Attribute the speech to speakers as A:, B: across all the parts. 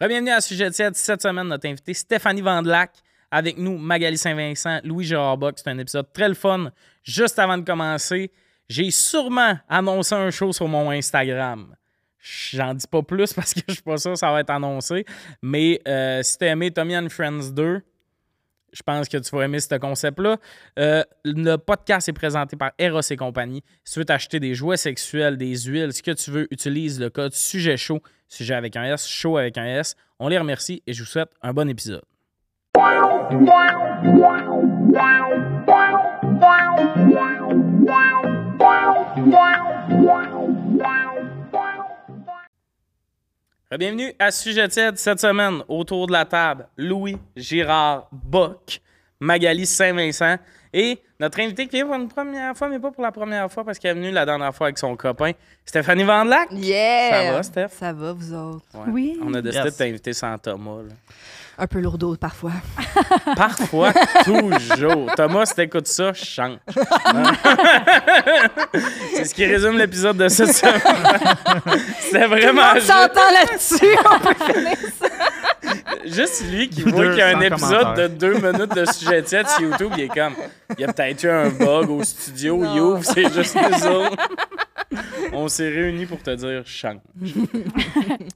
A: Bienvenue à Sujet 7. Cette semaine, notre invité Stéphanie Vandelac. Avec nous, Magali Saint-Vincent, Louis Gérard Bock. C'est un épisode très le fun. Juste avant de commencer, j'ai sûrement annoncé un show sur mon Instagram. J'en dis pas plus parce que je suis pas sûr que ça va être annoncé. Mais euh, si t'as aimé Tommy and Friends 2, je pense que tu vas aimer ce concept-là. Euh, le podcast est présenté par Eros et compagnie. Si tu veux t'acheter des jouets sexuels, des huiles, ce que tu veux, utilise le code sujet chaud, sujet avec un S, chaud avec un S. On les remercie et je vous souhaite un bon épisode. Bienvenue à Sujet Tiède cette semaine. Autour de la table, Louis Girard Bock, Magali Saint-Vincent et notre invité qui vient pour une première fois, mais pas pour la première fois parce qu'elle est venue la dernière fois avec son copain, Stéphanie Vandelac.
B: Yeah!
A: Ça va, Steph?
B: Ça va, vous autres?
A: Ouais.
C: Oui.
A: On a décidé
D: Yes.
A: de t'inviter sans Thomas. là.
B: Un peu lourdeau parfois.
A: Parfois, toujours. Thomas, si t'écoutes ça, change. Hein? C'est ce qui résume l'épisode de cette semaine. C'est vraiment
B: On
A: juste,
B: s'entend là-dessus,
A: Euh.
B: on peut finir ça.
A: juste lui qui
D: Deux
A: voit qu'il y a un
D: sans
A: épisode de
D: commentaire.
A: deux minutes de sujet tiède sur YouTube. Il est comme, il y a peut-être eu un bug au studio, il ouvre, c'est juste nous autres. On s'est réunis pour te dire change.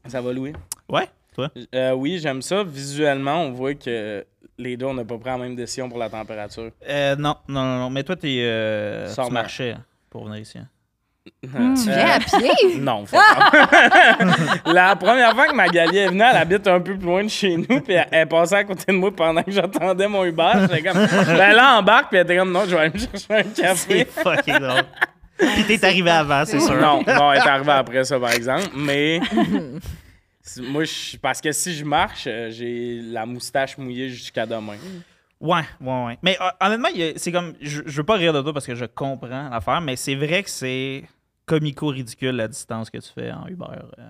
A: Ça va, Louis?
D: Ouais, toi.
A: Euh, oui, j'aime ça. Visuellement, on voit que les deux, on n'a pas pris la même décision pour la température.
D: Euh, non, non, non, non, mais toi, t'es. Euh,
A: Sors
D: tu
A: ma-
D: marchais hein, pour venir ici. hein.
A: Tu
B: Viens à pied?
A: Non, faut pas. La première fois que Magali est venue, elle habite un peu plus loin de chez nous, puis elle, elle passait à côté de moi pendant que j'attendais mon Uber. J'étais comme, ben là, embarque, puis elle était comme, non, je vais aller me chercher un
D: Ah,
A: café.
D: C'est fucking drôle. Puis t'es arrivé avant, c'est sûr.
A: Non, non, elle est arrivée après ça, par exemple, mais. c'est- Moi, je- parce que si je marche, euh, j'ai la moustache mouillée jusqu'à demain.
D: Ouais, ouais, ouais. Mais euh, honnêtement, il y a- c'est comme. Je, je veux pas rire de toi parce que je comprends l'affaire, mais c'est vrai que c'est comico-ridicule la distance que tu fais en Uber. euh.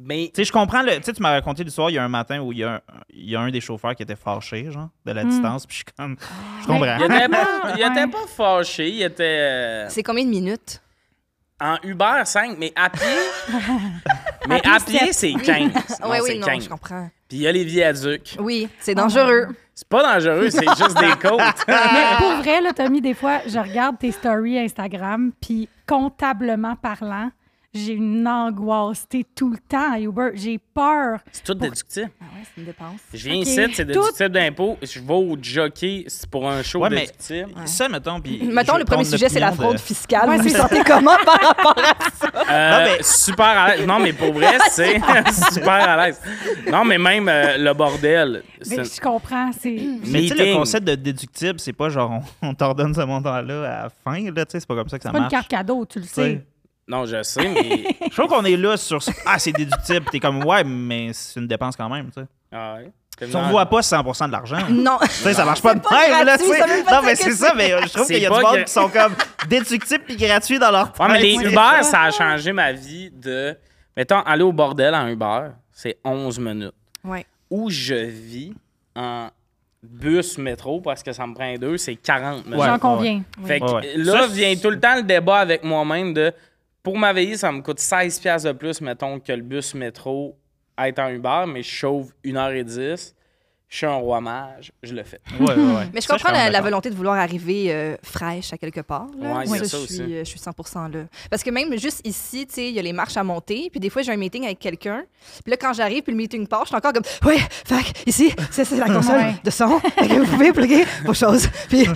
A: Mais
D: Tu sais, je comprends. le- Tu sais, tu m'as raconté l'histoire il y a un matin où il y, a un, il y a un des chauffeurs qui était fâché, genre, de
B: Hmm.
D: la distance, puis je suis comme. Je comprends.
A: il était pas, il était
C: Ouais.
A: pas fâché, il était. euh,
B: C'est combien de minutes?
A: En Uber, 5, mais à pied. mais à pied, c'est 15. Non,
B: oui,
A: c'est
B: oui, non,
A: 15.
B: je comprends.
A: Puis il y a les viaducs.
B: Oui, c'est dangereux.
A: C'est pas dangereux, c'est juste des côtes.
C: Mais pour vrai, là, Tommy, des fois, je regarde tes stories Instagram, puis comptablement parlant, j'ai une angoisse. T'es tout le temps à Uber. J'ai peur.
A: C'est tout déductible.
B: Ah ouais, c'est une dépense.
A: Je viens
C: Ok.
A: ici, c'est
C: Tout-
A: déductible d'impôt. Je vais au jockey, c'est pour un show
D: Ouais, mais-
A: déductible.
D: Ça, mettons. Puis
B: Mettons,
D: je-
B: le premier
D: ton
B: sujet, c'est la
D: opinion
B: fraude
D: de-
B: fiscale.
C: Ouais,
B: vous
C: c'est
B: vous
C: ça.
B: sentez comment par rapport à
A: Euh,
D: mais-
A: Super à l'aise. Non, mais pour vrai, c'est super à l'aise. Non, mais même euh, le bordel.
C: Mais
A: c'est-
C: je comprends. C'est.
D: Mais tu sais, le
A: Meeting.
D: concept de déductible, c'est pas genre on, on t'ordonne ce montant-là à la fin, là, tu sais, c'est pas comme ça que ça
C: Pas une
D: marche.
C: carte cadeau, tu le sais.
A: Non, je sais, mais.
D: Je trouve qu'on est là sur ce- Ah, c'est déductible, t'es comme ouais, mais c'est une dépense quand même, tu sais.
A: Ah ouais.
D: Tu revois pas 100% de l'argent. Tu
B: Non.
D: sais, ça marche pas de
B: pas
D: même, là, tu
B: gratuit, ça veut
D: sais.
B: pas
D: Non,
B: dire
D: mais
B: que
D: c'est
B: c'est-
D: ça, mais euh, je trouve
A: C'est
D: qu'il y a
A: pas
D: du monde
A: gra-
D: qui sont comme déductibles puis gratuits dans leur
A: Ouais, mais les
D: tête.
A: Uber, ça a changé ma vie de. Mettons, aller au bordel en Uber, c'est 11 minutes.
B: Ouais.
A: Où je vis en bus, métro, parce que ça me prend deux, c'est 40 minutes.
D: Ouais,
C: J'en
D: ouais.
C: conviens.
A: Fait que
D: Ouais, ouais.
A: là,
D: Ça,
A: vient
D: c'est-
A: tout le temps le débat avec moi-même de pour ma veillée, ça me coûte 16$ piastres de plus, mettons, que le bus métro à être en Uber, mais je sauve 1h10. Je suis un roi mage, je le fais.
D: Ouais, ouais, ouais.
B: Mais je
D: Ça,
B: comprends la,
D: suis quand même
B: la
D: d'accord.
B: volonté de vouloir arriver euh, fraîche à quelque part. là.
A: Ouais, il y a ça
B: je,
A: aussi.
B: suis, euh, je suis 100 là. Parce que même juste ici, tu sais, il y a les marches à monter. Puis des fois, j'ai un meeting avec quelqu'un. Puis là, quand j'arrive, puis le meeting part, je suis encore comme Ouais, fait que ici, ça, c'est la console
C: Ouais.
B: de son. Fait que vous pouvez plugger vos choses. Puis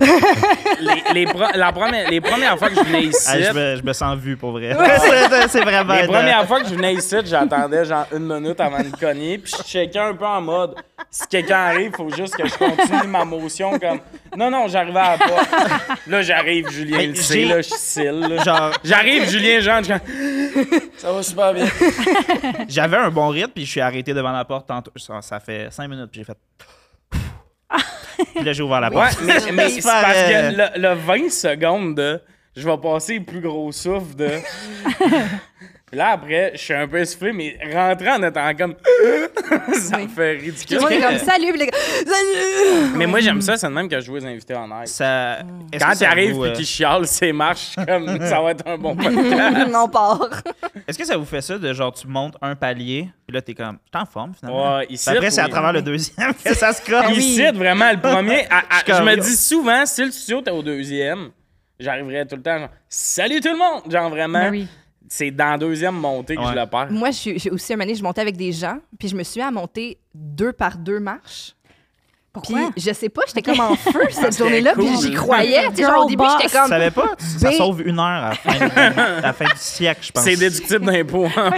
A: Les, les pre- la première, les premières fois que je venais ici,
D: Ah, je, me, je me sens vu pour vrai. C'est- c'est vraiment.
A: Les
D: euh,
A: premières fois que je venais ici, j'attendais genre une minute avant de cogner, puis je checkais un peu en mode si quelqu'un arrive, faut juste que je continue ma motion comme non non, j'arrivais à pas. Là j'arrive, Julien,
D: Mais
A: le sait,
D: j'ai-
A: là je suis cile, là.
D: Genre,
A: J'arrive, Julien, genre je suis comme, ça va super bien.
D: j'avais un bon rythme, puis je suis arrêté devant la porte tantôt. Ça, ça fait cinq minutes, puis j'ai fait.
C: Ah.
D: puis là, j'ai ouvert la
A: Ouais,
D: porte.
A: mais, mais c'est
D: Super,
A: parce
D: euh,
A: que le, le 20 secondes de je vais passer le plus gros souffle de Puis là, après, je suis un peu essoufflé, mais rentrant en étant comme. ça me
B: Oui.
A: fait
B: Tout
A: ridicule.
B: le monde est comme salut, puis les gars, salut!
A: Mais moi, j'aime ça, c'est de même que je joue les invités en air.
E: Ça, est-ce
A: Mm. Quand
E: que ça
A: t'arrives
E: vous,
A: puis
E: euh,
A: qu'ils chialent, c'est marche comme ça va être un bon podcast.
B: On part.
E: Est-ce que ça vous fait ça de genre tu montes un palier, puis là t'es comme, je t'en forme finalement.
A: Ouais, ici,
E: Puis après, c'est à
A: oui. Ah
E: travers le deuxième que ça se
D: Ah
E: crosse.
A: Ici, vraiment, le premier. à- à-
E: Je suis
A: je
E: comme-
A: me dis souvent, si le studio était au deuxième, j'arriverais tout le temps, genre, salut tout le monde! Genre vraiment,
C: Ben oui.
A: c'est dans la deuxième montée que
E: Ouais.
A: je le perds.
B: Moi, j'ai j'ai aussi un année, je montais avec des gens, puis je me suis mis à monter deux par deux marches. Puis
C: Pourquoi?
B: je sais pas, j'étais comme en feu cette journée-là, puis
A: cool.
B: j'y croyais. Tu sais, genre, au
C: Girl
B: début, j'étais
E: Tu
B: comme.
E: savais pas? Ça
B: B.
E: sauve une heure à la fin, à la fin du siècle, je pense.
A: Ben C'est déductible d'impôts. hein.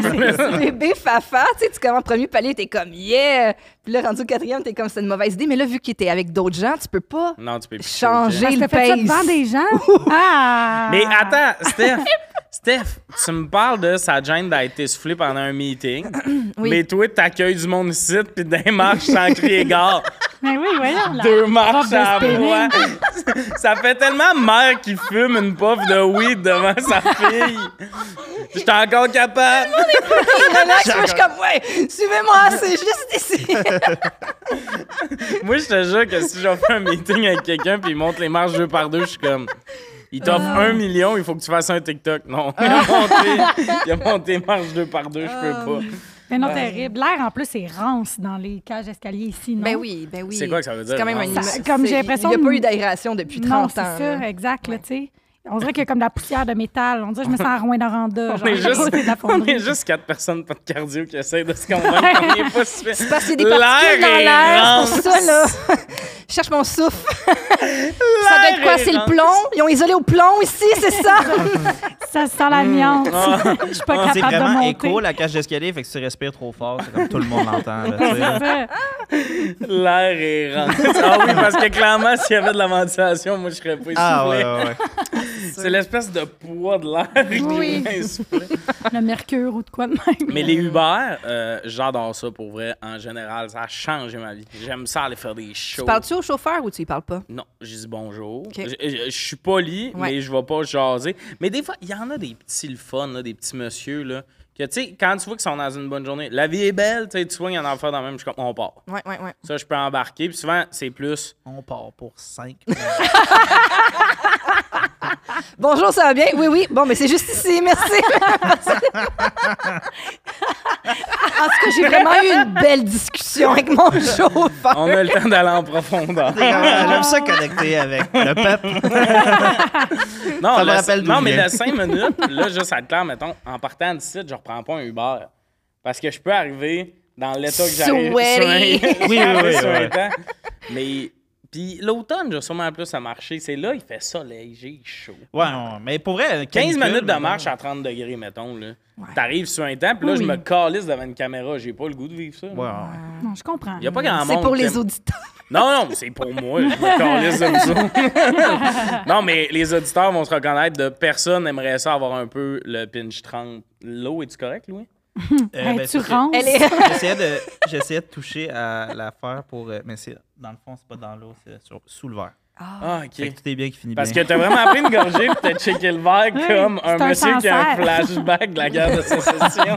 B: Bébé Fafa, tu sais, tu commences premier palier, t'es comme yeah! Puis là, rendu au quatrième, t'es comme c'est une mauvaise idée. Mais là, vu qu'il était avec d'autres gens, tu peux pas
A: non, tu peux plus.
B: changer
C: Parce que
B: le
C: t'as fait ça
B: pace.
C: devant des gens? Ah!
A: Mais attends, Steph, Steph, tu me parles de sa gêne d'être essoufflé pendant un meeting.
B: Oui.
A: Mais toi, t'accueilles du monde ici, puis des marches sans crier gare.
C: Mais Ben oui, voyons là.
A: Deux marches
C: Robe de
A: à
C: spinning.
A: moi. Ça fait tellement mère qui fume une puff de weed devant sa fille. J'étais encore capable.
B: Relax, moi, je suis comme ouais, suivez-moi, c'est juste ici.
A: Moi, je te jure que si j'en fais un meeting avec quelqu'un puis il monte les marches deux par deux, je suis comme. Il t'offre un million, il faut que tu fasses un TikTok. Non. Il a monté, il a monté les marches deux par deux, je peux pas.
C: Mais non, terrible. L'air, en plus, c'est rance dans les cages d'escalier ici, non?
B: Ben oui, ben oui.
A: C'est quoi que ça veut dire,
B: C'est quand même un
A: non?
B: immeuble.
C: Ça- comme j'ai
B: C'est-
C: l'impression
B: Il n'y a pas
C: de-
B: eu d'aération depuis
C: Non,
B: 30
C: c'est
B: ans.
C: ça,
B: là.
C: exact, là, tu sais. On dirait qu'il y a comme de la poussière de métal. On dirait que je me sens à rouen noranda
A: On est, juste, on est juste quatre personnes, pas de cardio, qui essayent de se convaincre qu'on n'est pas super.
B: C'est parce qu'il y a des particules dans l'air, c'est pour ça, là. Je cherche mon souffle. ça doit être quoi? C'est le plomb? Ils ont isolé au plomb ici, c'est ça?
C: Ça sent l'amiante.
A: Mm. Ah.
C: Je suis pas
D: Ah.
E: C'est
C: capable de
E: vraiment
C: monter.
E: écho, la cage d'escalier, fait que si tu respires trop fort, c'est comme tout le monde l'entend. là, tu sais, là.
C: Ça,
B: Ah
A: L'air est rare. Ah oui, parce que clairement, s'il y avait de la ventilation, moi, je serais pas
E: Ah ouais,
A: essoufflé.
E: ouais, ouais.
A: C'est l'espèce de poids de l'air qui
C: Oui.
A: m'essouffle.
C: le mercure ou de quoi de même.
A: Mais les Uber, euh, j'adore ça pour vrai. En général, ça a changé ma vie. J'aime ça aller faire des shows.
B: Tu parles-tu au chauffeur ou tu y parles pas?
A: Non, je dis bonjour. Je, je- je suis poli, mais je vais pas jaser. Mais des fois, il y en a des petits le fun, là, des petits messieurs, là, que tu sais, quand tu vois qu'ils sont dans une bonne journée, la vie est belle, tu sais, tu vois, il y en a dans le même, je suis comme, on part.
B: Ouais, ouais, ouais.
A: Ça, je peux embarquer. Puis souvent, c'est plus.
E: On part pour 5.
B: Bonjour, ça va bien? Oui, oui. Bon, mais c'est juste ici, merci. en tout cas, j'ai vraiment eu une belle discussion avec mon chauffeur.
A: On a le temps d'aller en profondeur.
E: Ah, J'aime ça connecter avec le peuple.
A: Non,
E: Ça
A: le-
E: me rappelle d'où
A: non
E: je
A: mais
E: viens.
A: le 5 minutes, là, juste à être clair, mettons, en partant d'ici, je reprends pas un Uber. Parce que je peux arriver dans l'état que j'arrive.
B: Sweaty.
A: sur un-
E: Oui, oui, oui,
A: sur un
E: ouais.
A: temps. Mais. Puis l'automne, j'ai sûrement plus à marcher. C'est là, il fait soleil, j'ai chaud.
E: Ouais, ouais, mais pour vrai,
A: 15
E: canicule,
A: minutes de
E: mettons.
A: marche à 30 degrés, mettons. Là. T'arrives sur un temps, puis là,
C: Oui,
A: je me
C: oui.
A: calisse devant une caméra. J'ai pas le goût de vivre ça.
E: Ouais, ouais.
C: Non, je comprends.
A: Il y a pas grand monde.
B: C'est pour
A: qui
B: les
A: aime-
B: auditeurs.
A: non, non, c'est pour moi. Je me calisse de vous autres. non, mais les auditeurs vont se reconnaître de personne aimerait ça avoir un peu le pinch 30. L'eau, est tu correct, Louis?
E: Euh,
D: Eh,
C: Hey,
E: ben,
C: tu
E: c'est-
C: ronces.
B: Elle est...
E: J'essayais de, j'essayais de toucher à l'affaire pour. euh, mais c'est, dans le fond, c'est pas dans l'eau, c'est sur, sous le verre.
A: Ah, OK.
E: Fait que tout est bien qui finit
A: Parce que
E: bien.
A: t'as vraiment pris une gorgée puis t'as checké le verre
C: Oui,
A: comme un
C: c'est un
A: monsieur qui a un
C: cancer.
A: flashback de la guerre de sécession.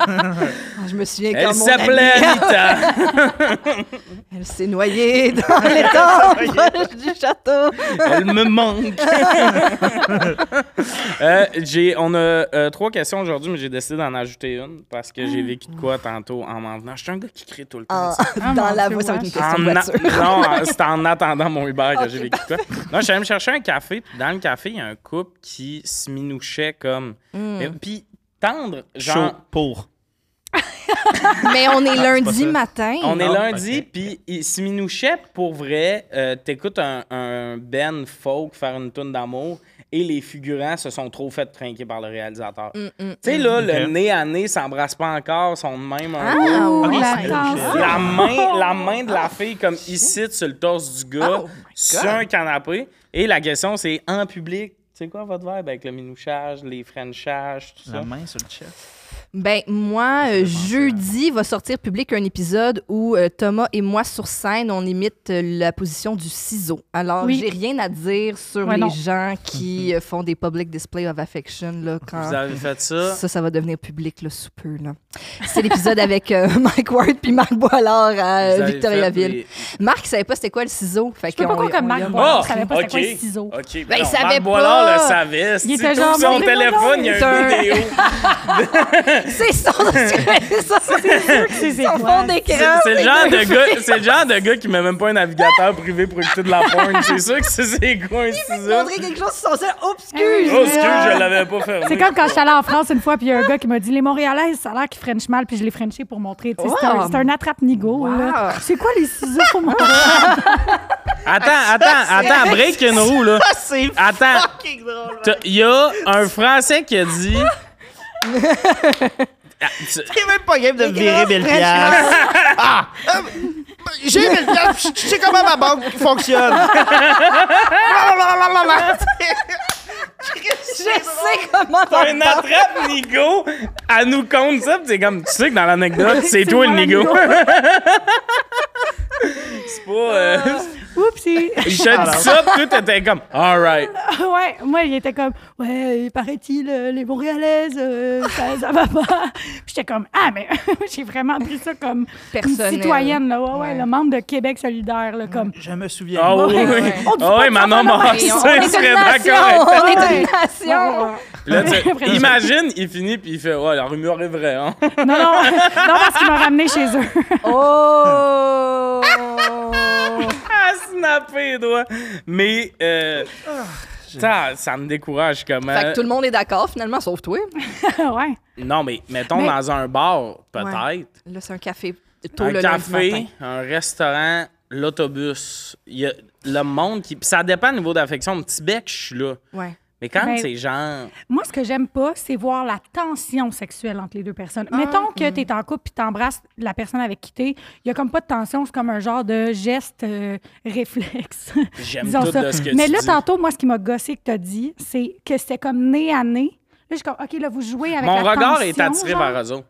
B: Je me souviens quand
A: Elle
B: mon
A: s'appelait
B: ami-
A: Anita.
B: Elle s'est noyée dans l'étang proche du château.
A: Elle me manque. Euh, j'ai, on a euh, trois questions aujourd'hui, mais j'ai décidé d'en ajouter une parce que j'ai vécu de quoi tantôt en m'en venant. Je suis un gars qui crie tout le temps.
B: En-
A: ça.
C: Ah,
B: dans
C: mon
B: la
C: Dieu,
B: voie, ça va être
C: ouais.
B: une question de
A: En a-
B: voiture.
A: non, en- c'est en attendant mon Uber que
B: Ok,
A: j'ai vécu de quoi. Non, je suis allé me chercher un café, puis dans le café, il y a un couple qui se minouchait comme.
B: Mm.
A: Mais- Puis tendre, genre.
E: Chaud pour.
B: Mais
A: Ah,
B: on est lundi
E: ça.
B: matin.
A: On est
E: Non,
A: lundi,
E: ok.
A: puis il se minouchait pour vrai. euh, T'écoutes un, un Ben folk faire une toune d'amour et les figurants se sont trop fait trinquer par le réalisateur.
B: Mm,
A: tu sais, là, le
E: Ok.
A: nez à nez s'embrasse pas encore, sont de même un peu.
B: Ah,
C: Oh,
B: oui.
C: la
E: c'est-
C: tension.
A: La main, la main de la fille comme ici sur le torse du gars,
B: Oh my God.
A: sur un canapé. Et la question, c'est en public, c'est quoi votre vibe avec le minouchage, les frenchages, tout ça?
E: La main sur le chest.
B: Ben, moi,
E: Ça
A: hein.
B: euh,
E: dépend, ça.
B: jeudi va sortir public un épisode où euh, Thomas et moi sur scène, on imite euh, la position du ciseau. Alors,
C: Oui.
B: j'ai rien à dire sur
C: Ouais,
B: les
C: non.
B: gens qui euh, font des public display of affection là,
A: Mhm. Vous
B: quand
A: avez fait ça.
B: ça, ça va devenir public le sous peu. là. C'est l'épisode avec euh, Mike Ward puis Marc Boilard à
A: Vous
B: euh,
A: avez
B: Victoriaville.
A: fait les-
B: Marc, il savait pas c'était quoi le ciseau. Fait
C: Je peux
B: qu'on-
C: pas croire que
B: on
C: Marc
B: lui a-
C: Boilard
A: Ah,
C: savait pas c'était quoi
A: ok.
C: le ciseau.
A: OK. Ben,
B: il
A: non,
B: savait
A: Marc
B: pas.
A: Boilard le savait.
C: Il
A: Il
C: était
A: était
C: genre,
A: sur son
C: mais
A: téléphone, il y a une
B: non,
A: vidéo.
B: C'est ça, c'est ça.
C: C'est c'est
B: Son
C: quoi?
B: fond d'écran.
A: C'est c'est le genre de gars, c'est le genre de gars qui met même pas un navigateur privé pour écouter de la porn. C'est sûr que c'est- c'est quoi un ciseau?
B: montrer quelque chose sur son sel.
C: Eh
B: Obscure.
A: Oh, excuse, je l'avais pas fermé.
C: C'est comme quand je suis allée en France une fois, puis il y a un gars qui m'a dit Les Montréalais, ça a l'air qu'ils French mal, puis je l'ai Frenché pour montrer. Tu sais, C'est
B: Wow.
C: un, c'est un attrape-nigo.
B: Wow.
C: là. C'est quoi les ciseaux pour moi?
A: Attends, attends, attends, break une roue, là.
E: Ah, c'est
A: Attends.
E: fucking drôle.
A: T'as- Il y a un Français qui a dit. Ah,
E: Il
A: tu-
E: est même pas game de
B: Les
E: virer
B: grosses
E: 1000 piastres. Ah! Euh, J'ai 1000 piastres, je je sais comment ma banque fonctionne. Blablabla.
B: Je sais comment
A: T'as un attrape Nigo, elle nous compte ça, pis c'est comme, tu sais que dans l'anecdote, c'est toi le
C: moi, la
A: Nigo.
C: nigo.
A: C'est pas. euh,
B: Ah.
C: Oupsie.
A: Il t'a dit ça, pis toi t'étais comme, alright.
C: ouais, moi, il était comme Ouais, paraît-il, euh, les Montréalaises, euh, ça, ça va pas. Puis j'étais comme Ah, mais j'ai vraiment pris ça comme
B: Personnel.
C: une citoyenne, là. Ouais, ouais,
B: Ouais.
C: le membre de Québec solidaire, là, comme.
E: Je me souviens.
A: Ah oui,
B: ouais.
A: oui.
C: On dit
A: Ah
C: pas
A: oui,
C: que
A: Manon
C: ça va
B: on est
A: Massé
C: mal.
A: serait
B: une
A: d'accord.
B: nation.
A: avec-
B: On est une
C: Ouais,
B: nation.
C: ouais.
A: Là, tu-
C: Vraiment.
A: imagine, il finit, puis il fait, ouais, la rumeur est vraie, hein.
C: Non, non, non, parce qu'ils m'ont ramené chez eux.
B: Oh.
A: Ah, snappé, toi. Mais, euh, ça, ça me décourage comment.
B: Fait que tout le monde est d'accord finalement, sauf toi.
C: ouais.
A: Non, mais mettons
C: Mais-
A: dans un bar, peut-être.
B: Là, c'est un café tôt
A: un
B: le
A: café,
B: lundi matin.
A: un restaurant, l'autobus. Il y a le monde qui. Ça dépend du niveau d'affection. Mon Petit bec, je suis là.
B: Ouais.
A: Mais quand
C: Ben-
A: c'est genre.
C: Moi, ce que j'aime pas, c'est voir la tension sexuelle entre les deux personnes.
B: Ah,
C: Mettons que tu es en couple puis t'embrasses la personne avec qui t'es, il y a comme pas de tension, c'est comme un genre de geste euh, réflexe.
A: J'aime
C: Disons
A: tout
C: ça.
A: de ce que
C: Mais
A: tu
C: là,
A: dis.
C: tantôt, moi, ce qui m'a gossé que t'as dit, c'est que c'était comme nez à nez. Là, je suis comme, OK, là, vous jouez avec
A: Mon
C: la
A: regard
C: tension,
A: est attiré
C: genre.
A: par eux autres.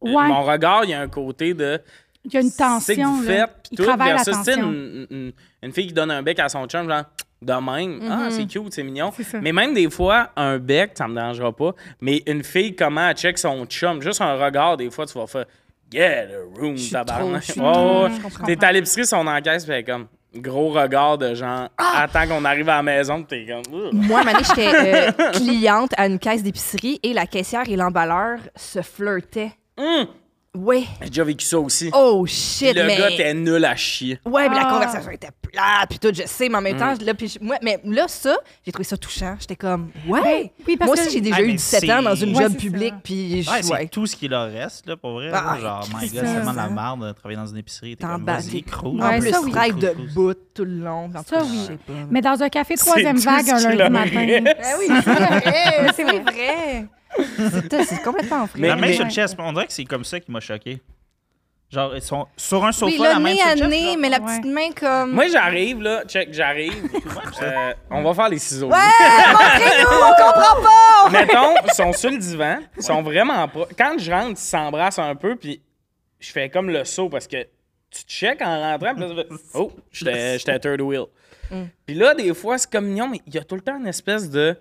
C: Ouais,
A: Mon regard, il y a un côté de.
C: il y a une
A: C'est que
C: tension.
A: vous
C: là.
A: faites, puis
C: Il
A: tout.
C: travaille la
A: Versus, tu sais,
C: tension.
A: une, une- une fille qui donne un bec à son chum, genre, de même. Ah, c'est cute, c'est mignon.
C: Mm-hmm. C'est ça.
A: Mais même des fois, un bec, ça me dérangera pas. Mais une fille, comment elle check son chum, juste un regard, des fois, tu vas faire Get a room,
B: suis trop-
A: tabarnak.
B: je suis
A: Ouais,
B: trop-
A: ouais.
B: je comprends.
A: T'es à l'épicerie, son encaisse, fait comme gros regard de genre,
C: Ah!
A: attends qu'on arrive à la maison, pis t'es comme. Ugh.
B: Moi, Mané, j'étais euh, cliente à une caisse d'épicerie et la caissière et l'emballeur se flirtaient.
A: Hum!
B: Ouais.
A: J'ai déjà vécu ça aussi.
B: Oh shit,
A: le
B: mais.
A: gars, t'es nul à chier.
B: Ouais, mais la
C: Ah.
B: conversation était plate, puis tout, je sais, mais en même temps, là, puis je- moi, mais là, ça, j'ai trouvé ça touchant. J'étais comme, ouais.
C: Ben, oui, parce
B: moi aussi,
C: que-
B: j'ai déjà
E: Ah,
B: eu
E: mais
B: 17 ans dans une
C: c'est- Ouais,
B: job
C: c'est ça.
B: publique, puis je
E: Ouais, c'est
B: ouais.
E: tout ce qui leur reste, là, pour vrai.
B: Ah,
E: là. genre, my
C: c'est
E: god,
C: ça.
E: c'est vraiment de la merde de travailler dans une épicerie. T'es
B: T'en
E: comme,
B: bats
E: vas-y,
B: des-
E: croûte.
C: Ouais,
B: en plus,
C: ça, oui.
B: strike de bout tout le long. En
C: Ça,
B: tout cas,
C: oui.
B: je sais pas.
C: Mais dans un café
A: C'est
C: troisième
A: tout ce
C: vague, un
A: qu'il
C: lundi
A: leur
C: matin.
A: reste.
B: Ben oui, c'est vrai.
C: Eh,
B: c'est vrai. C'est- C'est complètement vrai.
E: La
A: Mais-
E: main
A: mais-
E: sur le chest, on dirait que c'est comme ça qui m'a choqué. Genre, ils sont sur un sofa,
B: oui,
E: la
B: là,
E: main
B: nez
E: sur
B: à
E: le chest,
B: nez,
E: genre,
B: mais la
C: Ouais.
B: petite main comme.
A: Moi, j'arrive, là, check, j'arrive. Euh, on va faire les ciseaux.
B: Hey, Eh, montrez-nous, on comprend pas.
A: Mettons, ils sont sur le divan, ils sont vraiment pas. Quand je rentre, ils s'embrassent un peu, puis je fais comme le saut parce que tu check en rentrant, puis là, tu fais, Oh, j'étais j'étais third wheel. Puis là, des fois, c'est comme mignon, mais il y a tout le temps une espèce de.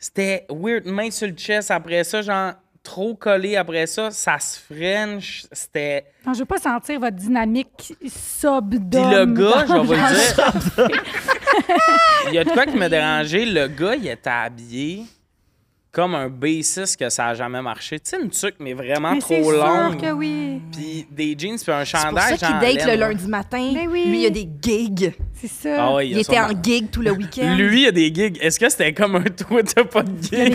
A: C'était weird, main sur le chest après ça, genre trop collé après ça, ça se french, c'était.
C: Non, je veux pas sentir votre dynamique sob
A: Puis le gars, je vais vous le dire. Il y a de quoi qui m'a dérangé. Le gars, il était habillé comme un B6 que ça a jamais marché. Tu sais, une tuque, mais vraiment
C: Mais c'est
A: trop
C: sûr
A: longue.
C: que oui.
A: Puis des jeans, puis un
B: C'est pour ça
A: chandail.
B: qu'il
A: genre
B: date le
A: laine, là.
B: lundi matin.
C: Mais Ben oui.
B: Lui, il y a des gigs.
C: C'est ça.
A: Ah ouais, il,
B: Il,
A: a
B: était en
A: sûrement-
B: gig tout le week-end.
A: Lui, il a des gigs. Est-ce que c'était comme un toi, t'as pas de gig?
B: gigs.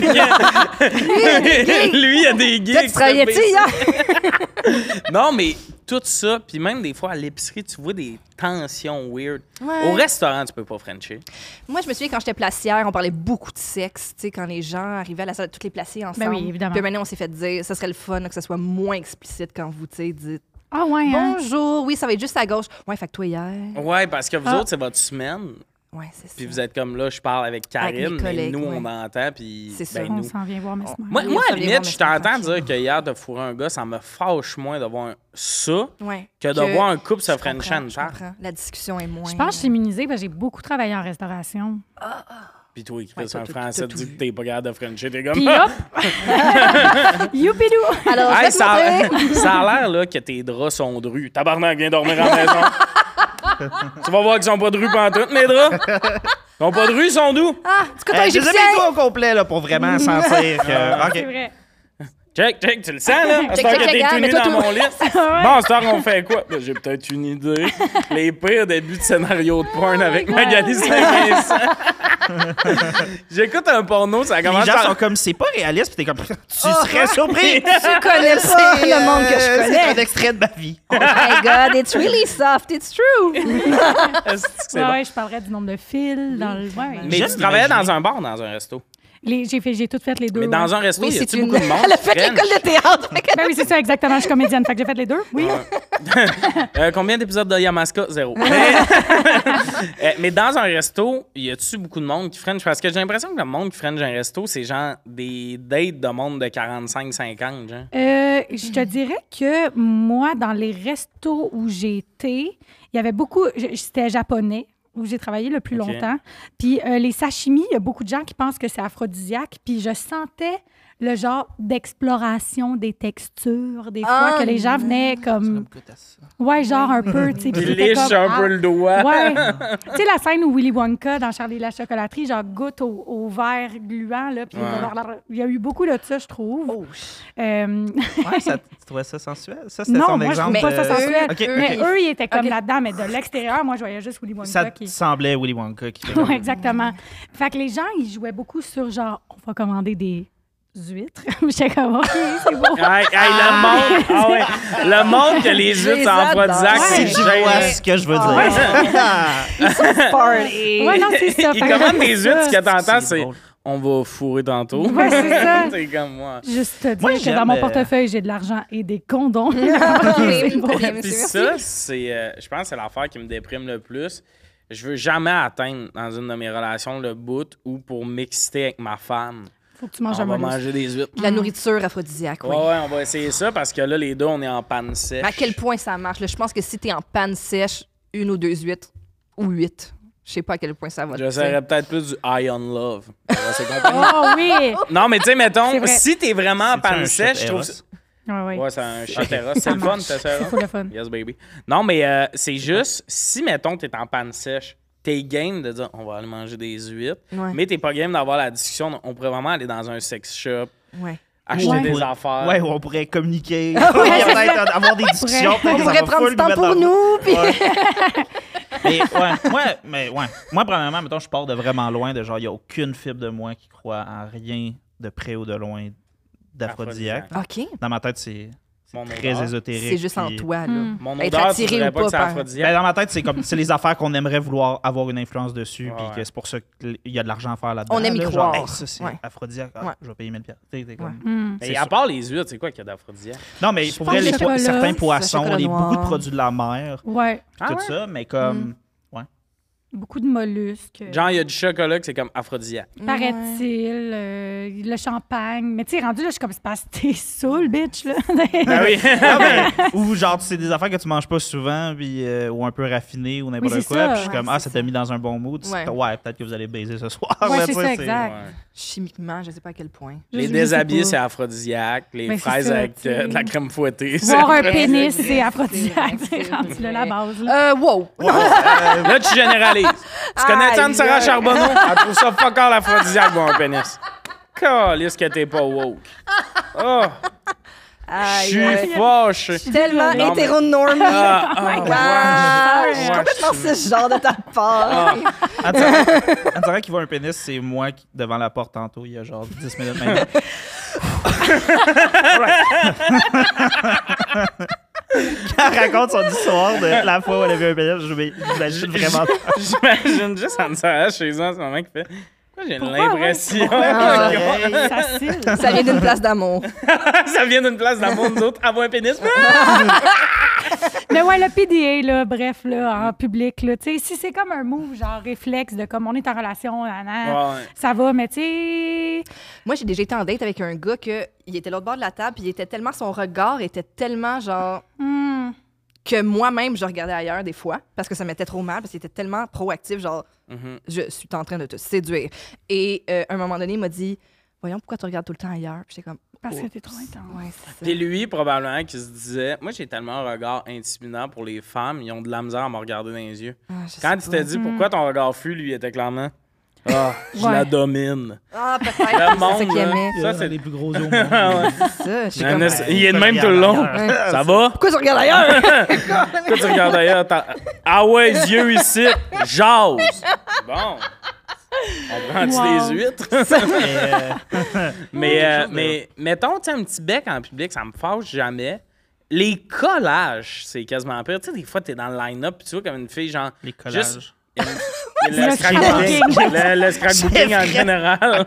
A: Lui, il a des gigs.
B: Toi, tu travaillais-tu hier?
A: Non, mais tout ça, puis même des fois à l'épicerie, tu vois des tensions weird.
B: Ouais.
A: Au restaurant, tu peux pas Frencher.
B: Moi, je me souviens quand j'étais placière, on parlait beaucoup de sexe, tu sais, quand les gens arrivaient à la salle, toutes les placées ensemble.
C: Ben oui, évidemment.
B: Puis maintenant, on s'est fait dire, ça serait le fun là, que ça soit moins explicite quand vous, tu sais, dites
C: Ah ouais, hein?
B: bonjour, oui, ça va être juste à gauche. Ouais, fait que toi hier.
A: Ouais, parce que vous
C: Ah.
A: autres, c'est votre semaine.
B: Ouais, c'est ça.
A: Oh. Puis vous êtes comme là, je parle avec
B: Avec mes
A: Karine, mais
B: collègues,
A: nous, on
B: ouais.
A: entend, puis
B: C'est ça.
A: ben,
C: On
A: nous.
C: s'en vient voir Mesmer.
A: Moi,
B: Oui,
A: moi, à
B: ça
A: la
B: les
A: limite,
B: rend
A: je t'entends
B: tranquille.
A: dire que hier, de fourrer un gars, ça me fâche moins de voir un- ça
B: Ouais.
A: que de voir un couple
B: Je
A: se frencher
B: comprends,
A: une
B: je
A: table.
B: comprends. La discussion est moins.
C: Je pense que je suis immunisée parce que j'ai beaucoup travaillé en restauration.
A: Puis toi, qui
B: Ouais,
A: fais
B: t'as
A: un
B: tout-
A: français,
B: t'as
A: tu
B: tout
A: dis
B: vu.
A: que t'es pas capable de frencher, t'es comme... Ah!
C: Puis hop! Youpidou!
B: Alors, je vais
A: Hey,
B: te
A: ça,
B: montrer.
A: a, ça a l'air là, que tes draps sont drus. Tabarnak, viens dormir en maison. tu vas voir qu'ils sont pas drus pantoute, mes draps. Ils sont pas drus, ils sont doux.
B: Ah, du coton
D: Hey, Euh, je les ai
B: égyptien.
D: mis toi au complet là, pour vraiment sentir que.
C: C'est
D: OK.
C: vrai.
A: Check, check, tu le sens, là? À cette
B: Check,
A: heure
B: check,
A: que t'es
B: check,
A: tout
B: hein,
A: nu
B: mets-toi
A: dans
B: tout.
A: mon lit. Bon, à cette heure, on fait quoi? Ben, J'ai peut-être une idée. Les pires débuts de scénario de porn avec Magali Saint-Vincent. J'écoute un porno, ça
D: Les
A: commence
D: gens
A: par...
D: sont comme, c'est pas réaliste, puis t'es comme, tu serais surpris! euh,
B: Tu connais pas le monde que je
D: C'est un
B: connais.
D: extrait de ma vie.
B: Oh my God, it's really soft, it's true.
A: Est-ce que c'est
C: Ouais,
A: bon?
C: ouais, je parlerais du nombre de fils dans le. ouais.
A: Mais
D: J'aime
A: tu travaillais
D: imaginer.
A: dans un bar, ou dans un resto.
C: Les- J'ai fait- j'ai tout fait les deux.
A: Mais
C: ouais.
A: dans un resto,
B: Oui,
A: il y
B: c'est
A: a-tu
B: une.
A: beaucoup de monde?
B: Elle a fait
A: qui traîne?
B: l'école de théâtre. fait que-
C: Ben oui, c'est ça, exactement. Je suis comédienne. Fait que j'ai fait les deux. Oui.
A: Euh, combien d'épisodes de Yamaska? Zéro. Mais, Euh, mais dans un resto, y a-tu beaucoup de monde qui french? Parce que j'ai l'impression que le monde qui french un resto, c'est genre des dates de monde de 45-50, genre.
C: Euh, je
A: Mhm.
C: te dirais que moi, dans les restos où j'ai été, il y avait beaucoup. je- C'était japonais où j'ai travaillé le plus
A: Ok.
C: longtemps. Puis euh, les sashimi, il y a beaucoup de gens qui pensent que c'est aphrodisiaque. Puis je sentais le genre d'exploration des textures, des
B: Ah,
C: fois que les gens venaient comme ouais genre un peu tu sais puis
A: Ils
C: c'était
A: lichent
C: comme, ah,
A: un peu
B: ah,
A: le doigt.
C: Ouais. tu sais, la scène où Willy Wonka, dans Charlie et la chocolaterie, genre goûte au, au verre gluant, là. puis Il y a eu beaucoup de ça, je trouve.
A: Oh,
C: Euh,
D: Ouais, ça, tu trouvais ça sensuel? Ça, c'était
C: non,
D: son
C: moi, je trouve
D: exemple.
C: pas ça
D: de-
C: sensuel.
D: Ok,
B: Eux,
D: ok.
C: Mais eux, ils étaient comme
B: Ok.
C: là-dedans, mais de l'extérieur, moi, je voyais juste Willy Wonka
D: Ça te
C: qui.
D: semblait Willy Wonka. Qui fait comme-
C: Ouais, exactement. Fait que les gens, ils jouaient beaucoup sur genre, on va commander des huîtres. J'étais comme, OK, c'est beau.
A: Hey, hey, le monde, ah ouais. le monde que les
B: Je les
A: huîtres en Prozac,
B: adore.
A: c'est
B: Ouais.
D: Si tu vois
A: gênant.
D: ce que je veux
B: Ah.
D: dire.
B: Party.
C: Ouais, non, c'est ça.
A: Ils
C: Fait que-
A: commandent des huîtres, ce que t'entends,
D: C'est
A: c'est
D: drôle.
A: on va fourrer tantôt.
C: Ouais, c'est ça.
A: c'est comme moi.
C: Juste te dire
D: Moi,
C: que
D: j'aime,
C: dans mon
D: euh,
C: portefeuille, j'ai de l'argent et des condoms.
A: Ah,
B: Oui, bien,
A: Puis
B: monsieur,
A: ça, c'est, euh, je pense que c'est l'affaire qui me déprime le plus. Je veux jamais atteindre dans une de mes relations le bout ou pour m'exciter avec ma femme.
C: Faut que tu manges
A: on
C: un
A: va
C: mollusque.
A: manger des huîtres.
B: La nourriture aphrodisiaque,
A: Ouais,
B: oui.
A: ouais, on va essayer ça parce que là, les deux, on est en panne sèche.
B: Mais à quel point ça marche? là? Je pense que si t'es en panne sèche, une ou deux huîtres, ou huit, je sais pas à quel point ça va.
A: Je serais peut-être plus du I on love. On va se comprendre.
C: Oh oui!
A: non, mais tu sais,
C: Ah, C'est
A: mettons,
C: vrai.
A: si t'es vraiment en
D: C'est-tu un
A: panne sèche, je
D: shit
A: trouve.
D: Eros?
A: ça-
C: Ouais, ouais.
A: Ouais, c'est un shit Eros. C'est
C: Ça
A: le fun,
C: marche.
A: c'est
C: C'est
A: ça.
C: full le fun.
A: Yes, baby. Non, mais euh, c'est juste, si, mettons, t'es en panne sèche, t'es game de dire on va aller manger des huîtres,
B: Ouais.
A: mais t'es pas game d'avoir la discussion. On pourrait vraiment aller dans un sex shop,
B: Ouais.
A: acheter
C: Ouais.
A: des
D: Ouais.
A: affaires.
D: Ouais, où on pourrait communiquer,
B: ouais,
D: peut-être
B: c'est ça.
D: avoir des discussions.
C: On
D: peut-être
B: On
D: que ça
B: pourrait
D: va
B: prendre
D: full
B: du temps
D: mettre
B: pour
D: dans-
B: nous, puis
D: Ouais. mais ouais, moi, mais ouais. Moi, premièrement, mettons, je pars de vraiment loin, de genre, il n'y a aucune fibre de moi qui croit en rien de près ou de loin d'aphrodisiaque.
B: OK.
D: Dans ma tête, c'est c'est
A: Mon
D: très
A: odeur.
D: ésotérique.
B: C'est juste en
D: puis-
B: toi, là.
C: Hmm.
A: Mon
B: Être
A: odeur, tu
B: attiré
A: dirais
B: ou
A: pas que
B: pas
A: c'est
B: par-
D: Ben,
A: aphrodisiaque.
D: dans ma tête, c'est comme c'est les affaires qu'on aimerait vouloir avoir une influence dessus, puis
A: Ouais.
D: que c'est pour ça qu'il y a de l'argent à faire là-dedans.
B: On aime y
D: là,
B: croire.
D: Genre, Hey, ça, c'est
B: Ouais.
D: aphrodisiaque. Ah,
B: Ouais.
D: Je vais payer 1000 piastres. T'sais, t'es comme-
B: Ouais.
C: Hmm.
A: Et
D: Ben, c'est
A: à
D: sûr.
A: part les huîtres, c'est quoi qu'il y a d'aphrodisiaque?
D: Non, mais pour vrai,
C: pense
D: les
C: que
D: po-
C: chocolat,
D: certains
C: c'est
D: poissons,
B: chocolat
D: les, beaucoup de
B: noir. Mm.
D: produits de la mer,
C: Ouais.
A: Ah
D: tout
A: ouais?
D: ça, mais comme.
C: Beaucoup de mollusques.
A: Genre, il y a du chocolat que c'est comme aphrodisiaque.
C: Paraît-il, euh, le champagne. Mais tu sais, rendu là, je suis comme, c'est parce que t'es saoul, bitch, là.
A: Ah oui!
D: Ah ben, ou genre, c'est des affaires que tu manges pas souvent, puis, euh, ou un peu raffinées, ou n'importe
C: Oui, c'est
D: quoi.
C: ça.
D: Puis je suis
B: Ouais,
D: comme, ah,
B: c'est
D: ça t'a mis dans un bon mood.
B: Ouais.
D: Ouais, peut-être que vous allez baiser ce soir.
C: Ouais,
D: là,
C: c'est
D: tu sais,
C: ça, exact.
A: Ouais.
B: Chimiquement, je sais pas à quel point.
A: Les
C: Je- je sais
A: déshabillés,
C: pas.
A: c'est aphrodisiaque. Les
C: Ben, c'est
A: fraises
C: ça,
A: avec euh,
C: tu-
A: de la crème fouettée. c'est-
C: Voir un
B: vrai,
C: pénis,
B: c'est vrai,
C: c'est
B: c'est
C: aphrodisiaque.
B: vrai,
C: C'est
B: c'est
C: rendu là, la
B: vrai.
C: base, là.
B: Euh, wow!
A: Là, tu généralises. Tu connais
B: Aïe,
A: Anne-Sarah
B: aïe.
A: Charbonneau? Elle trouve ça fuck all aphrodisiaque, bon pénis. Calisse que t'es pas woke. Oh, je
B: Aïe,
A: suis
B: aïe.
A: fâché.
B: Tellement
A: Non, mais-
B: hétéronormée.
A: Ah, ah,
B: Ah,
A: ouais.
B: je suis
A: Ouais,
B: complètement ce genre de ta part.
D: Anne-Sarah- Anne-Sarah qui voit un pénis, c'est moi qui- devant la porte tantôt, il y a genre 10 minutes maintenant. Quand elle raconte son histoire de la fois où elle avait un pénis, je m'imagine vraiment.
A: J'imagine juste Anne-Sarah chez eux en ce moment qui fait... Pourquoi j'ai
C: Pourquoi,
A: l'impression
D: Ah,
A: que
D: ouais.
C: Ça cille.
B: Ça vient d'une place d'amour.
A: ça vient d'une place d'amour, nous autres, avoir un pénis?
C: Mais ouais, le PDA, là, bref, là, en public, là, tu sais, si c'est comme un move, genre réflexe de comme on est en relation, nan, nan,
A: Ouais, ouais.
C: ça va, mais tu sais.
B: Moi, j'ai déjà été en date avec un gars que il était l'autre bord de la table, puis il était tellement son regard était tellement genre
C: hmm.
B: que moi-même je regardais ailleurs des fois parce que ça m'était trop mal parce qu'il était tellement proactif, genre
A: Mhm.
B: je suis en train de te séduire. Et euh, à un moment donné, il m'a dit voyons pourquoi tu regardes tout le temps ailleurs. Puis j'étais comme
C: Parce que
B: Oh,
C: t'es trop intense.
B: ouais, c'est ça.
A: Puis lui, probablement, qui se disait Moi, j'ai tellement un regard intimidant pour les femmes, ils ont de la misère à me regarder dans les yeux.
B: Ah, je
A: Quand
B: sais
A: il t'a
B: pas.
A: dit pourquoi ton regard fut, lui, il était clairement Ah, je
C: Ouais.
A: la domine.
B: ah peut-être
A: Le
B: c'est ça
A: monde,
B: qu'il
A: là.
B: aimait.
A: Ça,
D: Ça,
A: c'est-
D: c'est les plus gros hommes.
A: Ah ouais.
B: Ça, j'étais
A: Il y en
B: comme, euh,
A: a- il est de même tout le long. Ça va
B: pourquoi tu regardes ailleurs
A: Pourquoi tu regardes ailleurs T'as- Ah ouais, les yeux ici, j'ose. Bon. On prend-tu
C: Wow.
A: des huîtres
D: euh,
A: Mais, euh, mais mettons, tu sais, un petit bec en public, ça me fâche jamais. Les collages, c'est quasiment pire. Tu sais, des fois, t'es dans le line-up, pis tu vois comme une fille, genre.
E: Les
A: Juste-
E: collages.
A: Le
C: Le
A: scrapbooking.
C: scrapbooking.
A: Le, le scrapbooking en
D: vrai.
A: général.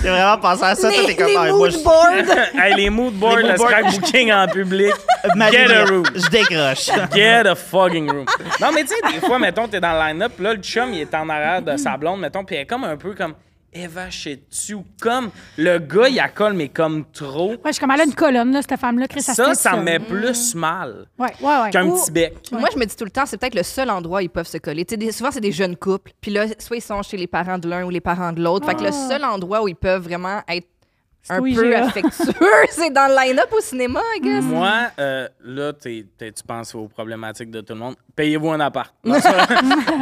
D: J'ai vraiment pensé à ça. Toi, t'es
B: Les,
D: comme
B: les
A: ah,
D: hey, moi, je-
B: mood boards.
A: hey, les mood boards,
D: Les mood
A: le
D: boards.
A: scrapbooking en public.
D: Marie,
A: Get a room.
D: Je décroche.
A: Get a fucking room. Non, mais tu sais, des fois, mettons, t'es dans le line-up, là, le chum, il est en arrière de sa blonde, mettons, puis elle est comme un peu comme. Eva, sais-tu, ou comme le gars, il accole, mais comme trop.
C: Ouais, je suis comme, elle a une colonne, là, cette femme-là, Chris, elle se
A: Ça,
C: fait
A: ça
C: seule.
A: me met plus mal
C: Ouais, ouais, ouais.
A: qu'un
C: Ou-
A: petit bec.
B: Moi, je me dis tout le temps, c'est peut-être le seul endroit où ils peuvent se coller. Tu sais, des- souvent, c'est des jeunes couples. Puis là, soit ils sont chez les parents de l'un ou les parents de l'autre. Fait que le
C: Ah.
B: seul endroit où ils peuvent vraiment être un
C: Oui,
B: peu
C: j'ai-
B: affectueux, c'est dans le line-up au cinéma, I guess.
A: Moi, euh, là, t'es- t'es- tu penses aux problématiques de tout le monde. Payez-vous un appart. Non, ça-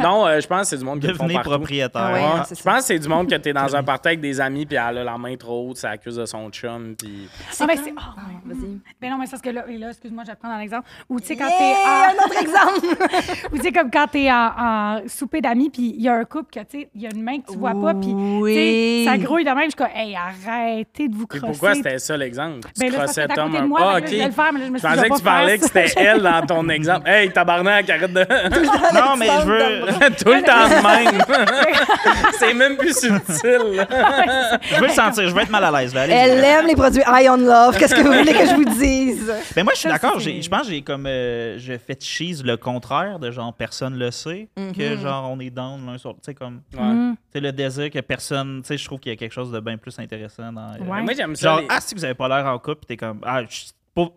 A: non, euh, je pense que c'est du monde qui le font
D: Devenez
A: partout.
D: propriétaire.
B: Ah ouais.
A: Ouais,
B: c'est
A: je
B: ça.
A: pense que c'est du monde que t'es dans un party avec des amis, puis elle a la main trop haute, ça accuse de son chum, puis...
C: Ah, ben, c'est. oh, ouais.
B: Vas-y.
C: Ben non, mais c'est parce que là, et là, excuse-moi, je vais te prendre un exemple. Ou tu sais, quand
B: Yeah,
C: t'es. en-
B: un autre exemple.
C: Ou tu sais, comme quand t'es en, en souper d'amis, puis il y a un couple que, tu sais, il y a une main que tu vois pas, puis tu sais,
B: Oui.
C: ça grouille de même. Je suis comme, hey, arrêtez de vous
A: Puis
C: crosser.
A: pourquoi c'était ça l'exemple? Tu
C: Ben là, c'est
A: crossais
C: parce que t'es à
A: Tom
C: côté de
A: un-
C: moi,
A: Ah,
C: fait que là, je vais le faire, mais là, je me suis dit,
A: pensais
C: je vais
A: que tu
C: pas
A: parlais que
C: faire
A: c'était elle dans ton exemple. Hey, tabarnak, arrête de...
D: Non, mais je veux,
A: Tout le temps de même! c'est même plus subtil, là.
D: je veux le sentir. Je veux être mal à l'aise. là. Allez-y.
B: Elle aime les produits High on Love. Qu'est-ce que vous voulez que je vous dise?
D: Mais moi, je suis
C: Ça,
D: d'accord.
C: c'est-
D: j'ai- Je pense que j'ai comme. euh, je fais cheese le contraire de genre personne le sait. Que
C: Mm-hmm.
D: genre on est down l'un sur l'autre. Tu sais, comme. Tu
A: Ouais.
C: Mm.
D: sais, le désir que personne. Tu sais, je trouve qu'il y a quelque chose de bien plus intéressant dans. euh,
C: Ouais.
A: Moi, j'aime ça.
D: Genre,
A: les-
D: ah, si vous avez pas l'air en couple, t'es comme. Ah, je suis pas-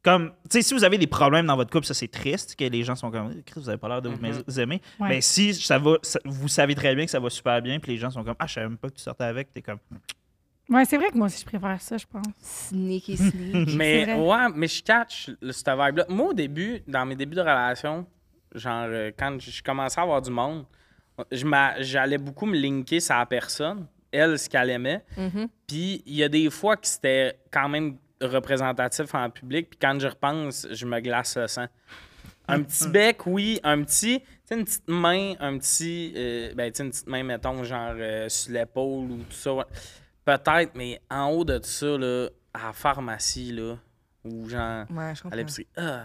D: Comme, tu sais, si vous avez des problèmes dans votre couple, ça c'est triste que les gens sont comme, Eh, Chris, vous avez pas l'air de vous aimer.
C: Mm-hmm. Ouais.
D: Mais si ça va, ça- vous savez très bien que ça va super bien, puis les gens sont comme, ah, je savais même pas que tu sortais avec, t'es comme,
C: Ouais, c'est vrai que moi aussi, je préfère ça, je pense.
B: Sneaky, sneaky.
A: Mais
C: C'est vrai.
A: ouais, mais je catch le- cette vibe-là. Moi, au début, dans mes débuts de relation, genre, euh, quand je commençais à avoir du monde, je m'a- j'allais beaucoup me linker sur la personne, elle, ce qu'elle aimait.
C: Mm-hmm.
A: Puis il y a des fois que c'était quand même représentatif en public, puis quand je repense, je me glace le sang. Un petit bec, oui, un petit, tu sais, une petite main, un petit, euh, ben, tu sais, une petite main, mettons, genre euh, sur l'épaule ou tout ça. ouais. Peut-être, mais en haut de ça, là, à la pharmacie, là, ou genre
B: Ouais, je comprends.
A: à l'épicerie, ah,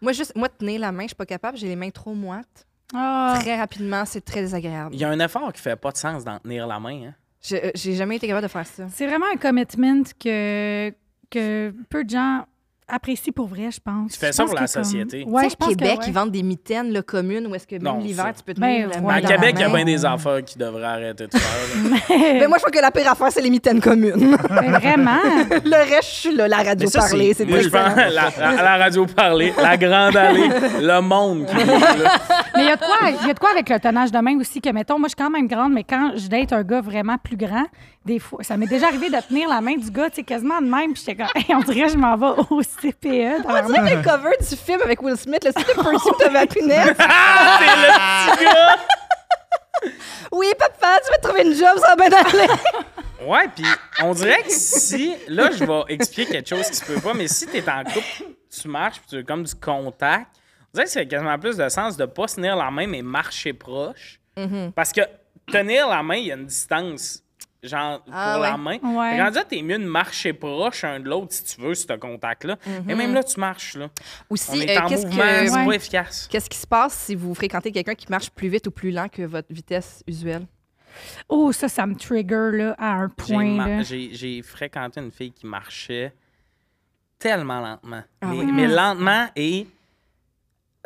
B: Moi, juste, moi, tenir la main, je suis pas capable. J'ai les mains trop moites.
C: Ah,
B: Très rapidement, c'est très désagréable.
A: il y a un effort qui fait pas de sens d'en tenir la main. Hein.
B: Je- euh, J'ai jamais été capable de faire ça.
C: c'est vraiment un commitment que, que peu de gens apprécient pour vrai, je pense.
A: Tu fais
C: Je
A: ça
C: pense
A: pour la
C: que comme-
A: société.
C: Ouais,
B: Tu
C: je
B: sais,
C: pense que
B: Québec,
C: ouais.
B: ils vendent des mitaines là, communes où est-ce que
A: Non,
B: même l'hiver,
A: ça.
B: tu peux te
C: Ben,
B: mettre la
C: ouais.
B: main
A: À
C: Dans
B: dans
A: Québec, il y
B: la
A: a
B: main.
A: bien des affaires qui devraient arrêter de faire. là.
B: Mais Ben, moi, je crois que la pire affaire, c'est les mitaines communes.
C: Mais Ben, vraiment.
B: Le reste, je suis là, la radio
D: Mais ça, c'est-
B: parler, c'est
A: Moi, je
B: excellent.
A: pense la, la- à la radio parler, la grande allée, le monde qui est là.
C: Mais il y, a de quoi- il y a de quoi avec le tonnage de main aussi que, mettons, moi, je suis quand même grande, mais quand je date un gars vraiment plus grand, des fois, ça m'est déjà arrivé de tenir la main du gars, tu sais, quasiment de même, puis j'étais comme, Hey, on dirait que je m'en vais au E. CPE. dans la
B: On dirait Ah, le cover du film avec Will Smith, le style de Pursuit of Happiness.
A: Ah, c'est le petit gars!
B: Oui, papa, tu vas trouver une job, ça va bien aller.
A: Ouais, puis on dirait que si. Là, je vais expliquer quelque chose qui se peut pas, mais si t'es en couple, tu marches, puis tu as comme du contact, on dirait que c'est quasiment plus de sens de pas se tenir la main, mais marcher proche.
B: Mm-hmm.
A: Parce que tenir la main, il y a une distance. Genre,
B: Ah,
A: pour la
B: ouais.
A: main.
C: Ouais.
A: Quand tu t'es mieux de marcher proche un de l'autre si tu veux, ce contact-là. Et même là, tu marches, là. On
B: Aussi,
A: est
B: Mm-hmm. euh,
A: en
B: qu'est-ce
A: mouvement,
B: que-
A: c'est pas
C: Ouais.
A: efficace.
B: Qu'est-ce qui se passe si vous fréquentez quelqu'un qui marche plus vite ou plus lent que votre vitesse usuelle?
C: Oh, ça, ça me trigger là, à un
A: J'ai
C: point.
A: ma-
C: là.
A: J'ai j'ai fréquenté une fille qui marchait tellement lentement.
B: Ah
A: mais,
B: oui.
A: mais lentement et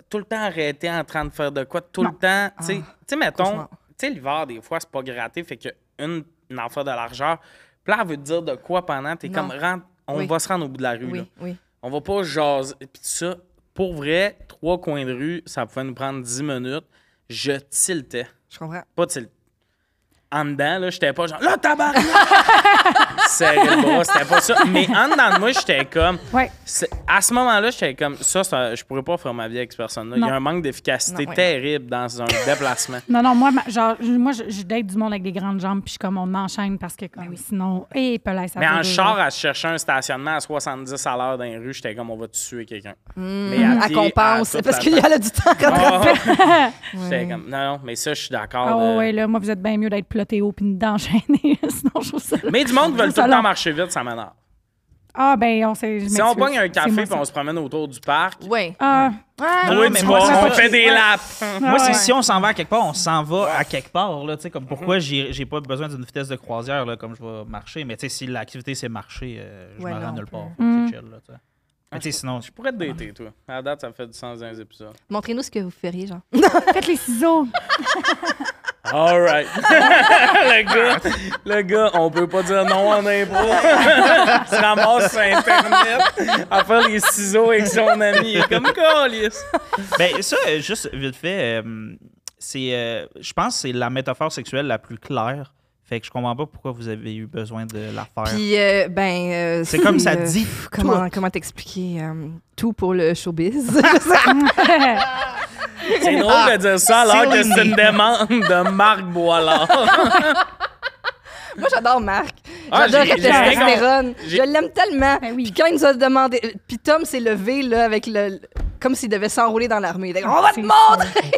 A: tout le temps arrêté en train de faire de quoi, tout
C: Non.
A: le temps. Tu sais-
B: Ah,
A: tu sais, mettons,
B: cauchemar.
A: tu sais, l'hiver, des fois, c'est pas gratté, fait qu'une une, une affaire de largeur. Puis là, elle veut te dire de quoi pendant, t'es
B: Non.
A: comme, rentre, on
B: Oui.
A: va se rendre au bout de la rue. là.
B: Oui, oui.
A: On va pas jaser. Puis ça, pour vrai, trois coins de rue, ça pouvait nous prendre 10 minutes. Je tiltais.
B: Je comprends.
A: Pas tilt. En dedans, là, j'étais pas genre, là, tabarnak! Serré le bras, c'était pas ça. Mais en dedans de moi, j'étais comme,
C: Ouais.
A: c'est- à ce moment-là, j'étais comme, ça, ça, je pourrais pas faire ma vie avec cette personne-là. Il y
C: Non.
A: a un manque d'efficacité
B: Non, ouais.
A: terrible dans un déplacement.
C: Non, non, moi, ma- genre, je- moi, je, je date du monde avec des grandes jambes, puis je suis comme, on enchaîne parce que, comme, sinon, et là, ça
A: Mais
C: fait
A: en
C: deux
A: char,
C: heures.
A: à chercher un stationnement à 70 à l'heure dans les rues, j'étais comme, on va tuer quelqu'un. Mais
B: Hmm. À
A: pied,
B: compense,
A: toute
B: Ah, parce
A: la
B: qu'il y a du temps à rattraper.
A: Ah, J'étais comme, non, non, mais ça, je suis d'accord.
C: Ah
A: de-
C: ouais, là, moi, vous êtes bien mieux d'être ploté haut puis d'enchaîner. sinon, je trouve ça.
A: Mais du monde
C: je
A: veut
C: trouve
A: tout
C: ça
A: le temps
C: long.
A: marcher vite, ça m'énerve.
C: Ah, ben, on s'est. je
A: Si on
C: m'excuse.
A: pogne un
C: C'est
A: café
C: moi,
A: puis on
C: ça.
A: se promène autour du parc,
B: Oui.
C: Ah,
A: toi,
D: ouais,
A: tu
D: mais
A: vas,
D: moi, c'est
A: on
D: pas-
A: fait des laps.
C: ouais.
B: Ah
D: Moi, c'est si on s'en va à quelque part, on s'en va à quelque part. Là, tu sais, comme pourquoi
B: Mhm.
D: j'ai j'ai pas besoin d'une vitesse de croisière là, comme je vais marcher. Mais tu sais, si l'activité c'est marcher, euh, je
B: Ouais,
D: m'en
B: non,
D: rends nulle
B: on
D: part.
C: Mm.
D: C'est chill. Là, tu sais. mais tu sais, sinon, je-
A: Je pourrais te dater, toi. À la date, ça fait du sens dans les épisodes.
B: Montrez-nous ce que vous feriez, genre.
C: Faites les ciseaux.
A: All right. le, gars, le gars, on peut pas dire non en impro. Il se ramasse sur Internet à faire les ciseaux avec son ami. Il est comme Calis.
B: Ah,
D: Ben, ça, euh, juste vite fait, euh, c'est, euh, je pense que c'est la métaphore sexuelle la plus claire. Fait que je comprends pas pourquoi vous avez eu besoin de la faire.
B: Puis, euh, ben. euh,
D: C'est comme ça
B: euh,
D: dit
B: Comment, comment t'expliquer euh, tout pour le showbiz?
A: C'est drôle de dire ça alors que c'est une demande de Marc Boilard.
B: Moi, j'adore Marc.
A: Ah,
B: J'adore
A: j'ai-
B: le
A: j'ai rien
B: testostérone.
A: compris.
B: Je
A: J'ai-
B: l'aime tellement.
C: Ben oui.
B: Puis quand il nous a demandé... Puis Tom s'est levé, là, avec le... Comme s'il devait s'enrouler dans l'armée. Il était comme, On va te
C: C'est
B: montrer!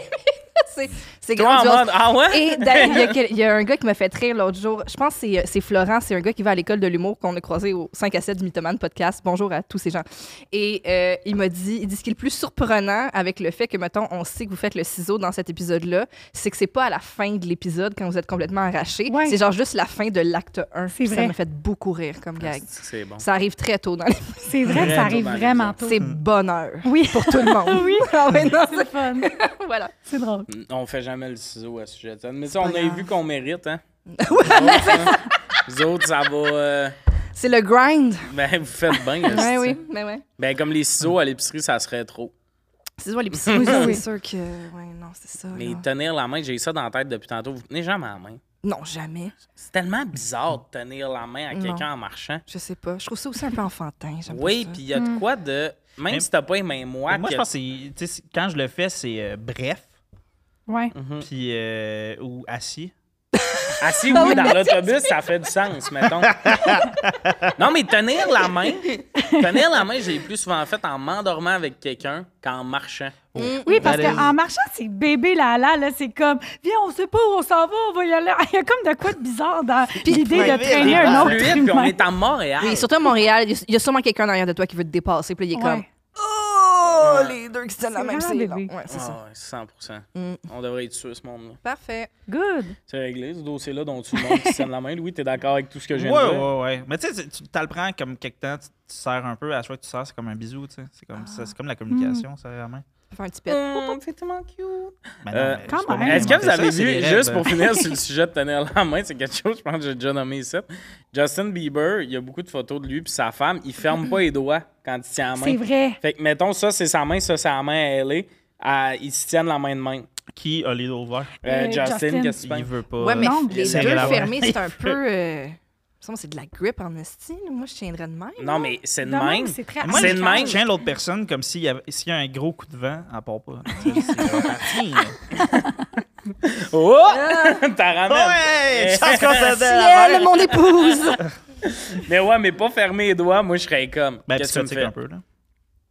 B: C'est- C'est
A: Toi en
B: grandiose.
A: mode, ah ouais?
B: Et d'ailleurs, il y a quel- il y, a un gars qui m'a fait rire l'autre jour. Je pense que c'est- euh, c'est Florent, c'est un gars qui va à l'école de l'humour qu'on a croisé au 5 à 7 du Mythoman podcast. Bonjour à tous ces gens. Et euh, il m'a dit, il dit ce qui est le plus surprenant avec le fait que, mettons, on sait que vous faites le ciseau dans cet épisode-là, c'est que c'est pas à la fin de l'épisode quand vous êtes complètement arraché.
C: Ouais.
B: C'est genre juste la fin de l'acte 1.
C: C'est
B: Ça
C: vrai.
B: m'a fait beaucoup rire comme gag.
A: C'est bon.
B: Ça arrive très tôt dans les...
C: C'est vrai que ça arrive
A: Vraiment.
C: vraiment tôt.
B: C'est bonheur
C: Oui.
B: pour tout le monde.
C: Oui.
B: Ah ouais, non,
C: C'est le fun.
B: c'est- voilà.
C: C'est drôle.
A: On fait jamais le ciseau à ce sujet. de ça. Mais ça, on
B: pas
A: a
B: grave.
A: vu qu'on mérite, hein? Nous autres, hein? Nous autres, ça va. euh,
B: C'est le grind.
A: Ben, vous faites bien.
B: Ouais,
A: esti.
B: oui, mais ouais.
A: Ben, comme les ciseaux à l'épicerie, ça serait trop.
B: C'est les
C: Oui, ça,
B: c'est
C: oui.
B: sûr que... Ouais, non, c'est ça.
A: Mais
B: non.
A: tenir la main, j'ai ça dans la tête depuis tantôt. Vous tenez jamais la main.
B: Non, jamais.
A: C'est tellement bizarre de tenir la main à
B: Non.
A: quelqu'un en marchant.
B: Je sais pas. Je trouve ça aussi un peu enfantin. j'aime pas
A: Oui,
B: ça. Hmm.
A: puis il y a de quoi de. Même
D: Mais-
A: si t'as pas les mains moites.
D: Moi, je
A: que-
D: pense que c'est- tu sais, c'est- quand je le fais, c'est euh, bref,
C: Ouais.
A: Mhm.
B: Mhm.
D: puis euh, ou assis.
A: Assis,
B: Ah
A: oui, dans l'autobus, ça fait du sens, mettons. non, mais tenir la main, tenir la main, j'ai plus souvent fait en m'endormant avec quelqu'un qu'en marchant.
B: Mm.
C: Oui, parce
D: That is-
C: qu'en marchant, c'est bébé là là, là c'est comme viens, on sait pas où on s'en va, on va y aller. Il y a comme de quoi de bizarre dans l'idée de
D: fluide,
C: traîner
D: hein?
C: un autre
A: Fluide, puis on
C: humain.
A: est à Montréal.
B: Oui, surtout à Montréal, il y a- il y a sûrement quelqu'un derrière de toi qui veut te dépasser. Puis là, il est
C: Ouais.
B: comme Oh, les deux qui se tiennent la
C: C'est
B: même
C: vraiment
B: scène.
C: bébé.
B: Ouais, c'est ça.
A: Ah, ouais, 100
B: Mm.
A: On devrait être sûr, ce monde-là.
B: Parfait.
C: Good.
A: C'est réglé, ce dossier-là dont tout le monde qui se tient la main. Louis, t'es d'accord avec tout ce que je
D: Ouais,
A: viens de dire?
D: ouais, ouais. Mais tu sais, tu t'as le prends comme quelque temps, tu, tu serres un peu, à chaque fois que tu serres, c'est comme un bisou, tu sais. C'est
B: Ah.
D: comme, ça- c'est comme la
B: Hmm.
D: communication, ça, vraiment.
A: Euh,
B: Faire un petit pet.
A: Hum, c'est tellement cute.
D: Mais non,
A: Euh,
D: mais
C: Quand
D: c'est pas
C: même.
D: moi qui ai
A: Est-ce que
D: inventé
A: vous avez
D: ça, c'est
A: vu,
D: les
A: juste
D: règles.
A: pour finir sur le sujet de tenir la main, c'est quelque chose, je pense que j'ai déjà nommé ici. Justin Bieber, il y a beaucoup de photos de lui puis sa femme, il ferme pas les doigts quand il tient la main.
C: C'est vrai.
A: Fait que, mettons, ça, c'est sa main, ça, c'est la main à L.A. Ah, ils se tiennent la main de main.
D: Qui a les doigts ouverts?
A: Euh,
C: Euh,
A: Justin,
C: Justin.
A: qu'est-ce que tu
D: Il
A: penses?
D: veut pas.
B: ouais, mais
C: non,
B: les deux
D: serrer la main.
B: fermés, c'est un peu. euh, il me semble que c'est de la grip en esti. là. Moi, je tiendrais de même.
A: Non, mais c'est de
C: De même,
A: même.
C: c'est très
D: Moi,
A: C'est
D: je
A: de même.
D: tiens l'autre personne comme s'il y, avait- s'il y a un gros coup de vent, à part pas. Tu sais, c'est parti, là.
A: Oh! T'as ramène.
D: Ouais! Chance qu'on se donne la
B: Ciel,
D: main.
B: mon épouse!
A: Mais ouais, mais pas fermer les doigts, moi, je serais comme.
D: Ben,
A: Qu'est-ce que tu me
D: psychotique
A: fais?
D: un peu, là.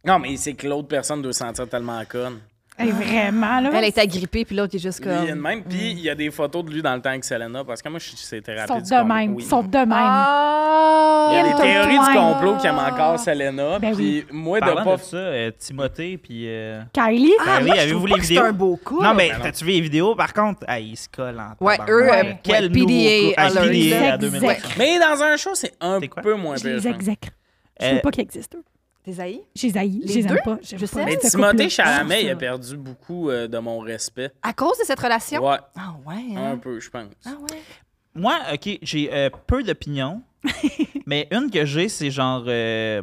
A: Non, mais c'est que l'autre personne doit se sentir tellement conne.
C: Eh, vraiment, là.
B: Elle est agrippée, puis l'autre est juste
A: Lui, il est de
B: comme.
A: même. Puis il y a des photos de lui dans le temps avec Selena, parce que moi, je suis c'est
C: Mm. Ils
A: thérapie
C: sont
A: du
C: de
A: complot,
C: même.
A: oui.
C: Ils sont de même.
B: Oh!
A: Il y a des
C: Hilton
A: théories du
C: Twine.
A: complot qui aiment encore Selena.
C: Ben
A: puis moi, de
D: Parlant
A: pas.
D: de ça, euh, Timothée, puis... euh,
C: Kylie,
B: Ah,
D: Ben
B: moi,
D: oui,
B: je
D: avez-vous
B: trouve
D: les
B: pas que c'est
D: vidéos?
B: un beau coup.
D: Non, mais
A: Ben non.
D: t'as-tu vu les vidéos, par contre? Ah, ils se collent en
B: Ouais,
D: tabarnak.
B: eux, euh,
C: Ouais,
D: Quel
B: ouais, PDA
D: nouveau couple. Ah,
B: alert.
D: PDA à
C: Zec,
D: 2005.
A: Mais dans un show, c'est un
D: C'est quoi?
A: peu moins
C: je
A: pire.
C: les
A: je pense.
C: exècre. Je
D: Euh,
C: sais pas qu'ils existent. eux.
B: T'es haï?
C: J'ai zaï,
B: Les
C: je les aime
B: deux?
C: pas. j'aime
B: Je sais.
C: pas ce
A: Mais
C: couple-là.
A: Timothée Chalamet, il a perdu beaucoup euh, de mon respect.
B: À cause de cette relation?
A: Ouais,
B: Ah ouais,
A: un
B: hein?
A: peu, je pense.
B: Ah ouais.
D: Moi, OK, j'ai euh, peu d'opinions, mais une que j'ai, c'est genre euh,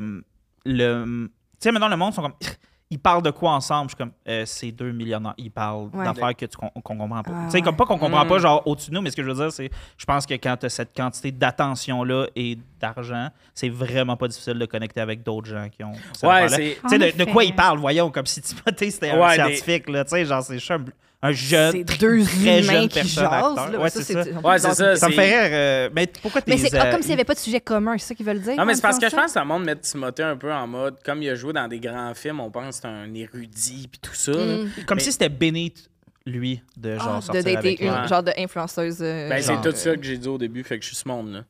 D: le. Tu sais, maintenant, le monde sont comme. Ils parlent de quoi ensemble? Je suis comme, euh, c'est deux millionnaires. Ils parlent
B: Ouais.
D: d'affaires que tu com- qu'on comprend pas.
B: Ah,
D: tu sais, comme
B: ouais.
D: pas qu'on comprend
A: Mm.
D: pas, genre au-dessus de nous, mais ce que je veux dire, c'est, je pense que quand tu as cette quantité d'attention-là et d'argent, c'est vraiment pas difficile de connecter avec d'autres gens qui ont. cette
A: Ouais,
D: affaire-là.
A: c'est.
D: Tu sais,
C: En
D: de, de quoi
C: effet.
D: ils parlent, voyons, comme si Timothée c'était un
A: Ouais, des-
D: scientifique, là. Tu sais, genre, c'est juste un, un jeune.
B: C'est deux
D: très jeune
B: humains qui
D: personne,
B: jasent.
D: acteur.
B: là.
D: Ouais,
B: Ça,
D: c'est
B: c'est-
A: Ouais, c'est ça.
D: Ça me
A: c'est-
D: fait rire. euh, mais pourquoi t'es.
B: Mais c'est ah,
D: euh,
B: comme s'il n'y avait pas de sujet commun, c'est ça qu'ils veulent dire?
A: Non, mais
B: en
A: c'est parce que
B: disant
A: je pense que le monde met Timothée un peu en mode, comme il a joué dans des grands films, on pense que c'est un érudit puis tout ça.
B: ça?
A: là.
B: Mm.
D: Comme
A: Mais-
D: si c'était béni, lui, de genre
B: Ah, de
D: sortir avec
B: dater
D: elle.
B: une,
A: Ouais.
B: genre de influenceuse. euh,
A: Ben, c'est
B: genre,
A: tout ça
B: euh,
A: que j'ai dit au début, fait que je suis ce monde-là.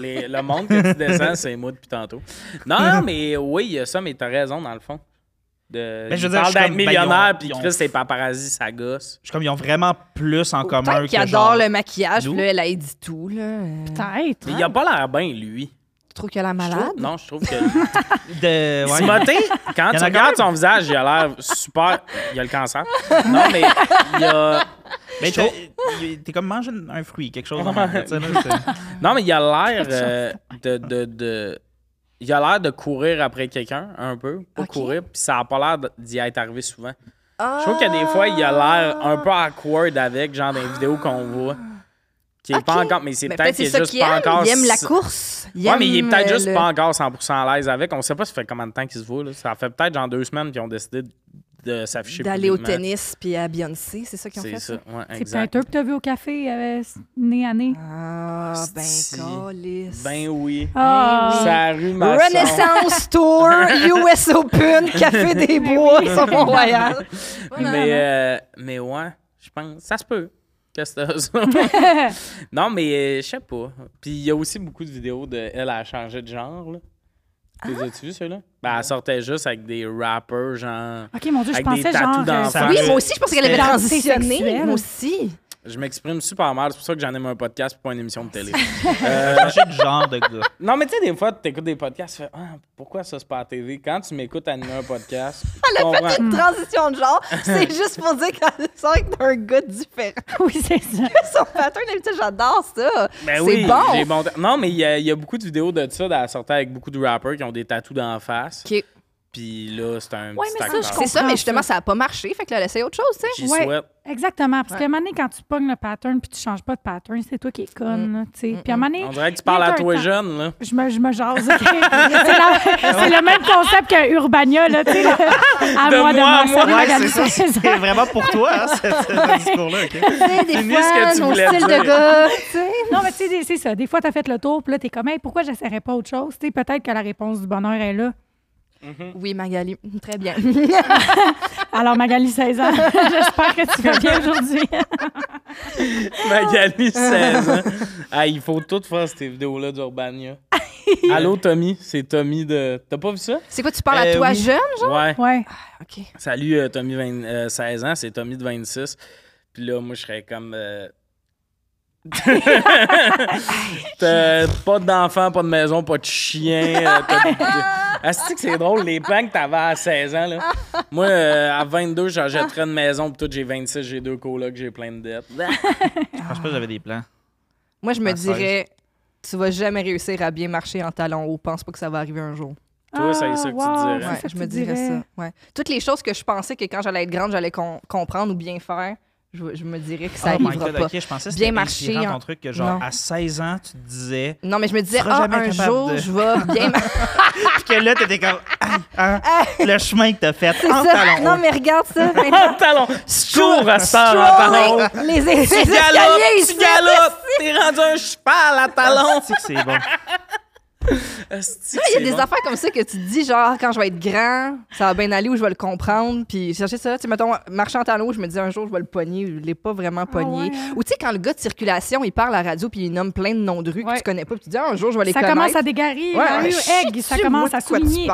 A: Les- les- le monde que tu descends, c'est moi depuis tantôt. Non, non, mais oui, il y a ça, mais t'as raison, dans le fond. De,
D: Ben, je veux
A: il
D: dire, je
A: parle
D: suis
A: d'être
D: comme, ben,
A: millionnaire,
D: ils ont-
A: puis
D: ils ont-
A: Chris, c'est paparazzi, ça gosse.
D: Je suis comme, ils ont vraiment plus en commun.
B: Peut-être
D: que
B: qu'il
D: genre-
B: adore le maquillage,
D: nous.
B: puis là, elle a dit tout, là. euh,
C: Peut-être. hein.
D: Ah.
A: Mais il a pas l'air bien, lui.
B: Tu trouves qu'elle a
A: Je
B: malade?
A: trouve- non, je trouve que...
D: De... Ah. ouais.
A: Timothée, quand
D: Il
A: tu
D: y en a quand
A: regardes son visage, il a l'air super... Il a le cancer. Non, mais il a...
D: Mais t'es- euh, t'es comme, mange un un fruit, quelque chose. de même, tu sais, là, c'est-
A: Non, mais il a l'air euh, de, de, de- Il a l'air de courir après quelqu'un, un peu. Pas
B: Ok.
A: courir, puis ça a pas l'air d- d'y être arrivé souvent. Je trouve
B: qu'il
A: que des fois, il a l'air
B: Ah!
A: un peu awkward avec, genre, dans les vidéos qu'on voit. Qui est pas
B: Ok.
A: encore. Mais c'est
B: Mais
A: peut-être qu'il est juste
B: qu'il
A: pas
B: aime.
A: encore.
B: Il aime la
A: s-
B: course. Il
A: Ouais, mais il est
B: aime,
A: peut-être juste
B: euh,
A: pas encore 100% à l'aise avec. On sait pas ça fait combien de temps qu'il se voit. Là. Ça fait peut-être genre deux semaines qu'ils ont décidé de- de s'afficher.
B: le- D'aller au
A: publiquement.
B: tennis puis à Beyoncé, c'est ça qu'ils ont
A: C'est
B: fait.
A: ça,
B: ça?
A: ouais,
C: C'est
A: exact.
C: peut-être eux que t'as vu au café, euh, nez à nez.
B: Ah, ben,
A: Asti.
B: calisse.
A: Ben oui.
C: Ah.
A: Ça rue Masson.
B: Renaissance Tour, US Open, Café des Bois, sur Mont-Royal.
C: hein.
A: mais, euh, mais ouais, je pense. Ça se peut. Que c'était ça. non, mais euh, je sais pas. Puis il y a aussi beaucoup de vidéos de elle à changer de genre. Là.
C: Ah
A: Les as-tu vu ceux-là? Ben, elle sortait juste avec des rappers, genre.
C: OK, mon Dieu, je
A: Avec des
C: pensais
A: tatous
C: genre... euh,
A: d'enfants.
C: ça-
B: Oui, moi aussi, je pensais qu'elle avait
C: C'était-
B: transitionné.
C: sexuel.
B: Moi aussi.
A: Je m'exprime super mal, c'est pour ça que j'en aime un podcast pour pas une émission de télé. Euh.
D: Changer de genre de gars.
A: non, mais tu sais, des fois, tu écoutes des podcasts, tu fais Ah, pourquoi ça c'est pas à la TV? Quand tu m'écoutes animer un podcast, tu comprends.
B: Une transition de genre, c'est juste pour dire qu'elle sort avec un gars différent.
C: Oui, c'est ça.
B: Son pattern, d'habitude, j'adore ça.
A: Ben
B: c'est
A: oui, j'ai
B: bon.
A: monté- Non, mais il y, a- il y a beaucoup de vidéos de ça, elle sortait avec beaucoup de rappers qui ont des tatous d'en face.
B: Ok.
A: Puis là, c'est un
C: Ouais,
A: petit
C: mais ça,
A: acteur.
C: je
B: C'est ça,
C: comprends
B: Ah, mais justement,
C: ça.
B: ça n'a pas marché. Fait que là, elle essaye autre chose, tu sais.
A: J'y
C: Ouais.
A: souhaite.
C: Exactement, parce que qu'à un moment donné, quand tu pognes le pattern puis tu changes pas de pattern, c'est toi qui es conne, là, tu sais. Puis à un moment donné,
A: On dirait que tu parles
C: il y a
A: à
C: un
A: toi
C: temps.
A: jeune, là.
C: Je me, je me jase, OK? c'est, la- c'est le même concept qu'un Urbania, là, tu sais. là. À
A: De
C: moi, de
A: moi à
C: moi,
A: moi.
D: Ouais, c'est
C: ça.
D: ça. C'est vraiment pour toi, hein, ce, ce- ce discours-là. OK?
B: C'est des
A: Finis ce que tu
B: fans, mon
A: voulais
B: style
A: dire.
B: de gars, tu sais.
C: Non, mais tu sais, des- c'est ça. Des fois, t'as fait le tour, puis là, t'es comme, hey, pourquoi j'essaierais pas autre chose? Tu sais, peut-être que la réponse du bonheur est là.
B: Oui, Magali, très bien.
C: Alors, Magali 16 ans, j'espère que tu vas bien aujourd'hui.
A: Magali, 16 ans. Ah, il faut tout faire ces vidéos-là d'Urbania. Allô, Tommy. C'est Tommy de. T'as pas vu ça?
B: C'est quoi, tu parles à
D: Euh,
B: toi
D: oui.
B: jeune?
A: Ouais.
C: Ouais.
B: OK.
A: Salut, euh, Tommy, 20 euh, 16 ans. C'est Tommy de 26. Puis là, moi, je serais comme. euh, t'as pas d'enfant, pas de maison, pas de chien. euh, Est-ce Ah, que c'est drôle, les plans que t'avais à 16 ans, là? Moi, euh, à 22, j'achèterais une maison, puis tout, j'ai 26, j'ai deux colocs, j'ai plein de dettes.
D: Je pense pas que j'avais des plans.
B: Moi, je me
D: À seize.
B: dirais, tu vas jamais réussir à bien marcher en talons hauts. Pense pas que ça va arriver un jour.
A: Toi, c'est ça que tu dirais.
C: Ah, c'est
A: Ouais,
B: Ouais,
C: ça que
B: je
C: tu
B: me dirais, ça. Ouais. Toutes les choses que je pensais que quand j'allais être grande, j'allais com- comprendre ou bien faire, je, je me dirais que ça
D: oh my
B: arrivera
D: God,
B: pas.
D: OK, je pensais que
B: Bien
D: c'était
B: marché,
D: marché,
B: hein.
D: ton truc que genre,
B: Non.
D: à 16 ans, tu te disais...
B: Non, mais je me disais,
D: Tu seras
B: ah,
D: jamais
B: un
D: capable
B: jour,
D: de-
B: je vais bien marcher.
D: Puis que là, t'étais comme... Aïe, hein, le chemin que t'as fait en
B: ça.
D: talons
B: Non, mais regarde ça. maintenant.
A: talon. Je cours à cette heure à talon.
B: Strolling. Les, les
A: Tu
B: escaliers
A: galopes,
B: ici.
A: tu galopes. T'es rendu un cheval à talon. Ah,
D: hauts. C'est bon.
B: Ah, Il y a des affaires comme ça que tu te dis, genre, quand je vais être grand, ça va bien aller ou je vais le comprendre. Puis chercher ça, tu sais, mettons, marcher en talons, je me dis un jour, je vais le pogner. Je l'ai pas vraiment pogné.
C: ouais, hein?
B: Ou tu sais, quand le gars de circulation, il parle à la radio puis il nomme plein de noms de rues que
C: Ouais.
B: tu connais pas, puis tu dis, ah, un jour, je vais les
C: Ça
B: connaître.
C: commence à dégarer. la rue Egg, ça commence à souligner.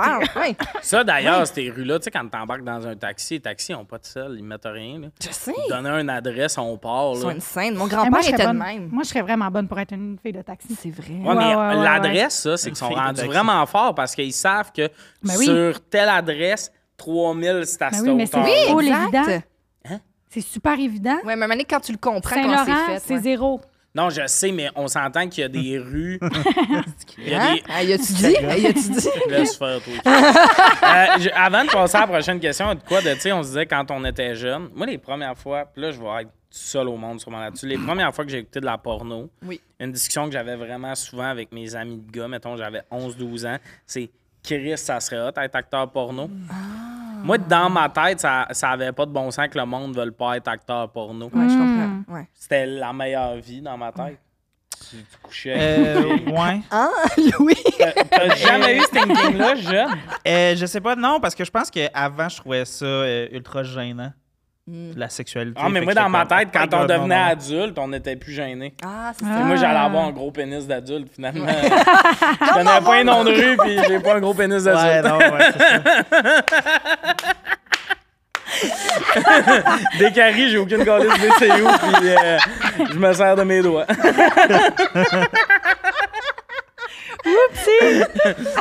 A: Ça, d'ailleurs, ces rues-là, tu sais, quand t'embarques dans un taxi, les taxis n'ont pas de sel, ils mettent rien. Là.
B: Je sais.
A: Ils donnent une adresse, on part.
B: Ils
A: Là.
B: sont une scène. Mon
C: Eh,
B: grand-père
C: moi, je serais
B: était de
C: bonne-
B: même.
C: moi, je serais vraiment bonne pour être une fille de taxi.
B: C'est vrai.
A: Ouais, mais
C: Ouais, ouais, ouais,
A: l'adresse, ça, c'est qu'ils sont
D: Fille
A: rendu
D: taxi.
A: vraiment fort parce qu'ils savent que
C: Ben oui.
A: sur telle adresse, 3000, c'est à
C: Ben
A: cette
C: oui, mais c'est-
A: hauteur.
C: Oui! Trop
B: exact.
C: l'évident.
A: Hein?
C: C'est super évident.
B: Ouais, mais à un moment donné, quand tu le comprends, quand
C: Saint-Laurent,
B: c'est fait.
C: c'est
B: ouais.
C: zéro.
A: Non, je sais, mais on s'entend qu'il y a des rues. Il y a
B: Hein?
A: des.
B: Ah, y a-tu dit? Ah, Y a-tu dit?
A: Laisse faire, toi. Euh, je- avant de passer à la prochaine question, de quoi de, tu sais, on se disait quand on était jeune. Moi, les premières fois, puis là, je vais être seul au monde sûrement là-dessus. Les premières fois que j'ai écouté de la porno,
B: Oui.
A: une discussion que j'avais vraiment souvent avec mes amis de gars, mettons, j'avais 11-12 ans, c'est Chris, ça serait hot être acteur porno.
B: Ah.
A: Moi, dans ma tête, ça, ça avait pas de bon sens que le monde ne veuille pas être acteur porno.
B: Ouais, je comprends. Ouais.
A: C'était la meilleure vie dans ma tête. Tu, tu couchais. avec
D: Euh,
A: une fille.
D: ouais.
B: Ah, Louis!
A: T'as- T'as jamais eu ce thinking-là, jeune?
D: Euh, je sais pas, non, parce que je pense qu'avant, je trouvais ça euh, ultra gênant,
B: Mm.
D: la sexualité.
A: Ah, mais
D: Fait
A: moi,
D: que
A: dans ma
D: j'étais
A: tête,
D: comme,
A: quand
D: Oh
A: on
D: my God, non,
A: devenait
D: non.
A: adulte, on n'était plus gêné.
B: Ah, c'est
A: Et
B: ça.
A: Moi, j'allais avoir un gros pénis d'adulte, finalement. je connais pas un nom de rue, puis j'ai pas un gros pénis
D: Ouais,
A: d'adulte.
D: non, ouais, c'est ça.
A: Des caries, j'ai aucune calice BCO, puis euh, je me sers de mes doigts.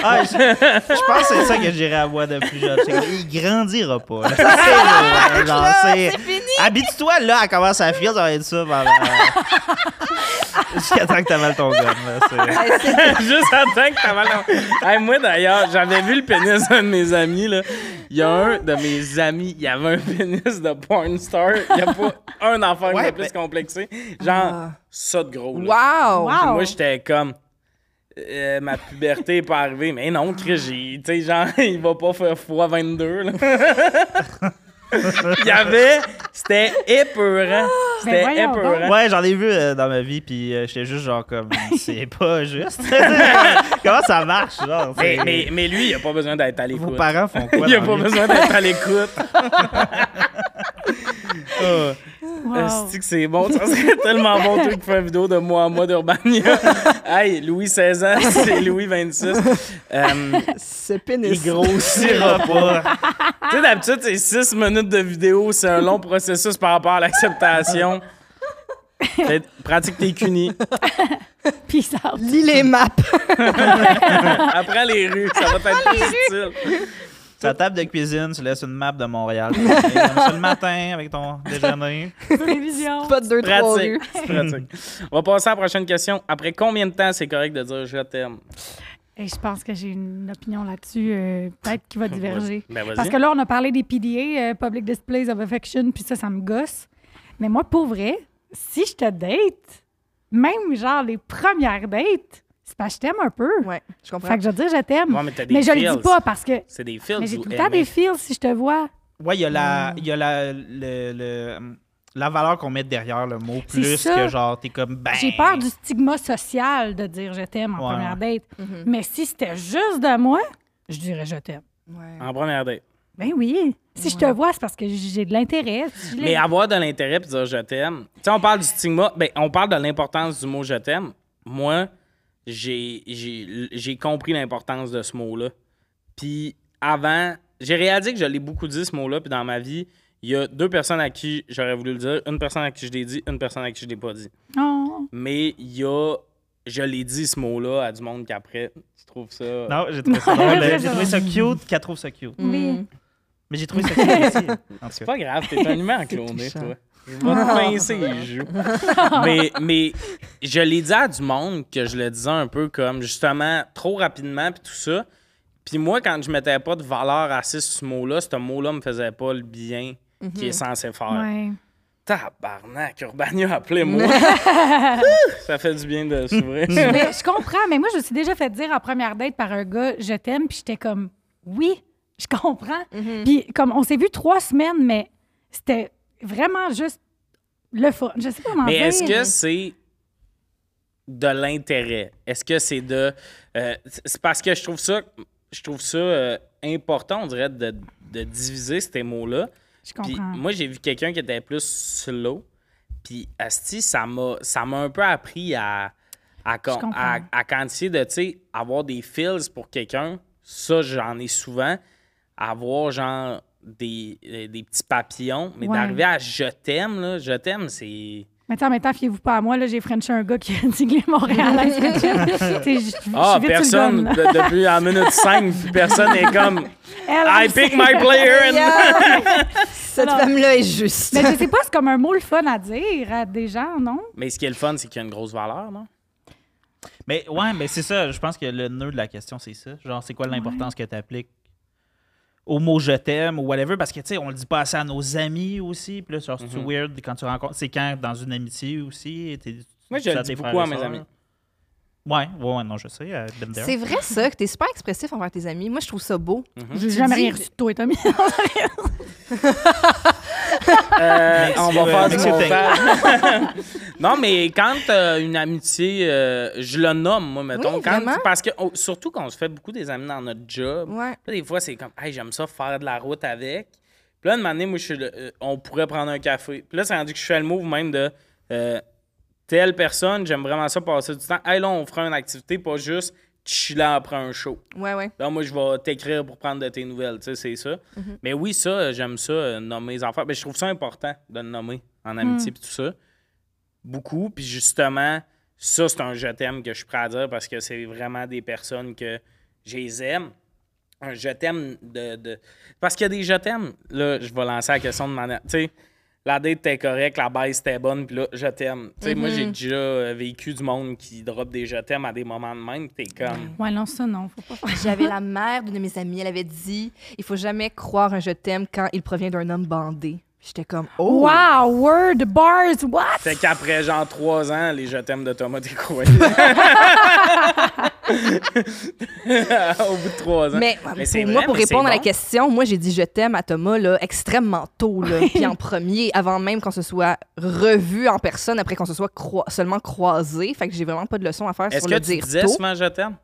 D: Ah, je, je pense que c'est ça que j'irai avoir de plus jeune. C'est que Il grandira pas. là.
A: Ah,
D: C'est là, genre, c'est- Habitue-toi là à comment ça file, ça va être ça pendant. euh, Jusqu'à temps que t'as mal ton gomme. là, c'est-
A: Juste en tant que t'as mal. Hey, moi, d'ailleurs, j'avais vu le pénis d'un de mes amis. Là. Il y a un de mes amis, il avait un pénis de porn star. Il n'y a pas un enfant qui
D: Ouais, ben-
A: m'a plus complexé. Genre, ça de gros. là.
B: Ah. Wow!
C: Wow.
A: Moi, j'étais comme. euh, ma puberté est pas arrivée. Mais non, Chris, j'ai. Tu sais, genre, il va pas faire x22, là. il y avait. C'était épeurant. C'était
C: Ah, voyons donc.
A: épeurant.
D: Ouais, j'en ai vu euh, dans ma vie, puis euh, j'étais juste genre comme. C'est pas juste. comment ça marche, genre?
A: Mais,
D: c'est-
A: mais- mais lui, il a pas besoin d'être à
D: Vos
A: l'écoute.
D: parents font quoi?
A: Il a
D: dans
A: pas
D: la vie?
A: besoin d'être à l'écoute. Ah,
C: Wow.
A: esti que c'est bon. Ça serait tellement bon, toi, qui fais une vidéo de moi à moi d'Urbania. hey, Louis 16 ans, c'est Louis 26. Euh,
B: Ce
A: il
B: pénis.
A: grossira pas. tu sais, d'habitude, c'est 6 minutes de vidéo. C'est un long processus par rapport à l'acceptation. Fait- Pratique tes cunis.
C: Peace out.
B: Lis les maps.
A: Apprends les rues. Ça va être plus utile.
D: Ta table de cuisine, tu laisses une map de Montréal. Comme ça le matin avec ton déjeuner.
C: Prévision.
B: Pas de deux, trois rues.
A: Pratique. C'est pratique. On va passer à la prochaine question. Après combien de temps c'est correct de dire je t'aime?
C: Et je pense que j'ai une opinion là-dessus, euh, peut-être qui va diverger.
A: Ben, vas-y.
C: Parce que là, on a parlé des PDA, euh, Public Displays of Affection, puis ça, ça me gosse. Mais moi, pour vrai, si je te date, même genre les premières dates, c'est parce que je t'aime un peu.
B: Ouais, je comprends.
C: Fait que je veux dire, je t'aime.
A: Ouais, mais t'as des
C: mais je le dis
A: feels.
C: pas parce que.
A: C'est des films.
C: Mais j'ai tout le temps des feels si je te vois.
D: Ouais, il y a la,
C: Hmm.
D: il y a la, le- le- la valeur qu'on met derrière le mot
C: C'est
D: plus
C: ça.
D: que genre t'es comme ben.
C: J'ai peur du stigma social de dire je t'aime en
D: Ouais,
C: première date.
B: Mhm.
C: Mais si c'était juste de moi, je dirais je t'aime.
B: Ouais.
A: En première date.
C: Ben oui. Si je te vois, c'est parce que j'ai de l'intérêt. Je l'ai-
A: Mais avoir de l'intérêt puis dire je t'aime. Tu sais, on parle du stigma, ben, on parle de l'importance du mot je t'aime. Moi, j'ai- j'ai j'ai compris l'importance de ce mot-là. Puis avant, j'ai réalisé que je l'ai beaucoup dit ce mot-là, puis dans ma vie, il y a deux personnes à qui j'aurais voulu le dire, une personne à qui je l'ai dit, une personne à qui je l'ai pas dit.
C: Oh.
A: Mais il y a, je l'ai dit ce mot-là à du monde qu'après, tu trouves ça.
D: Non, j'ai trouvé ça drôle.
C: Très
D: J'ai trouvé ça cute, qu'elle trouve ça cute.
C: Oui.
B: Mhm.
D: Mais j'ai trouvé ça cute aussi. En tout
A: C'est
D: cas.
A: pas grave, t'es un humain cloné,
B: touchant.
A: toi. Je vais te pincer les joues. mais, mais je l'ai dit à du monde que je le disais un peu comme justement trop rapidement puis tout ça. Puis moi, quand je mettais pas de valeur assise sur ce mot-là, ce mot-là me faisait pas le bien qui est censé faire.
C: Ouais.
A: Tabarnak, Urbania, appelez-moi. ça fait du bien de s'ouvrir.
C: Mais je comprends, mais moi, je me suis déjà fait dire en première date par un gars, je t'aime, puis j'étais comme, oui, je comprends. Puis comme, on s'est vu trois semaines, mais c'était vraiment juste le fun. Je sais pas comment
A: Mais
C: dire.
A: est-ce que c'est de l'intérêt? Est-ce que c'est de. euh, c'est parce que je trouve ça, je trouve ça euh, important, on dirait, de, de diviser ces mots-là.
C: Je
A: Puis
C: comprends.
A: moi, j'ai vu quelqu'un qui était plus slow. Puis, Asti, ça m'a ça m'a un peu appris à, à, com-
C: Je comprends.
A: à, à quantifier de, tu sais, avoir des feels pour quelqu'un. Ça, j'en ai souvent. Avoir, genre, des, euh, des petits papillons. Mais
C: Ouais.
A: d'arriver à je t'aime, là, je t'aime, c'est.
C: Mais tu sais, en même temps, fiez-vous pas à moi, là, j'ai frenché un gars qui a dit que les Montréalais frenchaient. Tu sais, je- je suis
A: Ah,
C: vite sur le
A: personne,
C: gun, là.
A: de- depuis en minute 5, personne n'est comme
C: Elle,
A: I
C: elle
A: pick
C: sait.
A: my player and.
B: Cette
C: Alors-
B: femme-là est juste.
C: Mais je sais pas, c'est comme un mot le fun à dire à des gens, non?
A: Mais ce qui est le fun, c'est qu'il y a une grosse valeur, non?
D: Mais ouais, mais c'est ça. Je pense que le nœud de la question, c'est ça. Genre, c'est quoi l'importance que tu appliques au mot je t'aime ou whatever? Parce que, tu sais, on le dit pas assez à nos amis aussi. Puis là, genre, c'est
A: Mm-hmm.
D: weird quand tu rencontres. C'est quand dans une amitié aussi. t'es-
A: Moi, je
D: ça,
A: le dis
D: tes frères
A: beaucoup à
D: et
A: mes
D: sœurs.
A: amis.
D: Ouais, ouais, ouais, non, je sais. euh, been there.
B: C'est vrai, ça, que t'es super expressif envers tes amis. Moi, je trouve ça beau.
A: Mm-hmm.
C: J'ai
B: Tu
C: jamais
B: dis-
C: rien reçu de toi, Tommy.
A: Euh, on va
D: euh,
A: faire du
D: Monsieur
A: montage. non, mais quand euh, une amitié, euh, je le nomme, moi, mettons.
B: Oui,
A: quand,
B: vraiment.
A: parce que, oh, surtout quand on se fait beaucoup des amis dans notre job,
B: Ouais.
A: Là, des fois, c'est comme, hey, j'aime ça faire de la route avec. Puis là, une année, moi, je suis le- euh, on pourrait prendre un café. Puis là, c'est rendu que je fais le move même de euh, telle personne, j'aime vraiment ça passer du temps. Hey, là, on fera une activité, pas juste chiller après un show.
B: Ouais, ouais.
A: Là, moi, je vais t'écrire pour prendre de tes nouvelles, tu sais, c'est ça. Mais oui, ça, euh, j'aime ça, euh, nommer les affaires. Mais je trouve ça important de le nommer en amitié et tout ça. Beaucoup. Puis justement, ça, c'est un je t'aime que je suis prêt à dire parce que c'est vraiment des personnes que je les aime. Un je t'aime de, de- Parce qu'il y a des je t'aime. Là, je vais lancer la question de manière. Tu sais, la date était correcte, la base était bonne, puis là, je t'aime. Tu sais, moi, j'ai déjà euh, vécu du monde qui drop des je t'aime à des moments de même, puis t'es comme.
C: Ouais, non, ça, non, faut pas faire.
B: J'avais la mère d'une de mes amies, elle avait dit il faut jamais croire un je t'aime quand il provient d'un homme bandé. J'étais comme oh
C: Wow, word, bars, what?
A: Fait qu'après genre trois ans, les je t'aime de Thomas Descrouet. Au bout de trois ans.
B: Mais,
A: c'est vrai,
B: pour moi, pour
A: mais c'est
B: répondre à la
A: bon.
B: question, moi, j'ai dit je t'aime à Thomas là, extrêmement tôt, là, puis en premier, avant même qu'on se soit revu en personne, après qu'on se soit croi- seulement croisé. Fait que j'ai vraiment pas de leçon à faire
A: Est-ce
B: sur
A: que
B: le
A: tu
B: dire
A: disais
B: tôt.
A: souvent je t'aime?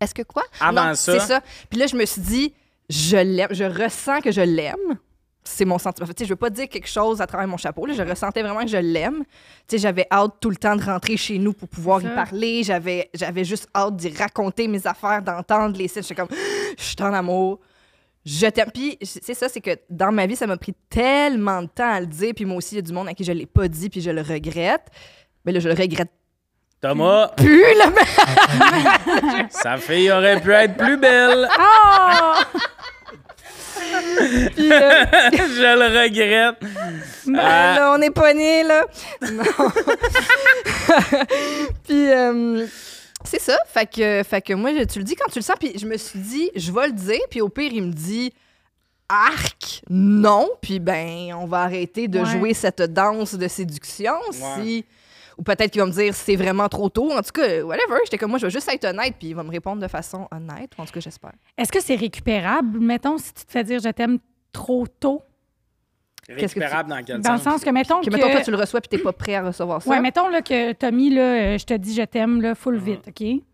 B: Est-ce que quoi?
A: Avant
B: Non,
A: ça-
B: C'est ça. Puis là, je me suis dit, je l'aime, je ressens que je l'aime. C'est mon sentiment. Tu sais, je veux pas dire quelque chose à travers mon chapeau. là. Je ressentais vraiment que je l'aime. Tu sais, j'avais hâte tout le temps de rentrer chez nous pour pouvoir y
C: Ça.
B: parler. J'avais, j'avais juste hâte d'y raconter mes affaires, d'entendre les sites. J'étais comme, je suis en amour. Je t'aime. Puis, c'est ça, c'est que dans ma vie, ça m'a pris tellement de temps à le dire. Puis moi aussi, il y a du monde à qui je l'ai pas dit, puis je le regrette. Mais là, je le regrette
A: Thomas,
B: plus, là, mais-
A: sa fille aurait pu être plus belle.
B: Ah!
C: Oh!
B: puis, là,
A: je le regrette.
B: Ah,
A: Ah.
B: là, on est pognés, là. Non. puis, euh, c'est ça. Fait que, fait que moi, je- tu le dis quand tu le sens. Puis, je me suis dit, je vais le dire. Puis, au pire, il me dit, arc, non. Puis, ben, on va arrêter de
C: Ouais.
B: jouer cette danse de séduction.
A: Ouais.
B: Si. Ou peut-être qu'il va me dire, c'est vraiment trop tôt. En tout cas, whatever. J'étais comme, moi, je vais juste être honnête. Puis, il va me répondre de façon honnête. Ou en tout cas, j'espère.
C: Est-ce que c'est récupérable, mettons, si tu te fais dire je t'aime trop tôt?
B: Qu'est-ce que tu-
A: Récupérable dans quel
C: Dans le
A: sens?
C: sens que, mettons,
B: Que,
C: que.
B: mettons, toi, tu le reçois. Puis, t'es pas prêt à recevoir ça.
C: Ouais, mettons là, que Tommy, là, euh, je te dis je t'aime, là, full
B: Mm-hmm.
C: vite, OK?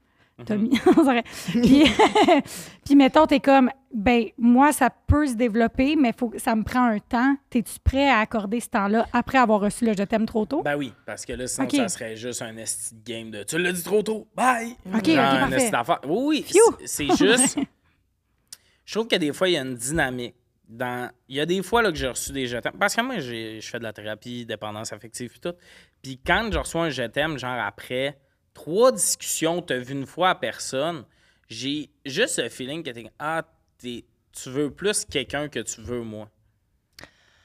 C: Tommy, on dirait. Puis, puis mettons, t'es comme, ben, moi, ça peut se développer, mais faut, ça me prend un temps. T'es-tu prêt à accorder ce temps-là après avoir reçu le je t'aime trop tôt?
A: Ben oui, parce que là, sinon,
C: Ok.
A: ça serait juste un esti de game de tu l'as dit trop tôt, bye!
C: ok,
A: Genre, un
C: parfait.
A: esti d'affaire. Oui, oui,
C: Phew!
A: c'est- c'est juste. je trouve que des fois, il y a une dynamique. Dans... Il y a des fois là, que j'ai reçu des je t'aime. Parce que moi, j'ai- je fais de la thérapie, dépendance affective et tout. Puis quand je reçois un je t'aime, genre après trois discussions, t'as vu une fois à personne, j'ai juste le feeling que t'es comme, ah, t'es- tu veux plus quelqu'un que tu veux, moi.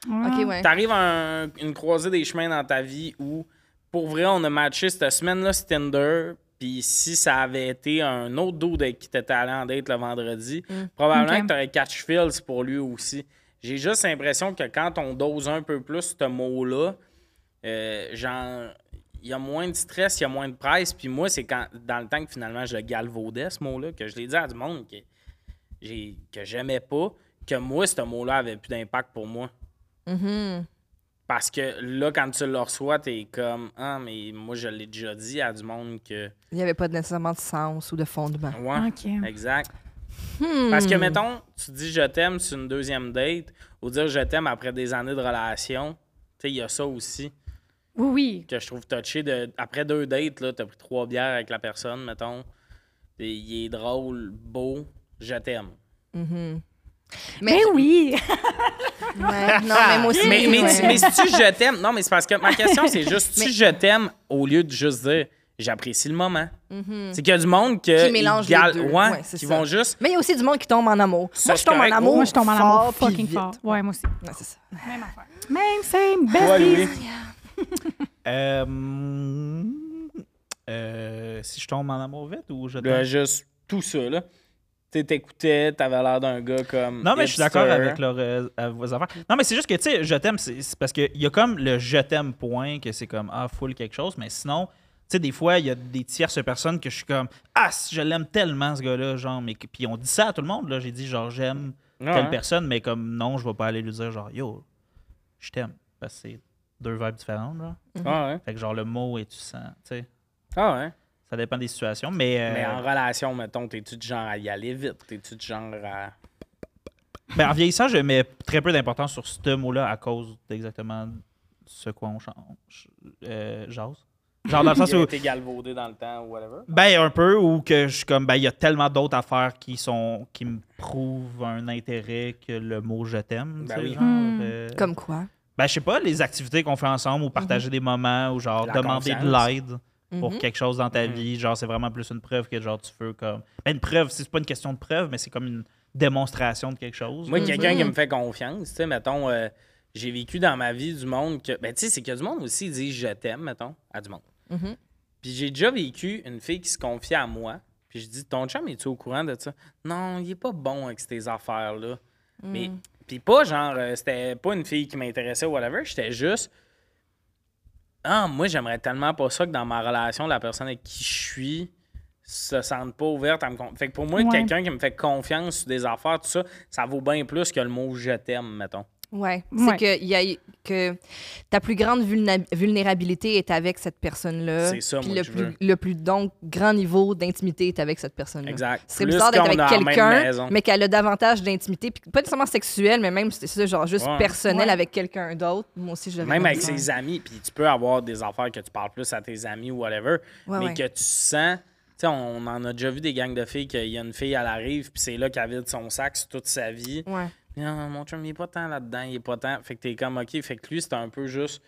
C: Ah.
B: OK, ouais.
A: T'arrives à un- une croisée des chemins dans ta vie où, pour vrai, on a matché cette semaine-là sur Tinder. Puis si ça avait été un autre dude avec qui t'étais allé en date le vendredi, probablement
C: Ok.
A: que t'aurais catch feels pour lui aussi. J'ai juste l'impression que quand on dose un peu plus ce mot-là, euh, genre, il y a moins de stress, il y a moins de presse. Puis moi, c'est quand dans le temps que finalement je le galvaudais, ce mot-là, que je l'ai dit à du monde que, j'ai- que j'aimais pas, que moi, ce mot-là avait plus d'impact pour moi.
B: Mhm.
A: Parce que là, quand tu le reçois, t'es comme Ah, mais moi, je l'ai déjà dit à du monde que.
B: Il n'y avait pas nécessairement de sens ou de fondement.
A: Ouais.
C: OK.
A: Exact.
B: Hmm.
A: Parce que, mettons, tu dis je t'aime sur une deuxième date ou dire je t'aime après des années de relation. Tu sais, il y a ça aussi
C: Oui, oui.
A: que je trouve touché. De... Après deux dates, là, t'as pris trois bières avec la personne, mettons. Et Il est drôle, beau, je t'aime.
B: Mhm.
C: Mais oui!
B: Ouais, non, mais moi aussi.
A: Mais, mais,
B: ouais.
A: tu- mais si tu je t'aime, non, mais c'est parce que ma question, c'est juste
B: Mais-
A: tu je t'aime au lieu de juste dire j'apprécie le moment. C'est qu'il y a du monde que
B: Mhm. Qui
A: ils
B: mélange les
A: gal-
B: deux.
A: ouais,
B: Ouais, c'est
A: qui
B: ça.
A: vont juste.
B: Mais il y a aussi du monde qui tombe en amour. moi, je
A: c'est
B: tombe en
A: correct.
B: amour.
C: Moi, je tombe en amour
B: fort, puis
C: fucking
B: vite.
C: fort. Ouais, moi aussi.
B: Ouais, c'est ça.
C: Même affaire. Même, same,
E: Ouais,
C: besties.
E: oui.
D: Euh, euh, si je tombe en amour vite ou je
A: euh, juste tout ça, là. Tu sais, t'écoutais, t'avais l'air d'un gars comme.
D: Non, mais je suis d'accord
A: hipster.
D: avec leur, euh, à vos affaires. Non, mais c'est juste que, tu sais, je t'aime, c'est c'est parce qu'il y a comme le je t'aime point, que c'est comme, ah, full quelque chose, mais sinon, tu sais, des fois, il y a des tierces personnes que je suis comme, ah, si, je l'aime tellement, ce gars-là, genre, mais. que- Puis on dit ça à tout le monde, là. J'ai dit, genre, j'aime
A: Ouais,
D: telle
A: hein.
D: personne, mais comme, non, je vais pas aller lui dire, genre, yo, je t'aime. Parce que c'est deux vibes différentes, genre.
A: Ah, ouais.
D: Fait que, genre, le mot et tu sens, tu sais.
A: Ah, ouais.
D: Ça dépend des situations, mais. euh,
A: Mais en relation, mettons, t'es-tu du genre à y aller vite? T'es-tu du genre à.
D: Ben, en vieillissant, je mets très peu d'importance sur ce mot-là à cause d'exactement ce quoi on change. Euh, jase. Genre dans le sens où.
A: T'es galvaudé dans le temps ou whatever?
D: Ben, un peu, ou que je suis comme, ben, il y a tellement d'autres affaires qui sont qui me prouvent un intérêt que le mot je t'aime.
A: Ben
D: tu sais,
A: oui.
D: genre,
C: Hmm.
D: euh,
B: Comme quoi?
D: Ben, je sais pas, les activités qu'on fait ensemble ou partager des moments ou genre
A: La
D: demander
A: confiance.
D: de l'aide pour
B: Mhm.
D: quelque chose dans ta vie. Genre, c'est vraiment plus une preuve que genre tu veux comme. Ben, une preuve, c'est pas une question de preuve, mais c'est comme une démonstration de quelque chose.
A: Moi, quelqu'un qui me fait confiance, tu sais, mettons, euh, j'ai vécu dans ma vie du monde que. Ben, tu sais, c'est que du monde aussi dit je t'aime, mettons, à du monde.
B: Mhm.
A: Puis j'ai déjà vécu une fille qui se confiait à moi. Puis je dis, ton chum, es-tu au courant de ça? Non, il est pas bon avec ces affaires-là. Mais,
B: Mm.
A: puis pas genre, euh, c'était pas une fille qui m'intéressait ou whatever, j'étais juste. Ah, moi, j'aimerais tellement pas ça que dans ma relation, la personne avec qui je suis se sente pas ouverte à me. con- Fait que pour moi,
C: Ouais.
A: quelqu'un qui me fait confiance sur des affaires, tout ça, ça vaut bien plus que le mot je t'aime, mettons.
B: Ouais. C'est
C: Ouais.
B: que, il y a, que ta plus grande vulna- vulnérabilité est avec cette personne-là.
A: C'est ça,
B: Puis
A: moi,
B: le
A: que je veux.
B: plus, le plus donc grand niveau d'intimité est avec cette personne-là.
A: Exact.
B: Mm. C'est
A: Plus
B: bizarre d'être
A: qu'on
B: avec
A: a la même
B: quelqu'un,
A: maison.
B: mais qu'elle a davantage d'intimité, puis pas nécessairement sexuelle, mais même, c'est ça, genre juste
A: Ouais.
B: personnel
C: Ouais.
B: avec quelqu'un d'autre. Moi aussi, je l'aurais
A: Même
B: pas
A: avec
B: dit.
A: ses amis, puis tu peux avoir des affaires que tu parles plus à tes amis ou whatever,
B: Ouais,
A: mais
B: ouais.
A: que tu sens. Tu sais, on en a déjà vu des gangs de filles qu'il y a une fille, elle arrive, puis c'est là qu'elle vide son sac sur toute sa vie.
B: Ouais.
A: Non, mon chum, il est pas tant là-dedans, il est pas tant. Fait que t'es comme, OK, fait que lui, c'est un peu juste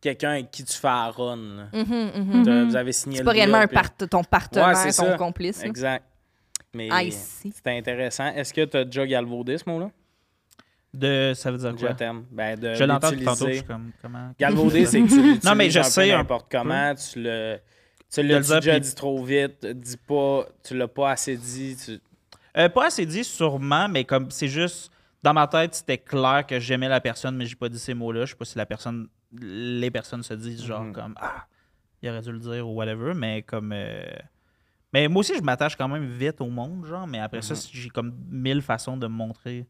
A: quelqu'un avec qui tu fais la run. là.
B: Mhm, mhm.
A: T'as- Vous avez signé
B: C'est
A: le
B: pas réellement
A: deal,
B: un
A: puis-
B: part- ton partenaire,
A: Ouais,
B: ton
A: c'est ça.
B: complice. là.
A: Exact. Mais
B: Ah, I see.
A: c'était intéressant. Est-ce que t'as déjà galvaudé ce mot-là?
D: De, ça veut dire
A: Je
D: quoi?
A: t'aime. Ben, de
D: Je l'entends depuis tantôt, je
A: l'utiliser.
D: suis comme, comment?
A: Galvaudé, c'est que tu l'utilises
D: Non, mais je
A: un peu
D: sais un
A: n'importe comment, tu le tu
D: le
A: l'as
D: dire,
A: déjà
D: puis-
A: dit trop vite, dis pas, tu l'as pas assez dit, tu-
D: Euh, pas assez dit, sûrement, mais comme c'est juste, dans ma tête, c'était clair que j'aimais la personne, mais j'ai pas dit ces mots-là. Je sais pas si la personne, les personnes se disent genre
A: Mhm.
D: comme, ah, il aurait dû le dire ou whatever, mais comme. euh, Mais moi aussi, je m'attache quand même vite au monde, genre, mais après
A: Mm-hmm.
D: ça, j'ai comme mille façons de me montrer,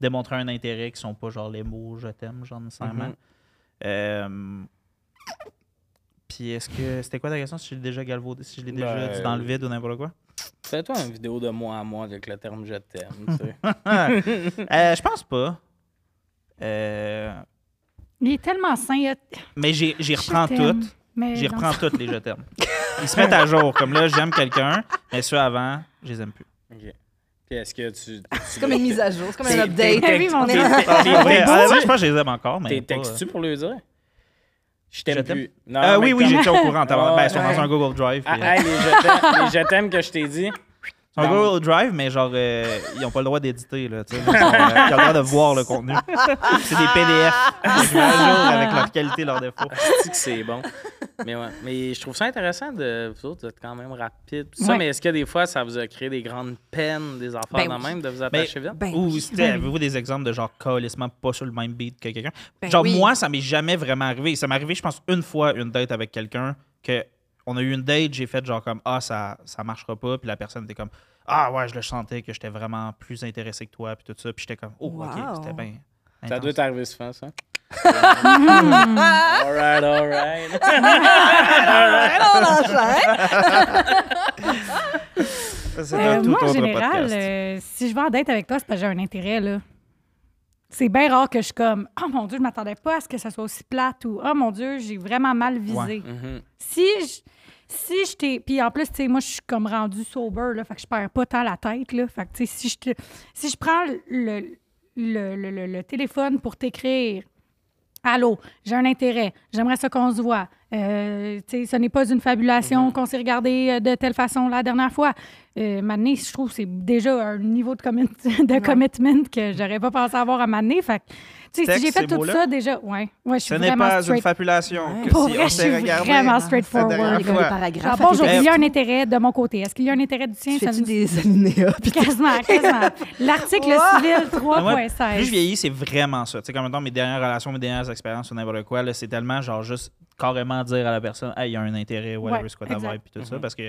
D: démontrer un intérêt qui sont pas genre les mots je t'aime, genre nécessairement.
A: Mhm.
D: Euh, Puis est-ce que. C'était quoi ta question si je l'ai déjà galvaudé, si je l'ai déjà
A: Ben,
D: dit dans le vide ou n'importe quoi?
A: fais-toi une vidéo de moi à moi avec le terme je t'aime, tu sais.
D: Euh, je pense pas. Euh,
C: Il est tellement sain. il a-
D: mais j'ai- j'y
C: Je
D: reprends
C: t'aime,
D: toutes.
C: mais
D: J'y
C: dans-
D: reprends toutes les je t'aime. Ils se mettent à jour. Comme là, j'aime quelqu'un, mais ceux avant, je les aime plus.
A: OK. Puis est-ce que tu,
B: C'est comme une mise à jour, c'est comme
A: C'est-
B: un update.
A: t'es-
C: Oui, mon
A: t'es-
C: Dieu.
A: t'es-
D: Ah,
A: t'es-
D: ouais, honnêtement,
A: t'es-
D: je pense que je les aime encore, mais.
A: T'es
D: pas, euh,
A: textes-tu pour lui dire hein. Je
D: Je
A: t'aime
D: t'aime.
A: plus. Non,
D: euh,
A: Ah, mais
D: oui, oui,
A: comme-
D: j'étais au courant. tabarnak. ben, ils sont
A: Ouais.
D: dans un Google Drive.
A: Ah,
D: puis-
A: hey, les je t'aime- les je t'aime que je t'ai dit.
D: Ils sont un
A: non.
D: Google Drive, mais genre, euh, ils n'ont pas le droit d'éditer. Là, tu sais, ils, sont, euh, ils ont le droit de voir le contenu. C'est des PDF. Je mets à jour avec leur qualité, leurs défauts.
A: Asti que c'est bon. Mais ouais. Mais je trouve ça intéressant de. Vous autres, vous êtes quand même rapide. Ça,
C: Ouais.
A: mais est-ce que des fois, ça vous a créé des grandes peines, des affaires
B: Ben
A: de
B: oui.
A: même, de vous attacher vite?
B: Ben
D: Ou
B: oui.
D: c'était- avez-vous des exemples de genre calissement pas sur le même beat que quelqu'un?
B: Ben
D: genre,
B: oui.
D: moi, ça m'est jamais vraiment arrivé. Ça m'est arrivé, je pense, une fois une date avec quelqu'un que on a eu une date, j'ai fait genre comme Ah, ça, ça marchera pas. Puis la personne était comme Ah, ouais, je le sentais que j'étais vraiment plus intéressé que toi. Puis tout ça. Puis j'étais comme Oh, ok,
B: Wow.
D: c'était bien.
A: Ça
D: intense.
A: doit t'arriver souvent, ça. alright, alright.
C: Ah,
B: on
C: hein?
B: enchaîne.
D: Ça, c'est
C: Euh,
D: un tout
C: moi, en
D: autre
C: général,
D: podcast.
C: euh, si je vais en date avec toi, c'est parce que j'ai un intérêt, là. C'est bien rare que je suis comme « Oh mon Dieu, je m'attendais pas à ce que ça soit aussi plate » ou « Oh mon Dieu, j'ai vraiment mal visé
A: Mhm.
C: Si je... Si je t'ai... Puis en plus, tu sais, moi, je suis comme rendue sober, là, fait que je perds pas tant la tête, là. Fait que, tu sais, si je te... Si je prends le... le, le- le- le téléphone pour t'écrire. Allô, j'ai un intérêt. J'aimerais ça qu'on se voit. Euh, tu sais, ce n'est pas une fabulation
D: Mm-hmm.
C: qu'on s'est regardé euh, de telle façon la dernière fois. Euh, maintenant, je trouve que c'est déjà un niveau de, commit- de commitment que j'aurais pas pensé avoir à m'amener. Fait que, tu sais, si
D: Texte
C: j'ai fait
D: ces
C: tout
D: mots-là.
C: ça déjà, ouais, ouais, je
D: Ce
C: suis
D: n'est
C: vraiment
D: pas une
C: straight.
D: fabulation. Que
C: Pour
D: si
C: vrai,
D: on
C: je suis
D: s'est regardé.
C: vraiment
D: hein, la
C: straightforward.
D: dernière fois.
C: là.
F: École de
C: Genre,
F: paragraphe. à
C: Ah, bonjour,
F: tes
C: il
F: parents.
C: y a un intérêt de mon côté. Est-ce qu'il y a un intérêt du tien? Ça
F: Tu fais-tu
C: nous-
F: des alinéas? puis tout?
C: Quasiment, quasiment. L'article civil
D: Mais moi, plus je
C: 3.16.
D: vieillis, c'est vraiment ça. Tu sais, comme mettons, mes dernières relations, mes dernières expériences ou n'importe quoi, là, c'est tellement genre juste carrément dire à la personne, hey, il y a un intérêt, whatever,
C: Ouais,
D: c'est quoi ta
C: exact.
D: vibe, puis tout
A: Mhm.
D: ça. Parce que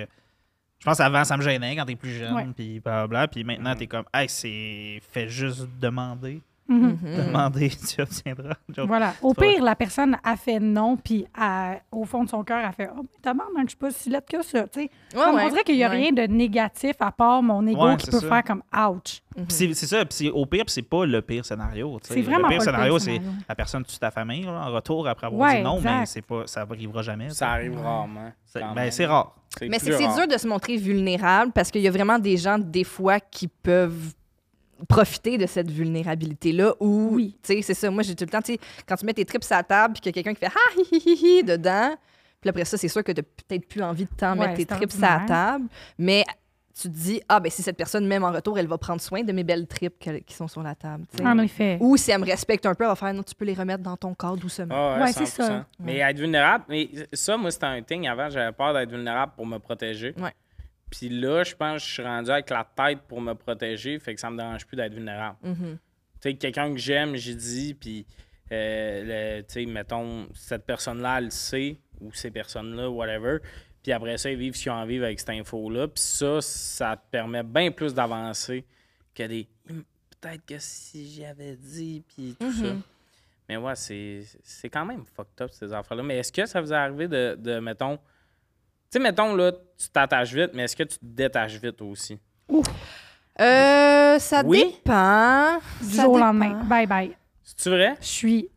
D: je pense avant, ça me gênait quand t'es plus
C: Ouais.
D: jeune, puis blablabla. Puis maintenant,
A: Mhm.
D: t'es comme, hey, c'est. Fais juste demander.
C: Mhm.
D: Demander, tu obtiendras. Genre,
C: Voilà. Au
D: C'est pas-
C: pire, la personne a fait non, puis elle- au fond de son cœur, a fait Oh, mais ta mère, man, je suis pas si laide que ça. Tu sais,
B: Ouais,
C: Comme
B: ouais.
C: on dirait qu'il n'y a
B: Ouais.
C: rien de négatif à part mon ego
D: Ouais,
C: qui
D: c'est
C: peut
D: ça.
C: faire comme ouch.
A: Mhm.
D: Puis c'est c'est ça, puis c'est- au pire, puis c'est pas le pire scénario. tu sais.
C: C'est vraiment
D: le pire
C: pas le
D: scénario,
C: pire
D: c'est
C: scénario.
D: la personne tue ta famille là, en retour après avoir
C: Ouais,
D: dit non, mais
C: exact.
D: c'est pas, ça arrivera jamais. tu sais.
A: Ça arrive rarement.
D: C'est-
A: quand
D: ben,
A: même.
D: c'est rare.
B: Mais
A: plus
B: c'est que c'est
A: rare.
B: dur de se montrer vulnérable parce qu'il y a vraiment des gens, des fois, qui peuvent profiter de cette vulnérabilité-là ou,
C: Oui.
B: tu sais, c'est ça. Moi, j'ai tout le temps, tu sais, quand tu mets tes tripes à la table puis qu'il y a quelqu'un qui fait ah hi hi hi hi dedans, puis après ça, c'est sûr que t'as peut-être plus envie de t'en
C: Ouais,
B: mettre tes
C: c'est
B: tripes à la
C: ordinaire.
B: table, mais tu te dis ah ben si cette personne m'aime en retour, elle va prendre soin de mes belles tripes que- qui sont sur la table. tu sais.
C: En effet.
B: Ou si elle me respecte un peu, elle va faire non, tu peux les remettre dans ton corps doucement.
A: Ah
C: Ouais, c'est
A: 100%.
C: ça.
A: Mais être vulnérable, mais ça, moi, c'était un thing. Avant, j'avais peur d'être vulnérable pour me protéger.
B: Ouais.
A: Puis là, je pense que je suis rendu avec la tête pour me protéger, fait que ça me dérange plus d'être vulnérable.
B: Mhm.
A: Tu sais, quelqu'un que j'aime, j'ai dit, puis, euh, le- tu sais, mettons, cette personne-là, elle le sait, ou ces personnes-là, whatever. Puis après ça, ils vivent ce qu'ils ont à vivre avec cette info-là. Puis ça, ça te permet bien plus d'avancer que des. Hum, Peut-être que si j'avais dit, puis tout ça. Mais ouais, c'est c'est quand même fucked up, ces affaires-là. Mais est-ce que ça vous est arrivé de, de mettons. Tu sais, mettons, là, tu t'attaches vite, mais est-ce que tu te détaches vite aussi?
B: Euh, ça
A: Oui.
B: dépend.
C: Du
B: Ça
C: jour au
B: dépend.
C: lendemain. Bye bye.
A: C'est-tu vrai?
C: Je suis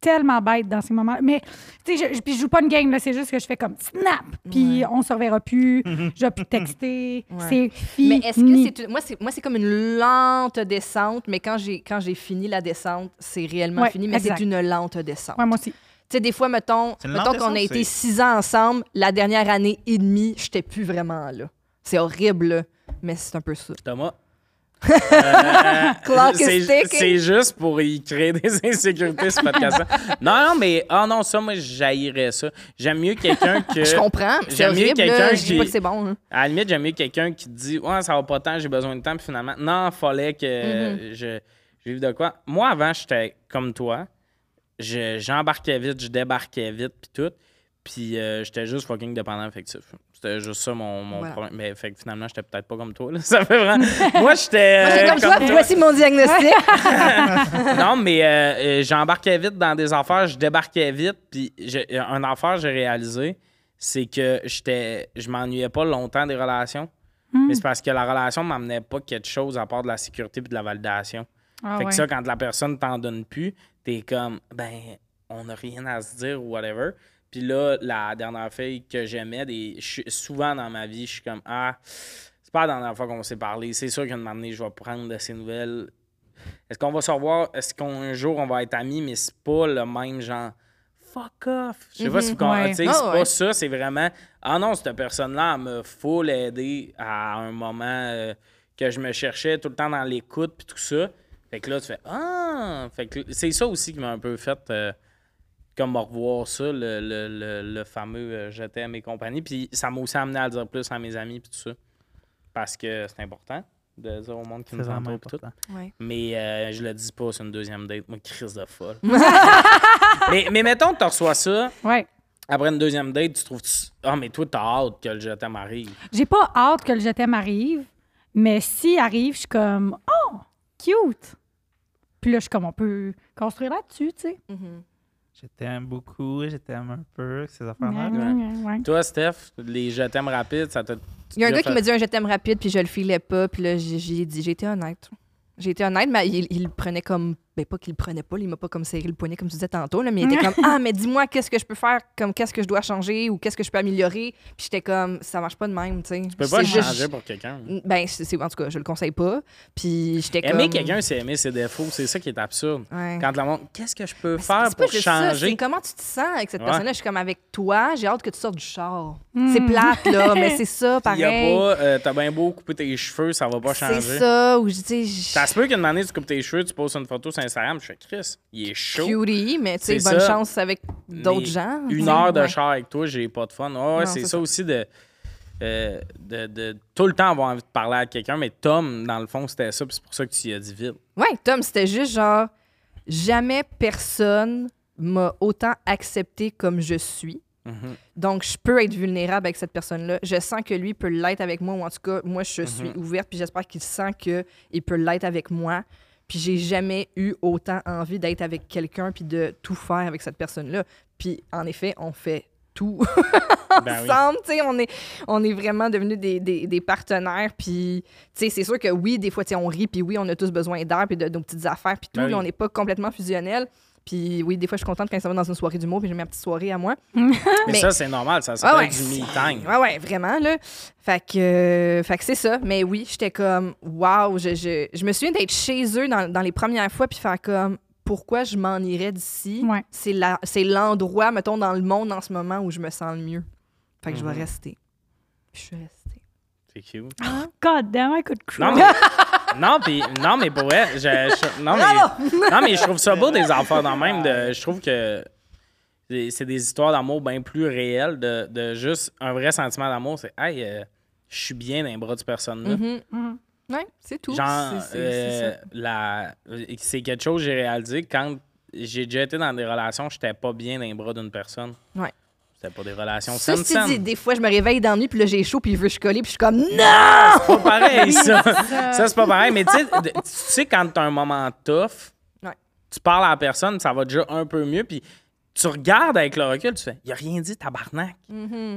C: tellement bête dans ces moments Mais, tu sais, je, je- puis je joue pas une game, là, c'est juste que je fais comme snap, puis on se reverra plus, je vais plus te texter, c'est fini.
B: Mais est-ce que c'est une- moi c'est moi c'est comme une lente descente mais quand j'ai quand j'ai fini la descente, c'est réellement
C: Ouais,
B: fini mais
C: exact.
B: c'est une lente descente.
C: Ouais, moi aussi.
B: Tu sais des fois mettons
D: C'est une lente
B: mettons qu'on a
D: descente,
B: été six ans ensemble, la dernière année et demie, j'étais plus vraiment là. C'est horrible là, mais c'est un peu ça.
A: Thomas? Euh,
B: Clock is
A: c'est-
B: ticking.
A: c'est juste pour y créer des insécurités, ce podcast Non, non, mais ah non, ça, moi, j'haïrais ça. J'aime mieux quelqu'un que.
B: Je comprends, mais c'est
A: Euh, j'aime mieux
B: horrible.
A: quelqu'un
B: là. Je dis
A: qui-
B: pas que c'est bon. hein.
A: À la limite, j'aime mieux quelqu'un qui dit Ouais, ça va pas tant, j'ai besoin de temps, puis finalement, non, fallait que
B: Mm-hmm.
A: euh, je, je vive de quoi. Moi, avant, j'étais comme toi. Je- J'embarquais vite, je débarquais vite, puis tout. Puis euh, j'étais juste fucking dépendant affectif. C'était juste ça mon, mon
B: Voilà.
A: problème. Mais fait que finalement, j'étais peut-être pas comme toi. là. Ça fait vraiment. Moi, j'étais.
B: Moi, Ah, c'est
A: euh,
B: comme toi, voici mon diagnostic.
A: non, mais euh, euh, j'embarquais vite dans des affaires, je débarquais vite. Puis j'ai- un affaire, j'ai réalisé, c'est que j'étais, je m'ennuyais pas longtemps des relations. Mais c'est parce que la relation m'amenait pas quelque chose à part de la sécurité puis de la validation.
C: Ah
A: fait que
C: ouais.
A: ça, quand la personne t'en donne plus, t'es comme, ben, on n'a rien à se dire ou whatever. Puis là, la dernière fille que j'aimais, des, je suis- souvent dans ma vie, je suis comme, ah, c'est pas la dernière fois qu'on s'est parlé. C'est sûr qu'une moment donné, je vais prendre de ces nouvelles. Est-ce qu'on va se revoir? Est-ce qu'un jour, on va être amis? Mais c'est pas le même genre, fuck off. Je sais pas si vous comprenez.
C: Mhm. Ouais.
A: tu sais,
B: Ah
A: c'est pas
B: ouais.
A: ça, c'est vraiment, ah non, cette personne-là, elle me faut l'aider à un moment euh, que je me cherchais tout le temps dans l'écoute puis tout ça. Fait que là, tu fais Ah! Fait que c'est ça aussi qui m'a un peu fait euh, comme au revoir ça, le, le- le- le fameux euh, je t'aime et compagnie. Puis ça m'a aussi amené à le dire plus à mes amis puis tout ça. Parce que c'est important de dire au monde qui
D: C'est
A: nous
D: vraiment
A: entoure puis tout.
D: important.
A: Mais euh, je le dis pas sur une deuxième date. Moi, crise de folle. mais, mais mettons que tu reçois ça.
C: Ouais.
A: Après une deuxième date, tu trouves. tu- Ah, mais toi, t'as hâte que le je t'aime arrive.
C: J'ai pas hâte que le je t'aime arrive, mais s'il arrive, je suis comme Oh, cute! Puis là, je suis comme on peut construire là-dessus, tu sais.
D: Je t'aime beaucoup, je t'aime un peu, ces affaires-là.
C: Ouais.
A: Toi, Steph, les je t'aime rapides, ça t'a.
B: Il y a un
A: tu
B: gars
A: l'as
B: qui
A: fait-
B: m'a dit un je t'aime rapide, puis je le filais pas, puis là, j'ai j'ai dit, j'étais honnête. J'ai été honnête, mais il, il le prenait comme ben pas qu'il le prenait pas, il m'a pas comme serré le poignet comme tu disais tantôt, là, mais il était comme ah mais dis-moi qu'est-ce que je peux faire, comme qu'est-ce que je dois changer ou qu'est-ce que je peux améliorer, puis j'étais comme ça marche pas de même, tu sais.
A: Tu peux pas le
B: C'est juste-
A: changer pour quelqu'un.
B: Ben c'est c'est- en tout cas je le conseille pas, puis j'étais comme.
A: Aimer quelqu'un, c'est aimer ses défauts. C'est ça qui est absurde.
B: Ouais.
A: Quand la montre, qu'est-ce que je peux
B: C'est-
A: faire
B: c'est pas
A: pour
B: juste ça,
A: changer?
B: c'est comment tu te sens avec cette
A: Ouais. Hmm.
B: personne-là. Je suis comme avec toi, j'ai hâte que tu sortes du char. C'est plate, là, mais c'est ça,
A: Il y a
B: pareil.
A: pas, euh, t'as bien beau couper tes cheveux, ça va pas
B: C'est
A: changer.
B: ça, où je dis,
A: Ça se peut qu'une année, tu coupes tes cheveux, tu poses une photo sur Instagram, je fais Chris, il est chaud.
B: cutie, mais tu sais,
A: C'est
B: bonne
A: ça.
B: chance avec d'autres
A: Mais
B: gens. tu
A: Une
B: sais.
A: heure de
B: Ouais.
A: char avec toi, j'ai pas de fun. Ah Ouais, ouais,
B: Non,
A: c'est
B: c'est
A: ça,
B: ça.
A: aussi de, euh, de, de tout le temps avoir envie de parler à quelqu'un. Mais Tom, dans le fond, c'était ça, puis c'est pour ça que tu y as dit vite.
B: Ouais, Tom, c'était juste genre, jamais personne m'a autant accepté comme je suis.
A: Mhm.
B: Donc, je peux être vulnérable avec cette personne-là. Je sens que lui peut l'être avec moi, ou en tout cas, moi, je
A: Mhm.
B: suis ouverte, puis j'espère qu'il sent qu'il peut l'être avec moi. Puis j'ai jamais eu autant envie d'être avec quelqu'un, puis de tout faire avec cette personne-là. Puis en effet, on fait tout
A: Ben oui.
B: ensemble, tu sais, on est, on est vraiment devenus des, des- des partenaires, puis tu sais, c'est sûr que oui, des fois, tu sais, on rit, puis oui, on a tous besoin d'air, puis de nos petites affaires, puis tout,
A: Ben oui.
B: là, on n'est pas complètement fusionnel. Puis oui, des fois, je suis contente quand ça va dans une soirée d'humour, puis j'ai ma petite soirée à moi.
A: Mais,
B: Mais-
A: ça, c'est normal, ça
B: Ah
A: s'appelle
B: ouais,
A: du
B: c'est-
A: me-time.
B: Ouais, ouais, vraiment, là. Fait que, euh, fait que c'est ça. Mais oui, j'étais comme, waouh, je, je, je me souviens d'être chez eux dans, dans les premières fois, puis faire comme, pourquoi je m'en irais d'ici?
C: Ouais.
B: C'est la- C'est l'endroit, mettons, dans le monde en ce moment où je me sens le mieux. Fait que je vais rester. Puis Mhm. je suis restée.
A: C'est cute.
C: God damn, I could cry.
A: Non, mais, non, puis- non, mais pour vrai, je, je- non, mais, non, mais je trouve ça beau des affaires dans même. De, je trouve que c'est c'est des histoires d'amour bien plus réelles, de, de juste un vrai sentiment d'amour. C'est, hey, euh, je suis bien dans les bras de personne-là.
B: Mhm. Ouais, c'est tout.
A: Genre,
B: C'est- c'est- c'est
A: euh,
B: ça.
A: la- c'est quelque chose que j'ai réalisé quand j'ai déjà été dans des relations, j'étais pas bien dans les bras d'une personne.
B: Ouais.
A: C'était pas des relations saines.
B: Ceci dit,
A: saines.
B: des fois, je me réveille dans la nuit, puis là, j'ai chaud, puis je veux je coller, puis je suis comme, non!
A: C'est pas pareil, ça. ça, c'est pas pareil. Mais tu sais, de- tu sais, quand t'as un moment tough,
B: Ouais.
A: tu parles à la personne, ça va déjà un peu mieux. Puis tu regardes avec le recul, tu fais, il a rien dit, tabarnak.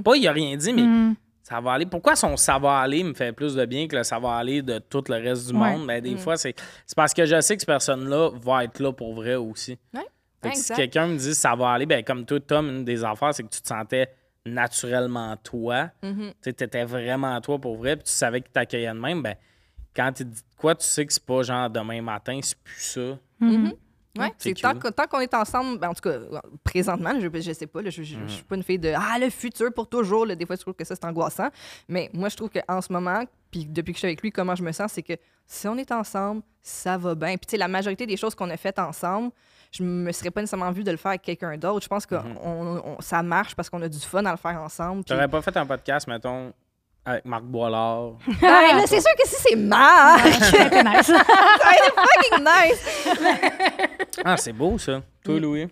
A: Pas, il a rien dit, mais ça va aller. Pourquoi son ça va aller me fait plus de bien que le ça va aller de tout le reste du
C: Ouais.
A: monde? Ben, des fois, c'est c'est parce que je sais que cette personne-là va être là pour vrai aussi.
B: Ouais,
A: Fait que si
B: exact.
A: quelqu'un me dit ça va aller, ben, comme toi, Tom, une des affaires, c'est que tu te sentais naturellement toi. Tu étais vraiment toi pour vrai, puis tu savais qu'il t'accueillait de même. Ben, quand il te dit de quoi, tu sais que c'est pas genre demain matin, c'est plus ça.
B: Ouais,
A: C'est
B: c'est tant,
A: cute.
B: que- tant qu'on est ensemble, ben, en tout cas, présentement, là, je, je sais pas, là, je, je, je suis pas une fille de Ah, le futur pour toujours. là. des fois, je trouve que ça, c'est angoissant. Mais moi, je trouve qu'en ce moment, puis depuis que je suis avec lui, comment je me sens, c'est que si on est ensemble, ça va bien. Puis, tu sais, la majorité des choses qu'on a faites ensemble, je me serais pas nécessairement vue de le faire avec quelqu'un d'autre. Je pense que on- on- ça marche parce qu'on a du fun à le faire ensemble.
A: Tu
B: puis-
A: n'aurais pas fait un podcast, mettons, avec Marc Boilard.
B: Ouais, là, c'est sûr que si c'est Marc,
C: C'était nice.
B: fucking nice.
A: ah, c'est beau, ça. Toi, Louis.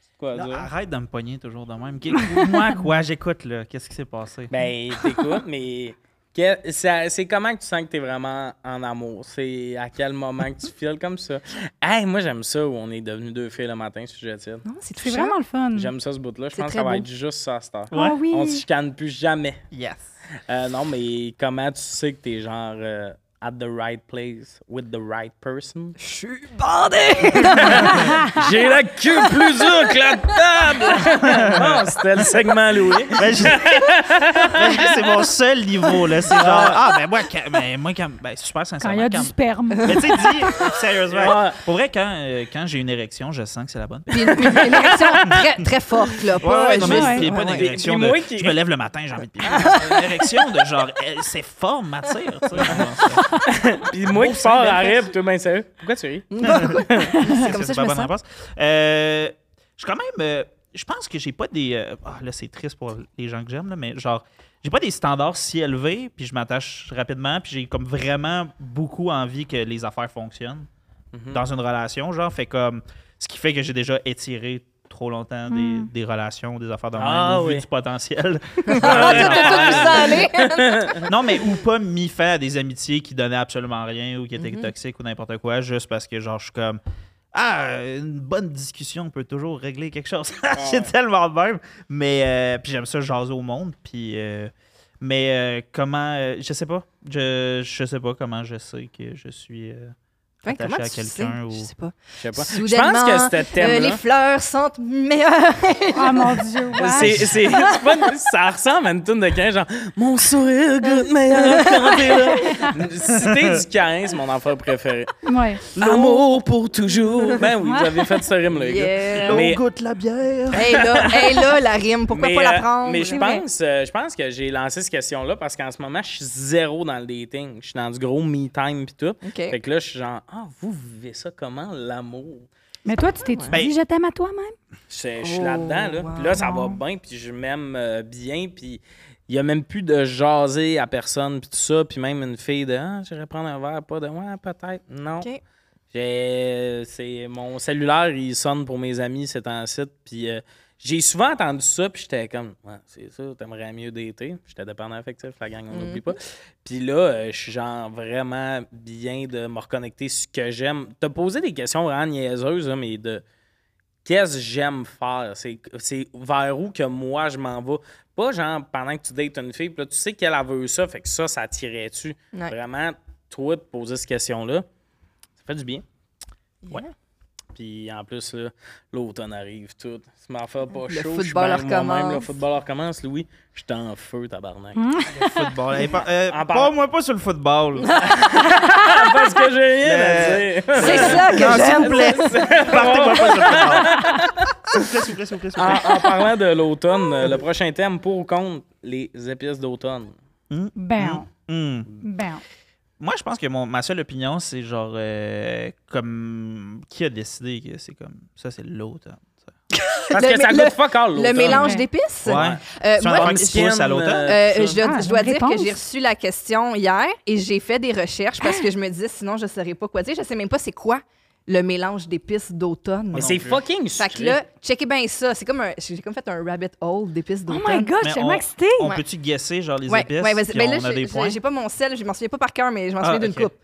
A: C'est quoi à
D: Là,
A: dire?
D: arrête de me pogner toujours de même. Qu'est- Moi, quoi, j'écoute, là. Qu'est-ce qui s'est passé?
A: Ben, t'écoutes, mais que- ça- c'est comment que tu sens que t'es vraiment en amour? C'est à quel moment que tu files comme ça? Hey, moi, j'aime ça où on est devenus deux filles le matin, sujet titre.
B: Non, Ah, c'est
C: C'est
B: touchant.
C: vraiment le fun.
A: J'aime ça, ce bout-là. Je
B: Mm. C'est
A: pense que
B: très
A: ça va
B: beau.
A: être juste ça, à cette heure.
C: Ah oui.
A: On se chicane plus jamais.
D: yes.
A: Euh, non, mais comment tu sais que t'es genre euh, at the right place with the right person?
B: Je suis bandée.
A: J'ai la queue plus dure que la table! Bon, c'était le segment Louis.
D: Ben, j'ai- Ben, j'ai- c'est mon seul niveau, là. C'est genre, ah, ben, moi, quand- ben, moi, quand- ben, super
C: Quand il y a
D: sincèrement,
C: du
D: quand-
C: sperme.
D: Mais tu sais, dis, sérieusement,
A: Ouais.
D: pour vrai, quand, euh, quand j'ai une érection, je sens que c'est la bonne.
B: Puis une, puis une érection très, très forte, là. Pas,
D: non,
B: juste-
D: mais c'est
B: ouais,
D: pas une
B: ouais.
D: érection
A: Puis
D: de-
A: moi qui-
D: Je me lève le matin, j'ai envie de pipi. C'est une érection de genre, elle- c'est fort, m'attire. tu sais.
A: Puis moi qui pars à rire, puis tout ben sérieux. Pourquoi tu ris?
D: C'est
B: comme ça
D: c'est
B: que je
D: pas
B: me
D: bonne
B: sens.
D: réponse. Euh, je suis quand même. euh, je pense que j'ai pas des. euh, ah, là, c'est triste pour les gens que j'aime, là, mais genre, j'ai pas des standards si élevés, puis je m'attache rapidement, puis j'ai comme vraiment beaucoup envie que les affaires fonctionnent
B: Mhm.
D: dans une relation, genre, fait comme. Ce qui fait que j'ai déjà étiré trop longtemps des, des relations, des affaires dans
A: Ah
D: même, au vu
A: oui.
D: du potentiel.
B: Ah, T'as tout vu ça aller.
D: non, mais ou pas m'y faire à des amitiés qui donnaient absolument rien ou qui
B: Mhm.
D: étaient toxiques ou n'importe quoi, juste parce que genre je suis comme Ah, une bonne discussion peut toujours régler quelque chose. J'ai tellement de même. Mais euh, puis j'aime ça jaser au monde. Puis euh, mais euh, comment euh, je sais pas. Je, je sais pas comment je sais que je suis euh,
B: Hein,
E: attaché
B: comment
E: à
B: tu le sais?
E: quelqu'un ou-
B: Je sais pas.
A: Je sais pas. Je pense
B: Soudainement,
A: que c'était
B: Euh,
A: thème
B: les fleurs sentent meilleures.
C: Ah, mon Dieu, ouais.
A: C'est, c'est- c'est pas une- ça ressemble à une tune de 15, genre Mon sourire goûte meilleur quand t'es là. Cité du 15, mon enfant préféré.
C: Ouais.
A: Amour pour toujours. Ben oui, vous avez fait ce rime-là, les gars.
B: Yeah.
A: Mais-
D: goûte la bière.
B: hey, là, hey, là, la rime, pourquoi
A: mais,
B: pas
A: euh,
B: la prendre?
A: Mais je
C: C'est vrai.
A: pense, euh, je pense que j'ai lancé cette question-là parce qu'en ce moment, je suis zéro dans le dating. Je suis dans du gros me time pis tout.
B: OK.
A: Fait que là, je suis genre, ah, vous vivez ça comment, l'amour?
C: Mais toi, tu t'es-tu
E: Ben-
C: dit je t'aime à toi-même?
A: Je je suis
B: Oh,
A: là-dedans, là.
B: wow.
A: Puis là, ça va bien, puis je m'aime euh, bien, puis il n'y a même plus de jaser à personne, puis tout ça. Puis même une fille de, ah, j'irais prendre un verre, pas de, ouais, peut-être. Non.
B: OK.
A: J'ai- C'est mon cellulaire, il sonne pour mes amis, c'est en site. Puis euh, j'ai souvent entendu ça, puis j'étais comme, ouais, c'est ça, t'aimerais mieux d'été. J'étais dépendant affectif, la gang,
B: Mm.
A: on n'oublie pas. Puis là, euh, je suis genre vraiment bien de me reconnecter sur ce que j'aime. T'as posé des questions vraiment niaiseuses, là, mais de qu'est-ce que j'aime faire? C'est c'est vers où que moi je m'en vais. Pas genre pendant que tu dates une fille, puis là, tu sais qu'elle a veut ça, fait que ça, ça tirait dessus.
B: Ouais.
A: Vraiment, toi, de poser cette question-là, ça fait du bien.
B: Yeah.
A: Puis en plus, là, l'automne arrive tout. Ça m'en fait pas chaud.
B: Le
A: je suis
B: football
A: bien moi-même.
B: recommence.
A: Le football recommence, Louis. Je suis en feu, tabarnak.
D: Football. Hey, par- euh,
A: En parlant-
D: Parle-moi pas sur le football.
B: Ah,
A: Parce que j'ai rien à dire.
B: C'est ça que
D: Non, s'il vous
B: j'aime.
D: plaît. Partez-moi pas sur le football. S'il vous plaît, s'il vous plaît, s'il vous plaît, s'il vous plaît.
A: en, en parlant de l'automne, euh, le prochain thème pour ou contre les épices d'automne.
C: Ben,
B: Ah.
D: Hmm.
C: ben.
D: Moi, je pense que mon, ma seule opinion, c'est genre euh, comme qui a décidé que c'est comme ça, c'est l'automne. ça.
A: Parce
B: Le
A: que ça
B: mé-
A: goûte
B: le-
A: fuck all, l'automne.
B: Le mélange
C: Ouais.
B: d'épices?
D: Ouais.
B: Euh,
D: C'est un
B: moi,
D: rock
A: Pumpkin,
D: sauce à l'automne.
B: Euh,
A: ça.
B: je dois,
C: Ah,
B: je dois
C: bonne
B: dire que
C: réponse.
B: j'ai reçu la question hier et j'ai fait des recherches parce que je me disais sinon je ne saurais pas quoi dire. Je ne sais même pas c'est quoi le mélange d'épices d'automne.
A: Mais
D: non
A: c'est
D: plus. hein.
A: fucking
B: Fait que
A: sucré.
B: là, checkez bien ça. C'est comme un, j'ai comme fait un rabbit hole d'épices
C: Oh
B: d'automne.
C: my God,
D: Ben,
C: je
D: Mais
C: suis
D: on-
C: tellement excitée.
D: On
B: Ouais.
D: peut-tu guesser genre les
B: Ouais,
D: épices
B: ouais, vas-y.
D: puis
B: Ben
D: on
B: là,
D: a
B: j'ai-
D: des points.
B: j'ai j'ai pas mon sel, je m'en souviens pas par cœur, mais je m'en
D: Ah,
B: souviens d'une
D: ok.
B: coupe.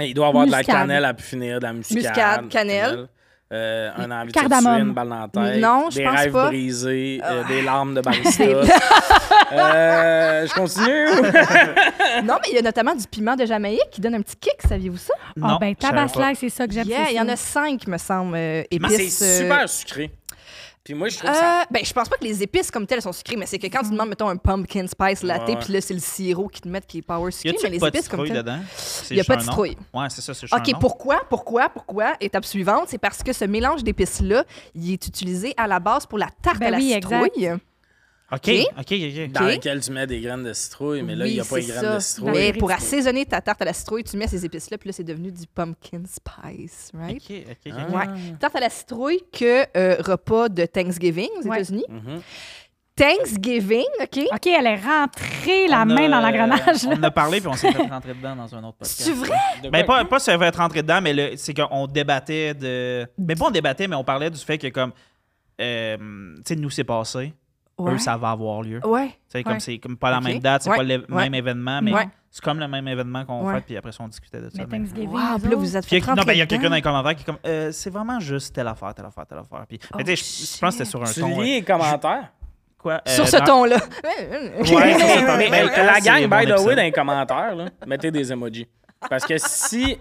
A: Il doit avoir de la
C: Muscade.
A: cannelle à pu finir, de la muscade.
B: Muscade, cannelle.
A: Euh, un envie de
C: Cardamome.
A: se tuer, une balle dans la tête,
B: Non, je
A: des
B: pense
A: rêves
B: pas. Ah.
A: brisés, euh, des larmes de barista. Euh, je continue.
B: Non, mais il y a notamment du piment de Jamaïque qui donne un petit kick, saviez-vous ça?
C: Ah
D: Non,
C: ben,
D: je savais pas.
C: tabaslac, c'est ça que j'aime.
B: Yeah,
C: c'est
B: il y en a
C: ça.
B: cinq, me semble, euh,
A: Mais
B: épices.
A: c'est
B: euh,
A: super sucré. Puis moi, je trouve ça.
B: Euh, ben, je pense pas que les épices comme telles sont sucrées, mais c'est que quand tu demandes, mettons, un pumpkin spice latte,
A: Ouais.
B: puis là, c'est le sirop qui te mettent qui est power
D: Y
B: sucré, mais
D: a-tu
B: les
D: pas de
B: épices comme telles.
D: citrouille dedans
B: Y a pas de citrouille.
D: Ouais, c'est ça, c'est juste un
B: OK,
D: nom.
B: pourquoi, pourquoi, pourquoi? Étape suivante, c'est parce que ce mélange d'épices-là, il est utilisé à la base pour la tarte
C: Ben
B: à la
C: oui, exact.
B: citrouille.
D: OK,
B: Ok.
D: OK, OK.
A: Dans
B: ok.
A: lequel tu mets des graines de citrouille, mais là, il
B: Oui,
A: n'y a pas de
B: c'est
A: graines
B: ça. Ben,
A: de citrouille.
B: Mais
C: Oui.
B: pour assaisonner ta tarte à la citrouille, tu mets ces épices-là, puis là, c'est devenu du pumpkin spice, right?
D: OK, OK, OK.
A: Ah.
B: Ouais. Tarte à la citrouille que euh, repas de Thanksgiving aux
C: Ouais.
B: États-Unis.
A: Mhm.
B: Thanksgiving, OK?
C: OK, elle est rentrée la
D: On
C: main
D: a-
C: dans l'engrenage. là.
D: On a parlé puis on s'est fait rentrer dedans dans un autre podcast.
B: C'est vrai?
A: De
D: Ben,
A: quoi?
D: pas, pas se fait rentrer dedans, mais le- c'est qu'on débattait de. Mais pas on débattait, mais on parlait du fait que, comme. euh, tu sais, nous, c'est passé. Eux,
B: Ouais.
D: ça va avoir lieu. Tu
B: Ouais.
D: sais, comme
C: Ouais.
D: c'est comme pas la
B: Ok.
D: même date, c'est
B: Ouais.
D: pas le
B: Ouais.
D: même événement, mais
B: Ouais.
D: c'est comme le même événement qu'on
B: Ouais.
D: fait, puis après ça, on discutait de ça.
C: Mais
D: mais-
C: Thanksgiving,
B: Wow,
C: eux
B: puis là,
C: autres.
B: vous êtes
D: Puis,
B: fait
D: il y a- non, ben, il y a
B: rentrer
D: quelqu'un dans
B: dedans.
D: les commentaires qui est comme Euh, c'est vraiment juste telle affaire, telle affaire, telle affaire. Puis,
B: Oh,
D: mais tu sais, je- je pense que c'était sur un
A: Tu
D: ton.
A: lis
D: euh,
A: les commentaires.
D: quoi, euh,
B: Sur ce
D: dans-
B: ton-là.
D: Ouais, c'est ça,
A: mais,
D: mais-
A: mais
D: mais-
A: la gang,
D: c'est
A: by
D: mon
A: the way,
D: épisode.
A: dans les commentaires, là, mettez des emojis. Parce que si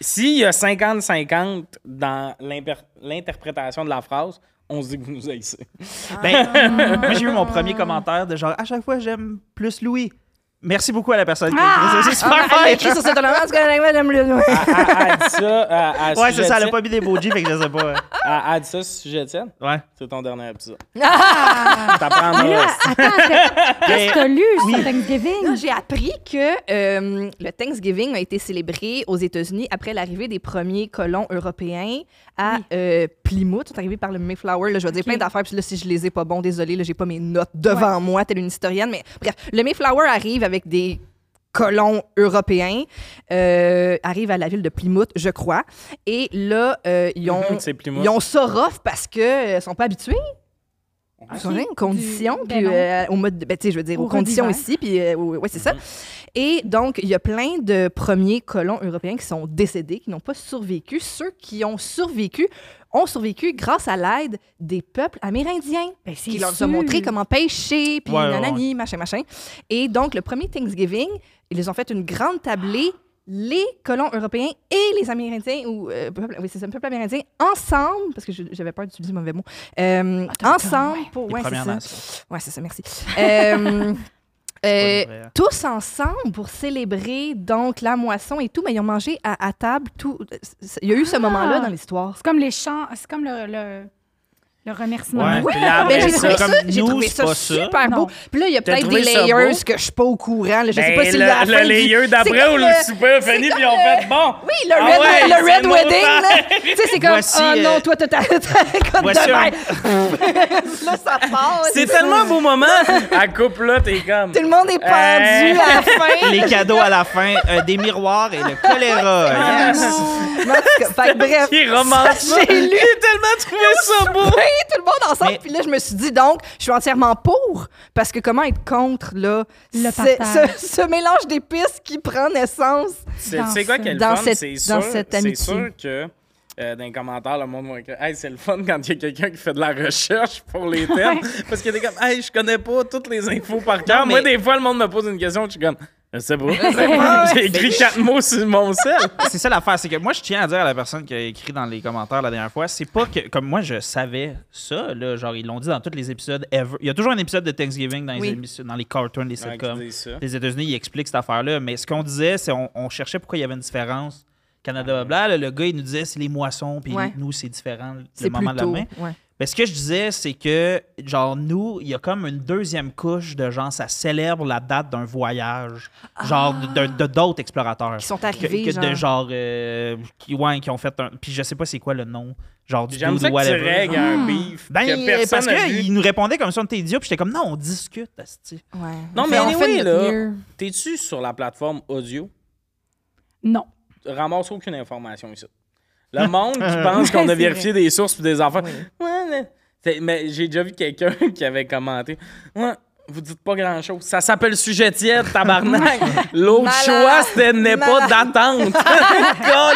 A: s'il y a 50-50 dans l'imper- l'interprétation de la phrase, on se dit que vous nous haïssez.
B: Ah.
D: Ben, moi, j'ai eu mon premier commentaire de genre, à chaque fois, j'aime plus Louis. Merci beaucoup à la personne qui a écrit ça. C'est
B: Ah,
D: super
B: elle a
D: fin.
B: écrit sur ce ton-là. En tout cas, j'aime le-
A: Elle elle dit ah, ça euh, à, à
D: Ouais, c'est ça, elle a
A: sujet
D: pas mis des beaux G, fait que je sais pas.
A: de- elle- elle dit ça sur sujet de scène.
D: Ouais.
A: C'est ton dernier épisode.
B: Ah!
A: T'apprends
C: Mais là,
A: mal.
C: attends, t'as- qu'est-ce que t'as lu sur
D: Oui.
B: Là,
C: Thanksgiving?
B: J'ai appris que euh, le Thanksgiving a été célébré aux États-Unis après l'arrivée des premiers colons européens à euh, Plymouth. Ils sont arrivés par le Mayflower. Là, je vais dire
C: Ok.
B: plein d'affaires, puis là, si je les ai pas bons, désolé, là, j'ai pas mes notes devant moi, telle une historienne. Mais bref, le Mayflower arrive avec des colons européens, euh, arrive à la ville de Plymouth, je crois. Et là, euh, ils ont...
A: C'est plus moi.
B: Ils ont ça rough parce qu'ils ne sont pas habitués. Ils sont
C: Ok.
B: dans une condition,
C: Du-
B: puis
C: ben non.
B: euh, au mode, de- ben, tu sais, je veux dire,
C: Au
B: aux conditions
C: rediver.
B: ici, puis euh, au- ouais, c'est ça. Et donc, il y a plein de premiers colons européens qui sont décédés, qui n'ont pas survécu. Ceux qui ont survécu ont survécu grâce à l'aide des peuples amérindiens
C: Ben, c'est
B: qui leur
C: sûr.
B: ont montré comment pêcher, puis
D: Ouais, ouais,
B: nanani, machin, machin. Et donc, le premier Thanksgiving, ils ont fait une grande tablée les colons européens et les Amérindiens, ou euh, peuple- oui, c'est ça, le peuple amérindien, ensemble, parce que je- j'avais peur d'utiliser le mauvais mot, euh,
D: Ah,
C: Autochtone,
B: ensemble
C: ouais.
B: pour.
D: Les
B: Ouais, c'est
D: Premières
B: ça.
D: Nations.
B: Ouais, c'est ça, merci. Euh, euh,
D: C'est pas vrai.
B: tous ensemble pour célébrer donc la moisson et tout, mais ils ont mangé à, à table tout. Il y a eu ce moment-là dans l'histoire.
C: C'est comme les chants, c'est comme le, le, le remerciement.
D: Ouais.
A: Puis là,
B: Ben,
A: après
B: j'ai
D: c'est
A: ça,
B: trouvé ça,
D: comme
B: j'ai
D: nous,
B: trouvé
D: c'est
B: ça
D: pas ça.
B: super
C: Non.
B: beau. Puis là, il y a
A: T'as
B: peut-être
A: trouvé
B: des
A: ça
B: layers
A: beau?
B: que je suis pas au courant. là. Je sais
A: Ben,
B: pas si
A: le,
B: la
A: le
B: fin du-
A: layer
B: C'est
A: d'après
B: comme
A: ou le
B: le-
A: souper a fini,
B: c'est
A: puis ils ont
B: comme
A: fait bon.
B: Oui, le
A: Ah
B: Red,
A: ouais,
B: le
A: c'est
B: red
A: nos
B: Wedding,
A: temps.
B: là. tu sais, c'est comme,
D: Voici,
B: oh non,
D: euh,
B: toi, t'as ta comme
D: voici
B: demain.
D: un-
B: là, ça part.
A: C'est tellement un beau moment. À couple là, t'es comme.
B: Tout le monde est pendu
A: Hey.
B: à la fin.
D: Les cadeaux à la fin, euh, des miroirs et le choléra.
B: Ah,
D: Yes.
B: non. Mais en tout cas, fait que bref.
A: Qui romance
B: ça,
A: ça.
B: J'ai lu
A: J'ai tellement trouvé ça beau.
B: Oui, tout le monde ensemble.
D: Mais-
B: Puis là, je me suis dit, donc, je suis entièrement pour. Parce que comment être contre, là,
C: Le
B: ce,
C: partage.
B: ce- ce mélange d'épices qui prend naissance?
A: C'est
C: Dans
A: tu sais quoi
C: ce-
A: quel
B: dans
A: fun,
B: cette-
A: c'est sûr,
B: dans cette
A: c'est
B: amitié.
A: sûr que euh, dans les commentaires, le monde va écrire Hey, c'est le fun quand il y a quelqu'un qui fait de la recherche pour les termes. Parce qu'il était comme Hey, je connais pas toutes les infos par cœur.
D: mais-
A: Moi, des fois, le monde me pose une question, je suis comme Je sais pas. J'ai écrit quatre mots sur mon sel.
D: c'est ça l'affaire, c'est que moi je tiens à dire à la personne qui a écrit dans les commentaires la dernière fois, c'est pas que comme moi je savais ça là, genre ils l'ont dit dans tous les épisodes ever. Il y a toujours un épisode de Thanksgiving dans les
B: Oui.
D: émissions- dans les cartoons, les sitcoms.
A: qui disent ça.
D: les États-Unis ils expliquent cette affaire là, mais ce qu'on disait c'est on, on cherchait pourquoi il y avait une différence Canada bla le gars il nous disait c'est les moissons puis
B: Ouais.
D: nous c'est différent le
B: C'est
D: moment de la
B: plutôt.
D: main.
B: ouais.
D: Mais ce que je disais, c'est que, genre, nous, il y a comme une deuxième couche de gens, ça célèbre la date d'un voyage, genre, de de- d'autres explorateurs.
B: Qui sont
D: Que-
B: arrivés,
D: que
B: genre.
D: De genre, euh, qui, ouais, qui ont fait un. Puis je sais pas c'est quoi le nom, genre, du
A: J'aime
D: dude
A: ça
D: ou
A: que tu
D: whatever.
A: règles un beef.
D: Ben,
A: que
D: euh, parce
A: personne a vu.
D: qu'ils nous répondaient comme ça, on était idiots, puis j'étais comme, non, on discute, asti.
B: Ouais.
A: Non,
B: On
A: mais
B: fait- on fait
A: anyway,
B: de notre
A: là.
B: mieux.
A: T'es-tu sur la plateforme audio?
C: Non.
A: Ramasse aucune information ici. Le
B: Ah.
A: monde qui pense qu'on a
C: C'est
A: vérifié des sources puis des affaires.
B: Oui.
A: Ouais, mais- C'est- mais j'ai déjà vu quelqu'un qui avait commenté. Ouais, vous dites pas grand-chose. Ça s'appelle sujet tiède, tabarnak. L'autre
B: Malade.
A: choix, c'était n'est pas
B: Malade.
A: d'attente.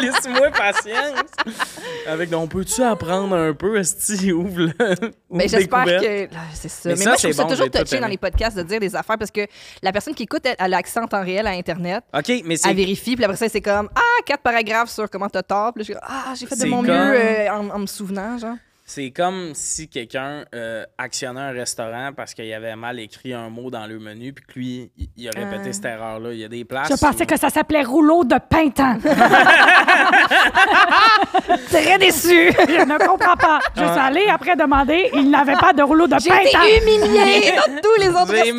A: laisse moi patience. Avec, donc, peux-tu apprendre un peu, Esti? Ouvre le.
B: Mais
A: ouvre
B: Ben, j'espère
A: découverte.
B: que. là, C'est ça.
A: Mais
B: Mais,
A: ça,
B: moi,
A: c'est
B: je trouve
A: bon,
B: ça
A: j'ai
B: toujours
A: tout
B: touché
A: aimé.
B: dans les podcasts de dire des affaires parce que la personne qui écoute, elle, elle a l'accent en temps réel à Internet.
A: OK, mais c'est
B: Elle vérifie, puis après ça, c'est comme Ah, quatre paragraphes sur comment t'as tort. Puis là, je suis comme, Ah, j'ai fait de
A: C'est
B: mon
A: comme-
B: mieux euh, en, en me souvenant, genre.
A: C'est comme si quelqu'un euh, actionnait un restaurant parce qu'il avait mal écrit un mot dans le menu, puis que lui, il- il a répété
B: Ah.
A: cette erreur-là. Il y a des places.
C: Je pensais
A: où-
C: que ça s'appelait rouleau de printemps.
B: Très déçue!
C: Je ne comprends pas. Je suis allée après demander, il n'avait pas de rouleau de
B: J'ai été
C: printemps.
B: humiliée dans tous les autres
A: J'ai
B: restaurants.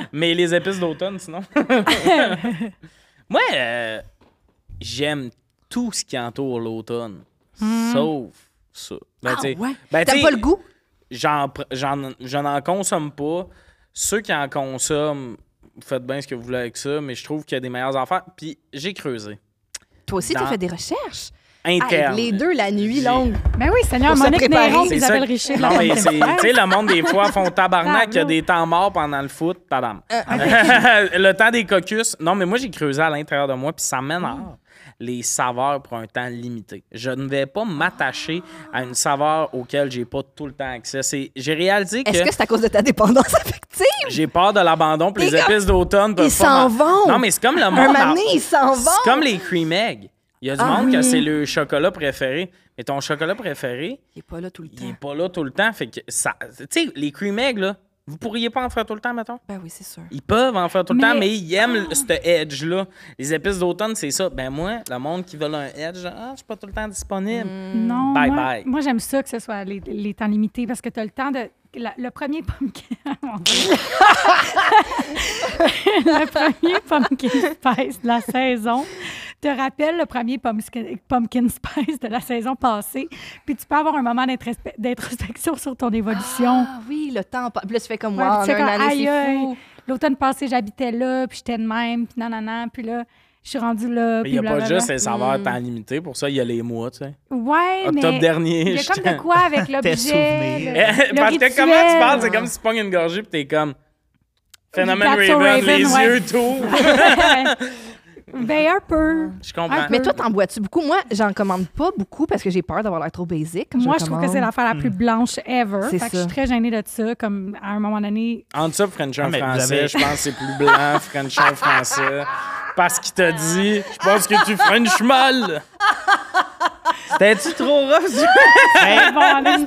A: mal! Mais les épices d'automne, sinon. Moi, euh, j'aime tout ce qui entoure l'automne, sauf ça. Ben,
B: Hmm. Ah
A: t'sais-
B: ouais?
A: ben,
B: T'as
A: t'sais,
B: pas le goût?
A: j'en, pr- j'en, je n'en consomme pas. Ceux qui en consomment, vous faites bien ce que vous voulez avec ça, mais je trouve qu'il y a des meilleures affaires. Puis j'ai creusé.
B: Toi aussi, t'as
A: Dans-
B: fait des recherches?
A: Interne.
B: Ah, les deux, la nuit
A: J'ai-
B: longue.
C: Ben oui, Seigneur,
B: Pour se
C: Monique
B: préparer.
C: Néron,
A: C'est ça
C: Isabelle
A: que-
C: Richer.
A: Non, mais c'est, tu sais, le monde, des fois, font tabarnak, il y a
C: Bravo.
A: des temps morts pendant le foot, tadam.
B: Euh,
A: le temps des caucus. Non, mais moi, j'ai creusé à l'intérieur de moi, puis
B: Oh.
A: ça m'énerve. Les saveurs pour un temps limité. Je ne vais pas m'attacher à une saveur auquel j'ai pas tout le temps accès. C'est, j'ai réalisé que,
B: Est-ce que c'est à cause de ta dépendance affective?
A: j'ai peur de l'abandon, puis les
B: Les gars,
A: épices d'automne peuvent
B: ils
A: m'en-
B: s'en vont.
A: Non, mais c'est comme le monde.
B: Un
A: en-
B: moment donné, ils s'en vont.
A: c'est comme les cream eggs. Il y a du
B: Ah
A: monde que
B: oui.
A: c'est le chocolat préféré. Mais ton chocolat préféré,
B: Il est pas là tout le temps.
A: il est pas là tout le temps. Fait que ça. Tu sais, les cream eggs, là, vous pourriez pas en faire tout le temps, mettons.
B: Ben oui, c'est sûr.
A: Ils peuvent en faire tout le
C: Mais- ah!
A: temps, mais ils aiment le- ce edge-là. Les épices d'automne, c'est ça. Ben moi, le monde qui veut un edge, ah, je suis pas tout le temps disponible.
C: Non,
A: Mm. Bye
C: moi,
A: bye.
C: moi, j'aime ça que ce soit les, les temps limités parce que tu as le temps de. la- le premier pumpkin. Mon Dieu. le premier pumpkin spice de la saison te rappelle le premier pumpkin, pumpkin spice de la saison passée. Puis tu peux avoir un moment d'introspe- d'introspection sur ton évolution.
B: Ah oui, le temps. pa- Puis là, tu fais comme
C: Ouais,
B: moi,
C: puis tu sais,
B: un
C: quand,
B: année,
C: aïe,
B: c'est
C: aïe,
B: fou.
C: L'automne passé, j'habitais là, puis j'étais de même, puis nanana, puis là, je suis rendue là.
A: Mais il
C: puis
A: n'y a pas
C: blablabla.
A: juste les saveurs temps limité. Pour ça, il y a les mois, tu sais.
C: Ouais,
A: Octobre
C: Mm. Eh, mais
A: dernier.
C: il y a
A: j'étais-
C: comme de quoi avec l'objet.
D: souvenirs.
C: le- le
A: Parce que comment tu
C: rituel.
A: parles, c'est comme si tu pognes une gorgée pis t'es comme. Phénomène
C: That's so
A: Raven,
C: Raven,
A: les
C: ouais.
A: yeux, tout.
C: ben un peu.
A: Je comprends.
C: Un peu.
B: Mais toi, t'en bois-tu beaucoup? Moi, j'en commande pas beaucoup parce que j'ai peur d'avoir l'air trop basique.
C: Moi, je trouve que c'est l'affaire la
E: Hmm.
C: plus blanche ever.
B: C'est
C: Fait que je
B: ça.
C: suis très gênée de ça. Comme à un moment donné,
A: En dessous, French
D: Ah, mais vous
A: français,
D: avez-
A: je pense que c'est plus blanc, French français. Je parce qu'il t'a dit « Je pense que tu French mal! » C'était-tu trop rough? ça?
E: Ben,
C: Bon, allez.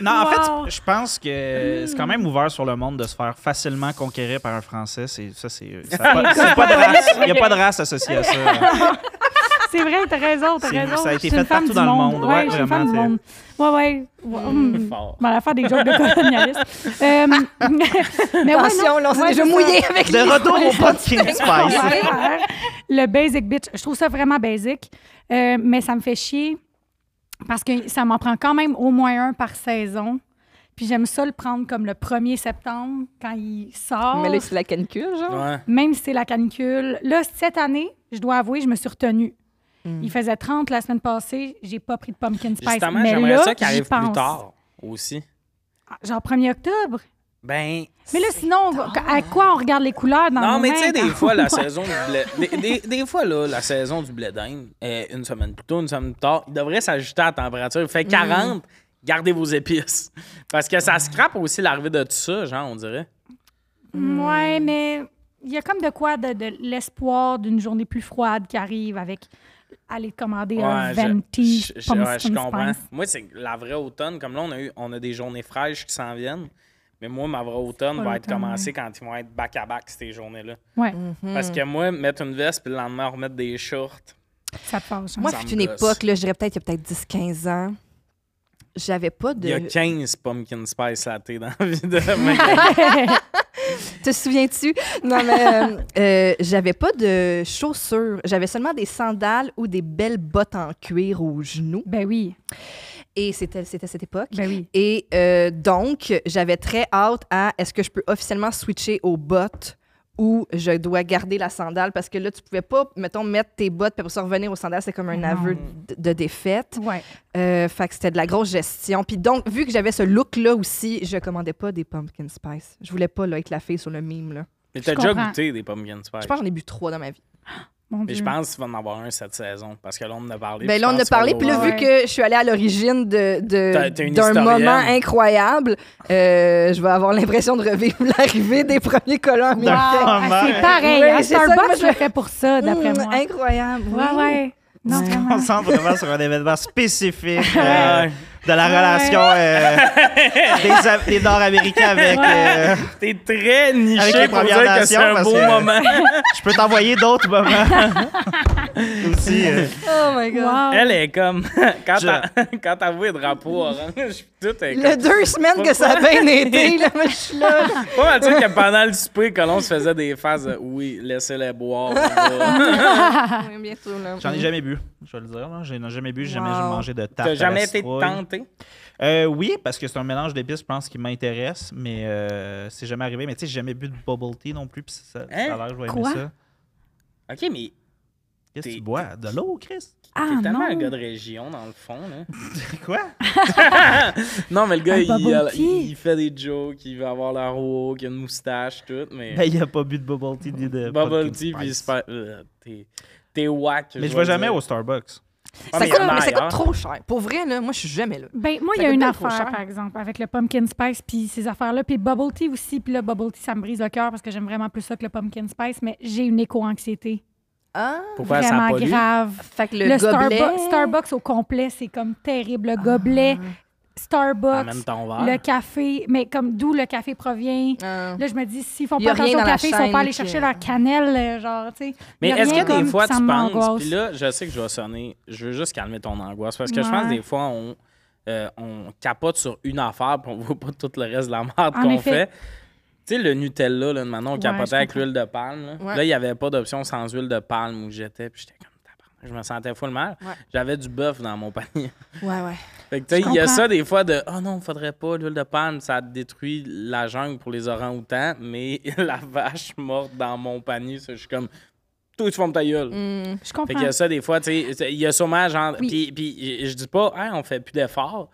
E: non, en
C: Wow.
E: fait, je pense que c'est quand même ouvert sur le monde de se faire facilement conquérir par un Français. C'est, ça, c'est, ça a pas- c'est pas de race. Il n'y a pas de race associée à ça.
C: C'est vrai, t'as raison, t'as
E: C'est-
C: raison.
E: ça a été
C: Je suis une
E: fait
C: femme
E: partout
C: du
E: dans le monde, ouais,
C: Ouais, je suis une
E: vraiment,
C: femme du
E: c'est- Hmm.
C: monde. Ouais, ouais. ouais. hum.
A: Fort.
C: Bon, la faire des jokes de colonialiste. Euh,
E: Ah,
C: mais ouais,
B: Ah, Attention, là, on s'est
C: ouais,
B: déjà
C: c'est ça.
B: mouillé avec
E: De
B: les-
E: retour au pot de King Spice.
C: le basic bitch. Je trouve ça vraiment basic, euh, mais ça me fait chier parce que ça m'en prend quand même au moins un par saison. Puis j'aime ça le prendre comme le 1er septembre quand il sort.
B: Mais là, c'est la canicule, genre.
A: Ouais.
C: même si c'est la canicule. Là, cette année, je dois avouer, je me suis retenue.
B: Hmm.
C: Il faisait 30 la semaine passée, j'ai pas pris de pumpkin spice.
A: Justement,
C: mais
A: j'aimerais
C: là,
A: ça qu'il
C: j'y
A: arrive plus
C: pense.
A: tard aussi.
C: Genre 1er octobre.
A: Ben,
C: Mais là, sinon, on va- à quoi on regarde les couleurs dans
A: non,
C: le
A: mais tu sais,
C: moment?
A: des fois, la saison du blé... des, des- des fois, là, la saison du blé d'Inde est une semaine plus tôt, une semaine plus tard. Il devrait s'ajuster à la température. Il
C: Mm.
A: fait 40, gardez vos épices. Parce que ça scrape aussi l'arrivée de tout ça, genre, on dirait.
C: Ouais, mais il y a comme de quoi de, de l'espoir d'une journée plus froide qui arrive avec aller commander un
A: Ouais, je-
C: venti
A: je- je-
C: pumpkin
A: ouais, je comprends.
C: spice.
A: Moi, c'est la vraie automne. Comme là, on a, eu, on a des journées fraîches qui s'en viennent. Mais moi, ma vraie automne
C: pas hein.
A: va être
C: l'automne,
A: commencée quand ils vont être back-à-back, ces journées-là.
C: Ouais,
B: Mm. Hmm.
A: Parce que moi, mettre une veste, puis le lendemain, remettre des shorts.
C: ça te hein. passe.
B: Moi,
A: Ça me
B: c'est une
A: gosse.
B: époque, là, je dirais peut-être il y a peut-être 10-15 ans, j'avais pas
A: Il y a
B: de.
A: 15 pumpkin spice latte dans la vie de
B: Te souviens-tu? Non, mais euh, euh, j'avais pas de chaussures. J'avais seulement des sandales ou des belles bottes en cuir aux genoux.
C: ben oui,
B: Et c'était c'était cette époque.
C: ben oui.
B: Et euh, donc, j'avais très hâte à est-ce que je peux officiellement switcher aux bottes ou je dois garder la sandale parce que là, tu pouvais pas, mettons, mettre tes bottes puis pour ça revenir aux sandales, c'est comme un
C: Non.
B: aveu de, de défaite.
C: Ouais.
B: Euh, fait que c'était de la grosse gestion. Puis donc, vu que j'avais ce look-là aussi, je commandais pas des pumpkin spice. Je voulais pas là, être la fille sur le mime. Là.
A: Mais t'as
C: Je
A: déjà
C: comprends.
A: goûté des pumpkin spice.
B: Je pense que j'en ai bu trois dans ma vie.
C: Mon
A: Mais
C: Dieu.
A: je pense qu'il va en avoir un cette saison. Parce que là, on en a parlé.
B: Ben
A: puis
B: là, on
A: je
B: en a
A: pense
B: parlé.
A: qu'on
B: Puis
A: va
B: là,
A: voir.
B: vu que je suis allée à l'origine de, de-
A: T'as- t'es une
B: d'un
A: historienne.
B: moment incroyable, euh, je vais avoir l'impression de revivre l'arrivée des premiers colons
E: D'un
B: américains.
C: Ah, c'est
E: moment
C: pareil.
B: Ouais,
C: à
B: c'est ça que moi,
C: Starbucks,
B: je-
C: je le fais pour ça, d'après
B: Mmh,
C: moi.
B: Incroyable. oui.
C: Ouais, ouais. Non,
B: Ouais.
C: vraiment.
E: On sent vraiment sur un événement spécifique euh,
A: Ouais.
E: de la relation euh, des, Am- des Nord-Américains avec. euh,
A: T'es très
E: Avec
A: niché
E: les
A: pour
E: Premières
A: dire que c'est
E: Nations,
A: un
E: parce
A: beau
E: que-
A: moment.
E: je peux t'envoyer d'autres moments aussi. euh.
B: Oh my God.
C: Wow.
A: Elle est comme. Quand
E: Je-
A: t'as- quand t'as vu le drapeau orange, tout est
B: Le
A: comme.
B: deux semaines que ça a bien été, là, moi, je suis là.
A: Pas mal dire que pendant le souper, Colomb se faisait des phases de oui, laissez-les boire. on va.
B: Oui, bientôt, là.
E: J'en ai jamais bu, je vais le dire. là. J'ai j'en ai jamais bu, j'ai jamais
B: Wow.
E: mangé de tarte. à
A: T'as jamais
E: la
A: été
E: citrouille.
A: tenté?
E: Euh, oui, parce que c'est un mélange d'épices, je pense, qui m'intéresse, mais euh, c'est jamais arrivé. Mais tu sais, j'ai jamais bu de bubble tea non plus, puis ça, ça a
A: Hein?
E: l'air que je vais
C: Quoi?
E: aimer ça.
A: Ok, mais
E: Qu'est-ce que
A: T'es-
E: tu bois? De l'eau, Chris?
C: Ah,
A: t'es tellement
C: non.
A: un gars de région, dans le fond. Là.
E: Quoi?
A: Non, mais le gars,
C: Un
A: il,
C: bubble tea.
A: il- il fait des jokes, il veut avoir la roue, il a une moustache, tout, mais...
E: Ben, il a pas bu de bubble tea ni de
A: bubble
E: pumpkin
A: tea, puis
E: spice.
A: spa- euh, t'es- T'es whack.
E: Mais je
A: vais
E: vais jamais
A: dire.
E: au Starbucks.
A: Ah,
B: Ça
A: mais
B: coûte,
A: il y en a
B: mais ça coûte
A: ailleurs.
B: trop cher. Pour vrai, là, moi, je suis jamais là.
C: Ben, moi,
B: Ça
C: il y a
B: coûte
C: une
B: bien trop
C: affaire,
B: cher.
C: par exemple, avec le pumpkin spice, puis ces affaires-là, puis le bubble tea aussi. Puis le bubble tea, ça me brise le cœur parce que j'aime vraiment plus ça que le pumpkin spice, mais j'ai une éco-anxiété.
B: Ah,
A: Pourquoi ça a
C: Vraiment
A: pas lu?
C: grave.
B: fait que le,
C: Le,
B: gobelet... Ah.
C: Starbucks, Starbucks au complet, c'est comme terrible. Le gobelet,
A: Amène
C: Starbucks,
A: ton
C: le
A: verre.
C: café, mais comme d'où le café provient.
B: Ah.
C: Là, je me dis, s'ils font
B: Y a
C: pas
B: rien
C: attention
B: dans
C: au
B: la
C: café, ils sont
B: chaîne
C: pas allés
B: qui-
C: chercher leur cannelle, euh, genre, tu sais.
A: Mais
C: Y a
A: est-ce
C: rien
A: que des
C: comme-
A: fois,
C: ça
A: tu penses...
C: m'angoisse.
A: Puis là, je sais que je vais sonner. Je veux juste calmer ton angoisse. Parce que je
C: Ouais.
A: pense que des fois, on, euh, on capote sur une affaire puis on voit pas tout le reste de la merde
C: En
A: qu'on
C: effet.
A: fait. Tu sais, le Nutella, là, maintenant, on
C: Ouais,
A: capotait
C: je
A: avec
C: comprends.
A: l'huile de palme. Là,
B: Ouais.
A: Là, il n'y avait pas d'option sans huile de palme où j'étais. Puis j'étais comme... tabarnak, Je me sentais full mal.
B: Ouais.
A: J'avais du bœuf dans mon panier.
B: Ouais, ouais.
A: Fait que, tu sais,
C: Je
A: il y a
C: comprends.
A: ça des fois de Ah non, faudrait pas, l'huile de palme, ça détruit la jungle pour les orangs-outans, mais la vache morte dans mon panier, ça, je suis comme Toi, tu vas me ta gueule.
B: Mm.
C: Je
A: Fait
C: comprends.
A: qu'il y a ça des fois, tu sais, il y a sûrement genre. Puis,
C: Oui.
A: puis je dis pas, hein, on fait plus d'efforts,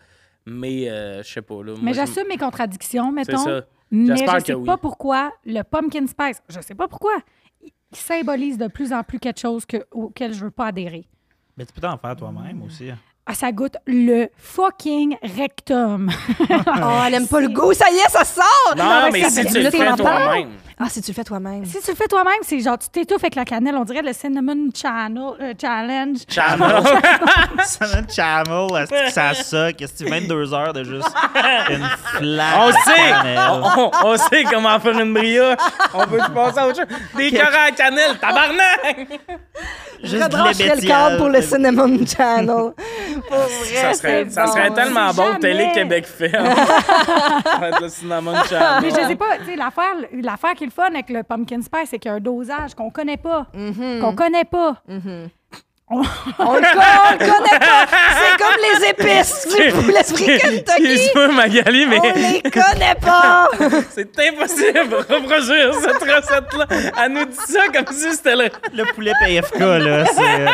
A: mais euh, je sais pas, là. moi,
C: Mais
A: je-
C: j'assume mes contradictions,
A: C'est
C: mettons.
A: ça.
C: Mais
A: J'espère
C: je
A: que
C: sais
A: oui.
C: pas pourquoi le pumpkin spice, je sais pas pourquoi, il il symbolise de plus en plus quelque chose que, auquel je veux pas adhérer.
E: Mais tu peux t'en faire toi-même aussi.
C: Ah, ça goûte le fucking rectum.
B: Oh, elle aime pas le goût, ça y est, ça sort!
A: Non,
C: mais
A: mais
C: ça
A: si
C: fait-
A: tu le
B: là, t'es
A: fais
B: en
A: toi-même.
B: Ah, si tu le fais toi-même.
C: Si tu le fais toi-même, c'est genre tu t'étouffes avec la cannelle. On dirait le Cinnamon Channel, euh, Challenge.
A: Channel.
D: Ça me chamel, est-ce que ça soque? Est-ce que 22 heures de juste une flamme?
A: On
D: de
A: sait,
D: cannelle?
A: on, on- on sait comment faire une brioche. On peut passer à autre chose. Des cœurs à la cannelle, tabarnak!
B: Je
D: Juste
B: redrancherais le cadre pour le Cinnamon Channel. pour vrai,
A: Ça serait,
B: Eh, c'est
A: ça
B: bon.
A: serait tellement
C: Si
A: bon,
C: jamais.
A: Télé-Québec fait. Avec le cinnamon channel.
C: Mais je sais pas, tu sais, l'affaire, l'affaire qui est le fun avec le pumpkin spice, c'est qu'il y a un dosage qu'on connaît pas.
B: Mhm.
C: Qu'on connaît pas.
B: On le, on le connaît pas! C'est comme les épices du poulet frit Kentucky!
A: Excuse-moi, Magali, mais
B: On les connaît pas!
A: c'est impossible de reproduire cette recette-là. Elle nous dit ça comme si c'était le...
D: Le poulet PFK, là, c'est... euh,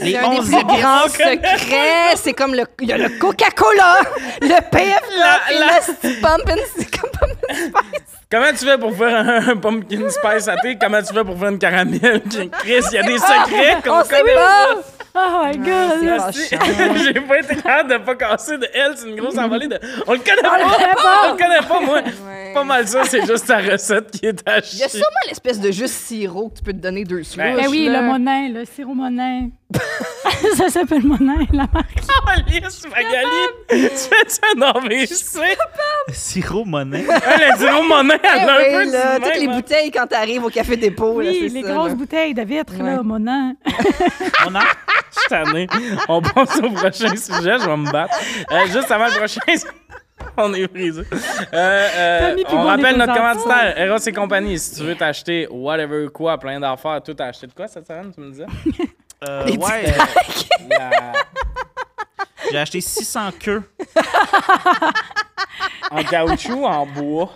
D: Les
B: C'est un des
D: 11
B: plus grands secrets. C'est comme le, il y a le Coca-Cola, le PF,
A: La-
B: et
A: la-
B: le Pumpkin, c'est comme Pumpkin Spice.
A: Comment tu fais pour faire un, un pumpkin spice à thé? Comment tu fais pour faire une caramel? Chris, il y a des secrets qu'on
B: On sait
A: connaît
B: pas. Oh,
C: Oh my god!
B: C'est
C: là.
A: pas.
B: fâchant.
A: J'ai pas été capable de pas casser de elle, c'est une grosse
B: Mm-hmm.
A: envolée de. On le connaît pas! On le connaît pas, moi! Pas mal ça, c'est juste ta recette qui est à
B: Il y a
A: chier.
B: sûrement l'espèce de juste sirop que tu peux te donner deux sous.
A: Ben,
C: Ben oui, le monin, le sirop monin. ça s'appelle monin, la marque.
A: Alice, Magali! Tu fais ça, non, mais je sais!
D: sirop monnaie.
A: Elle a dit au monin, elle a un peu
B: Eh oui,
A: dit
B: là, toutes
A: même,
B: les
A: hein.
B: bouteilles quand t'arrives au café dépôt. là,
C: Oui,
B: c'est
C: les
B: ça,
C: grosses
B: là.
C: bouteilles de vitre, là,
B: Ouais.
C: monin.
A: On en- Je suis tanné. On passe au prochain sujet, je vais me battre. Euh, juste avant le prochain sujet, on est brisé. Euh, euh,
C: Tommy, puis
A: on
C: bon,
A: rappelle
C: les
A: notre
C: enfants.
A: commanditaire, Eros et compagnie. Si tu veux t'acheter whatever, quoi, plein d'affaires, tout, t'as acheté de quoi cette semaine, tu me disais?
D: Euh,
B: Des
D: ouais, euh,
A: La-
D: j'ai acheté 600 queues.
A: En caoutchouc ou en bois?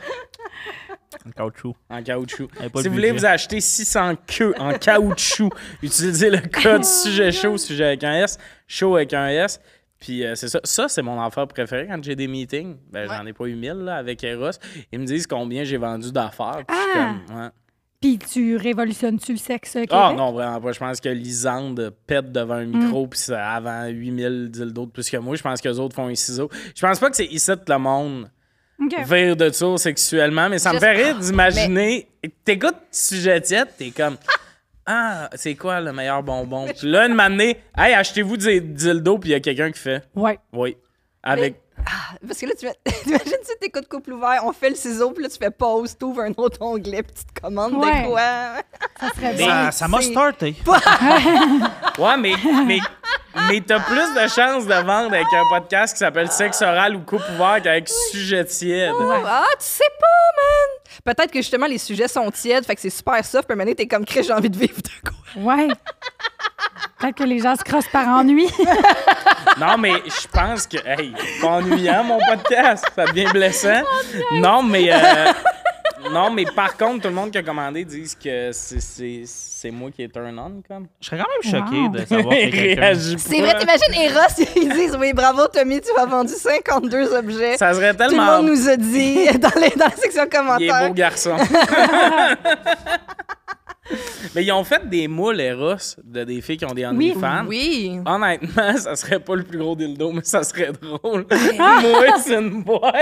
D: En caoutchouc.
A: En caoutchouc.
D: Eh, pas
A: Si
D: le
A: vous voulez
D: budget.
A: vous acheter 600 queues en caoutchouc, utilisez le
D: Oh
A: code sujet chaud, sujet avec un S, chaud avec un S. Puis euh, c'est ça. Ça, c'est mon affaire préférée quand j'ai des meetings. Ben, j'en ai pas eu mille là, avec Eros. Ils me disent combien j'ai vendu d'affaires. Puis je suis
C: Ah!
A: comme, ouais.
C: Puis tu révolutionnes-tu le sexe euh, québécois?
A: Ah non, vraiment pas. Je pense que Lisande pète devant
D: Mm.
A: un micro puis c'est avant 8000 dildos de plus que moi. Je pense que les autres font un ciseau. Je pense pas que c'est ici que le monde
C: OK.
A: vire de tour sexuellement, mais ça me fait
B: Juste-
A: rire d'imaginer. T'écoutes Sujet Tiède, t'es comme. Ah, c'est quoi le meilleur bonbon? Puis là, une manée, hey, achetez-vous des dildos, puis il y a quelqu'un qui fait.
C: Ouais.
A: Oui. Avec.
B: Parce que là, tu mets- t'imagines si t'écoutes couple ouvert, on fait le ciseau, puis là, tu fais pause, t'ouvres un autre onglet, puis tu te commandes
C: Ouais.
B: de quoi.
C: Ça serait
D: Mais
C: bon.
A: Ben,
D: ça- ça m'a
B: c'est-
D: starté.
A: Ouais, mais. mais... Mais t'as plus de chances de vendre avec un podcast qui s'appelle Sexe oral ou coupe ouvert qu'avec Sujet tiède.
B: Ah, tu sais pas, man! Peut-être que justement, les sujets sont tièdes, fait que c'est super soft, puis maintenant, t'es comme Chris, j'ai envie de vivre de quoi.
C: Ouais. Peut-être que les gens se crossent par ennui.
A: Non, mais je pense que. Hey, pas ennuyant mon podcast. Ça devient blessant.
B: Oh,
A: Non, mais. euh, non, mais par contre, tout le monde qui a commandé disent que c'est- c'est c'est moi qui ai turn on, comme.
D: Je serais quand même choqué
C: Wow.
D: de savoir que quelqu'un...
B: C'est vrai, t'imagines Eros, ils disent Oui, bravo Tommy, tu as vendu 52 objets.
A: Ça serait
B: Tout le
A: tellement.
B: monde nous a dit dans, les- dans la section
A: Il est
B: commentaires.
A: beau garçon. mais ils ont fait des moules Eros de des filles qui ont des
C: Oui.
A: OnlyFans.
B: Oui.
A: Honnêtement, ça serait pas le plus gros dildo, mais ça serait drôle. Moi, c'est une boîte.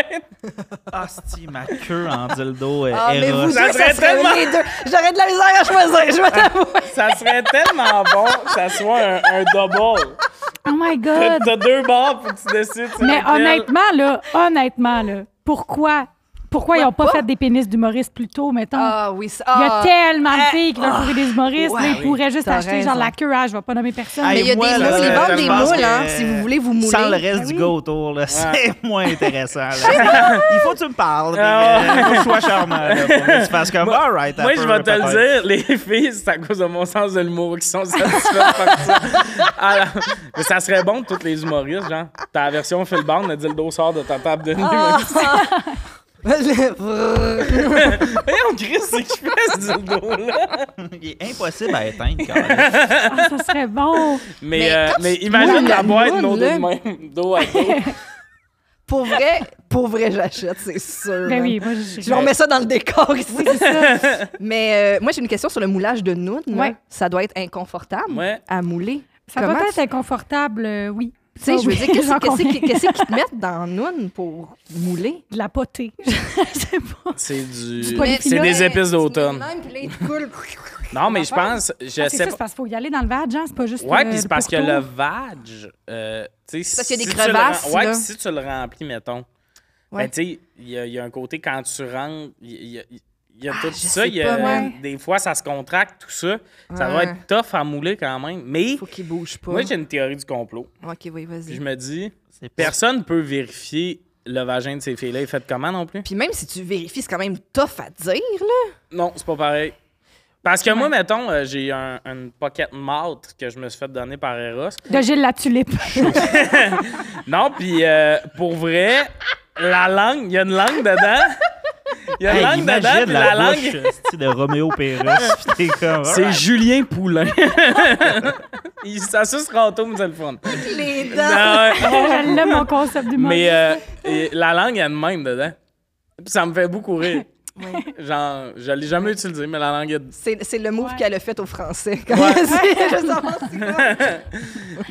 D: Asti, ma queue en dildo euh,
B: Ah, mais vous
D: Eros.
B: deux,
A: Ça
B: ça
A: serait
B: serait
A: tellement-
B: les deux. J'aurais de la misère à choisir, je vais t'avouer.
A: Ça serait tellement bon que ça soit un, un double.
C: Oh my
A: T'as
C: God.
A: t'as deux barres pour que tu décides. sur
C: Mais
A: laquelle.
C: honnêtement, là, honnêtement, là, pourquoi, pourquoi ils n'ont pas, fait des pénis d'humoristes plus tôt, mettons?
B: Ah oui, ça.
C: Il y a
B: ah.
C: tellement de
B: Ah.
C: filles qui veulent trouver des humoristes,
B: Ouais,
C: là, ils
B: oui,
C: pourraient juste
B: t'as
C: acheter
B: raison.
C: genre la queue, ah, je vais pas nommer personne.
D: Hey,
B: Mais il y a
D: moi,
B: des
D: là,
B: moules, ils vendent
D: je
B: des
D: pense
B: moules,
D: que-
B: hein, si vous voulez vous mouler.
D: Sans le reste
C: Ben
D: du
C: oui.
D: go autour, là, c'est moins intéressant. là. Il faut que tu me parles.
A: Ah
D: là, mais, euh, faut que je sois charmant. là, pour que tu fasses comme, all right,
A: Moi,
D: un
A: je
D: peu,
A: vais te
D: peut-être.
A: le dire, les filles, c'est à cause de mon sens de l'humour qui sont satisfaites par ça. Alors, mais ça serait bon de tous les humoristes, genre. Ta version Phil Bond, le dildo sort de ta table de nuit.
C: Ah.
B: Le-
A: Voyons, Chris, c'est que je fais ce dildo-là.
D: Il est impossible à éteindre, quand même.
C: Ah, ça serait bon.
A: Mais,
B: Mais
A: euh,
B: quand
A: mais
B: tu
A: imagine
B: moules
A: la
B: la
A: boîte, nos
B: moule,
A: deux de
B: là.
A: même, dos à dos.
B: pour vrai, pour vrai, j'achète, c'est sûr.
C: Ben
B: man.
C: oui, moi, je
B: Je- On met ça dans le décor ici.
C: C'est ça.
B: Mais euh, moi, j'ai une question sur le moulage de nounes. là.
C: Ouais.
B: Ça doit être inconfortable
A: Ouais.
B: à mouler.
C: Ça
B: Comment
C: peut être
B: tu-
C: inconfortable, euh, oui.
B: Tu sais, je veux dire,
C: Oui,
B: qu'est-ce
C: j'en
B: qu'est-ce
C: conviens.
B: qu'ils qu'est-ce qu'ils te mettent dans Noun pour mouler?
C: De la potée. je sais pas.
A: C'est du.
C: Du polyphénol.
A: C'est des épices
B: Tu
A: d'automne.
B: mets de même, puis là, il te coule.
A: Non, mais je pense. Je
C: Ah, c'est ça,
A: sais
C: c'est
A: pas.
C: parce qu'il faut y aller dans le vag, hein, c'est pas juste.
A: Ouais,
C: euh,
A: puis c'est parce que
C: pourtour.
A: le vag. euh, tu sais,
B: Parce qu'il y a des
A: si tu le rem-
B: crevasses,
A: Ouais,
B: là.
A: puis si tu le remplis, mettons.
B: Ouais.
A: Ben, tu sais, il y, a- il y a un côté quand tu rentres, il y a, il y a
B: Ah,
A: tout
B: je
A: ça.
B: sais
A: il y a-
B: pas, ouais.
A: Des fois, ça se contracte, tout ça. Ça doit
B: Ouais.
A: être tough à mouler quand même. Mais
B: Faut qu'il bouge pas.
A: moi, j'ai une théorie du complot.
B: Ok, oui,
A: Puis
B: vas-y.
A: je me dis, personne ne peut vérifier le vagin de ces filles-là. Ils fait comment non plus?
B: Puis même si tu vérifies, c'est quand même tough à dire, là.
A: Non, c'est pas pareil. Parce que moi, mettons, euh, j'ai un, une pocket malt que je me suis fait donner par Eros.
C: De Gilles la tulipe.
A: Non, puis euh, pour vrai, la langue, il y a une langue dedans. Il y a une
D: Hey,
A: langue dedans,
D: imagine
A: puis la,
D: la
A: langue.
D: bouche euh, de Roméo Pérez. puis t'es comme,
A: C'est Julien Poulain. il s'assuste rantôme, c'est le fun.
B: Les
A: Ah ouais.
C: je l'aime, mon concept du
A: Mais euh, et la langue, il y a de même dedans. Puis ça me fait beaucoup rire.
B: Ouais.
A: Genre, je l'ai jamais utilisé, mais la langue est
B: C'est c'est le move
C: Ouais.
B: qu'elle a fait aux Français.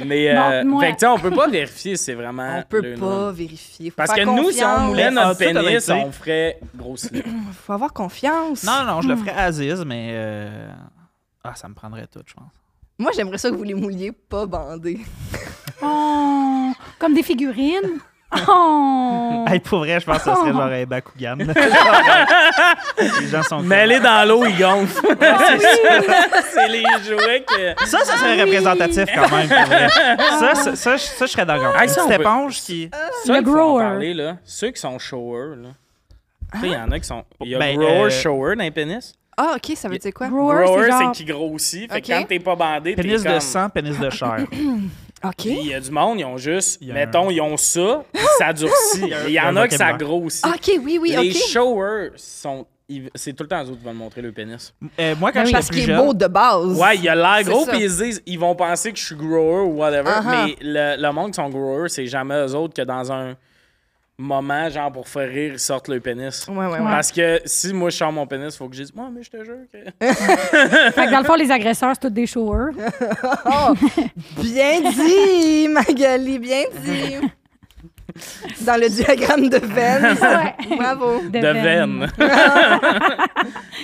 A: Mais
C: Non,
A: euh,
C: moi-
A: fait que, tu sais, on peut pas vérifier, c'est vraiment.
B: on peut
A: le
B: pas
A: nom.
B: vérifier. Faut
A: Parce que
B: faire
A: nous, si on
B: confiance.
A: moulait
D: Mais en
A: notre
D: toute
A: pénis,
D: honnêteté-
A: on ferait gros slip.
B: Faut avoir confiance.
D: Non, non, je le ferais à Aziz, mais. euh, Ah, ça me prendrait tout, je pense.
B: Moi, j'aimerais ça que vous les mouliez pas bandés.
A: euh,
C: Oh, comme des figurines. Oh.
D: Hey, pour vrai, je pense que ce serait genre un Bakugan. les gens sont.
A: Mêlé dans l'eau, il gonfle. c'est ça. C'est les jouets que.
D: Ça, ça serait
C: Ah oui!
D: représentatif quand même. pour vrai. ça, ça, ça, je- ça, je serais d'accord.
A: Ah,
D: Une
A: ça, on
D: petite
A: peut-
D: éponge qui.
A: Ça,
C: Le
A: il faut en
C: grower.
A: parler, là. Ceux qui sont showers, là. Tu sais, il y en a qui sont. Il y a
D: Ben,
A: grower,
D: euh,
A: shower dans les pénis.
B: Ah, OK, ça veut dire quoi?
C: Grower, c'est genre...
A: qui grossit. Fait que
B: Ok.
A: quand t'es pas bandé, t'es
D: Pénis
A: comme...
D: de sang, pénis de chair.
B: OK.
A: Puis il y a du monde, ils ont juste.
D: Il y a
A: Mettons,
D: un-
A: ils ont ça, puis ça durcit.
D: a un-
A: Il y en
D: un
A: a que ça
D: vocabulaire.
A: grossit.
B: Ah,
C: Ah
B: OK, oui, oui,
A: Les
B: OK.
A: showers sont. ils- C'est tout le temps eux autres qui vont me montrer le pénis.
D: Euh, moi, quand j'étais
B: Ben Parce
D: plus
B: qu'il est
D: jeune.
B: beau de base.
A: Ouais, il y a l'air
B: C'est
A: gros,
B: ça.
A: puis ils se disent, ils vont penser que je suis grower ou whatever.
B: Uh-huh.
A: Mais le, le monde qui sont growers, c'est jamais eux autres que dans un moment, genre pour faire rire, ils sortent le pénis.
B: Ouais, ouais, ouais.
A: Parce que si moi je sors mon pénis, faut que je dise, moi, mais je te jure que.
C: Fait que dans le fond, les agresseurs, c'est tous des showers.
B: Bien dit, Magali, bien dit. Dans le diagramme de Venn.
C: Ouais.
B: Bravo.
A: De veine.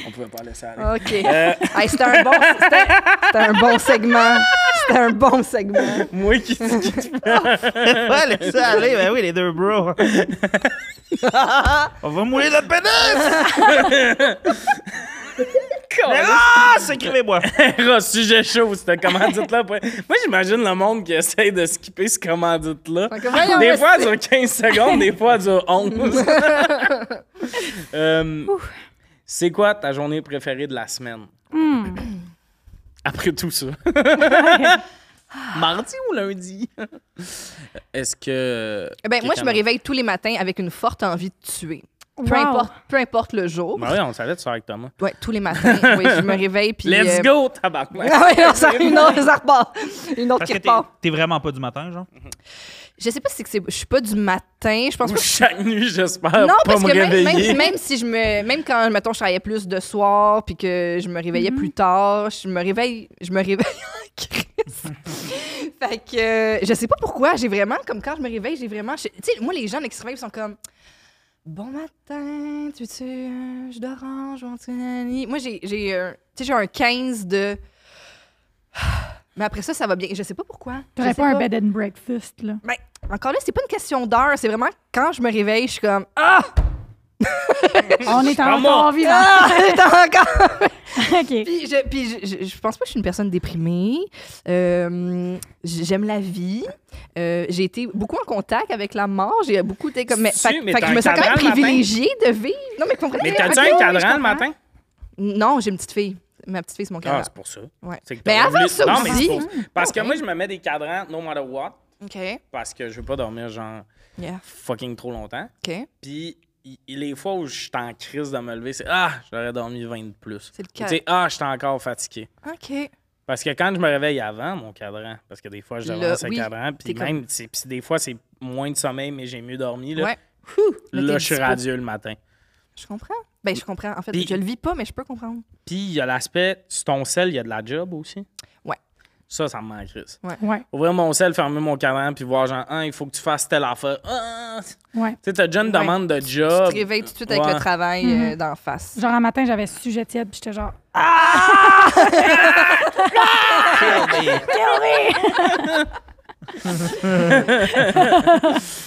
A: On pouvait pas laisser aller.
B: OK.
A: Euh.
B: Hey, c'était un, bon, c'était- c'était un bon segment. C'était un bon segment.
A: Moi qui.
D: Ouais, laissez aller. Ben oui, les deux bros. On va mouler notre pénis! Mais ah, écrivez-moi.
A: Ra, sujet chaud, cette commandite-là. après. Moi, j'imagine le monde qui essaye de skipper ce commandite-là.
B: Fait que voyons,
A: Des
B: mais
A: fois, elle dure 15 secondes, des fois, elle dure 11. Euh, c'est quoi ta journée préférée de la semaine?
B: Hmm.
A: Après tout ça. Mardi ou lundi? Est-ce que.
B: Ben, moi, je me
A: quelqu'un-
B: réveille tous les matins avec une forte envie de tuer. Peu,
C: Wow.
B: importe, peu importe le jour.
A: Ben oui, on savait de ça avec Thomas.
B: Ouais, tous les matins. Oui, je me réveille. Puis,
A: Let's
B: euh,
A: go, tabac!
B: Ah oui, non, ça, une autre, ça repart. Une autre
D: Parce
B: qui
D: que t'es-
B: repart.
D: t'es vraiment pas du matin, genre.
B: Je sais pas si c'est que c'est- je suis pas du matin. Je pense
A: Ou
B: pas
A: chaque nuit, j'espère
B: Non,
A: pas
B: parce
A: me
B: que même,
A: réveiller.
B: même, même si je me même quand mettons je travaillais plus de soir puis que je me réveillais plus tard, je me réveille, je me réveille en crise. fait que euh, je sais pas pourquoi, j'ai vraiment comme quand je me réveille, j'ai vraiment je- tu sais moi les gens là, qui se réveillent ils sont comme Bon matin, tu tu je d'orange, mon petit nani. Moi j'ai j'ai un- tu sais j'ai un 15 de mais après ça ça va bien, je sais pas pourquoi. Je
C: T'aurais
B: sais
C: pas un bed and breakfast, là.
B: ben, encore là, c'est pas une question d'heure, c'est vraiment quand je me réveille, je suis comme ah
C: On est
A: Ah, moi.
C: encore vivant.
B: T'as encore
C: OK.
B: Puis je, puis je, je- je pense pas que je suis une personne déprimée. Euh, j- J'aime la vie. Euh, j'ai été beaucoup en contact avec la mort. J'ai beaucoup été comme. Mais,
A: Si,
B: fait,
A: mais
B: fait que
A: t'as
B: je me
A: un
B: sens quand même
A: cadran le matin.
B: privilégiée de vivre. Non, mais comprenez
A: Mais t'as-tu
B: ok,
A: un
B: oui, je
A: cadran le
B: comprends.
A: matin?
B: Non, j'ai une petite fille. Ma petite fille, c'est mon cadran.
A: Ah, c'est pour ça.
B: ouais.
A: C'est que
B: Mais
A: t'aurais
B: Ben, avant
A: voulu-
B: ça
A: Non, mais
B: aussi. Mm,
A: c'est pour- Parce que
B: Ouais.
A: moi, je me mets des cadrans no matter what,
B: OK.
A: parce que je veux pas dormir genre
B: Yeah.
A: fucking trop longtemps.
B: OK.
A: Puis il- il- les fois où je suis en crise de me lever, c'est Ah, j'aurais dormi 20 de plus.
B: C'est le
A: Tu
B: cas.
A: sais, Ah, je suis encore fatigué.
B: OK.
A: Parce que quand je me réveille avant mon cadran, parce que des fois, je
B: Là,
A: devance un
B: oui,
A: cadran, puis
B: t'es comme-
A: même, c'est- puis des fois, c'est moins de sommeil, mais j'ai mieux dormi. Là,
B: Ouais. Mais
A: là
B: t'es
A: je suis
B: dispo.
A: radieux le matin.
B: Je comprends. Ben, je comprends. En fait,
A: Puis-
B: je le vis pas, mais je peux comprendre.
A: Puis il y a l'aspect, sur ton sel, il y a de la job aussi.
B: Ouais.
A: Ça, ça me manque, Chris.
C: Ouais,
A: Ouvrir mon sel, fermer mon cadran, puis voir genre, ah, il faut que tu fasses telle affaire. Ah! Tu
C: ouais.
A: sais, t'as déjà une
B: Ouais.
A: demande de
B: Tu
A: job.
B: te réveilles tout de suite avec
A: Ah, Ouais. Mm-hmm.
B: le travail euh, d'en face.
C: Genre, un matin, j'avais sujet tiède, puis j'étais genre,
A: Ah!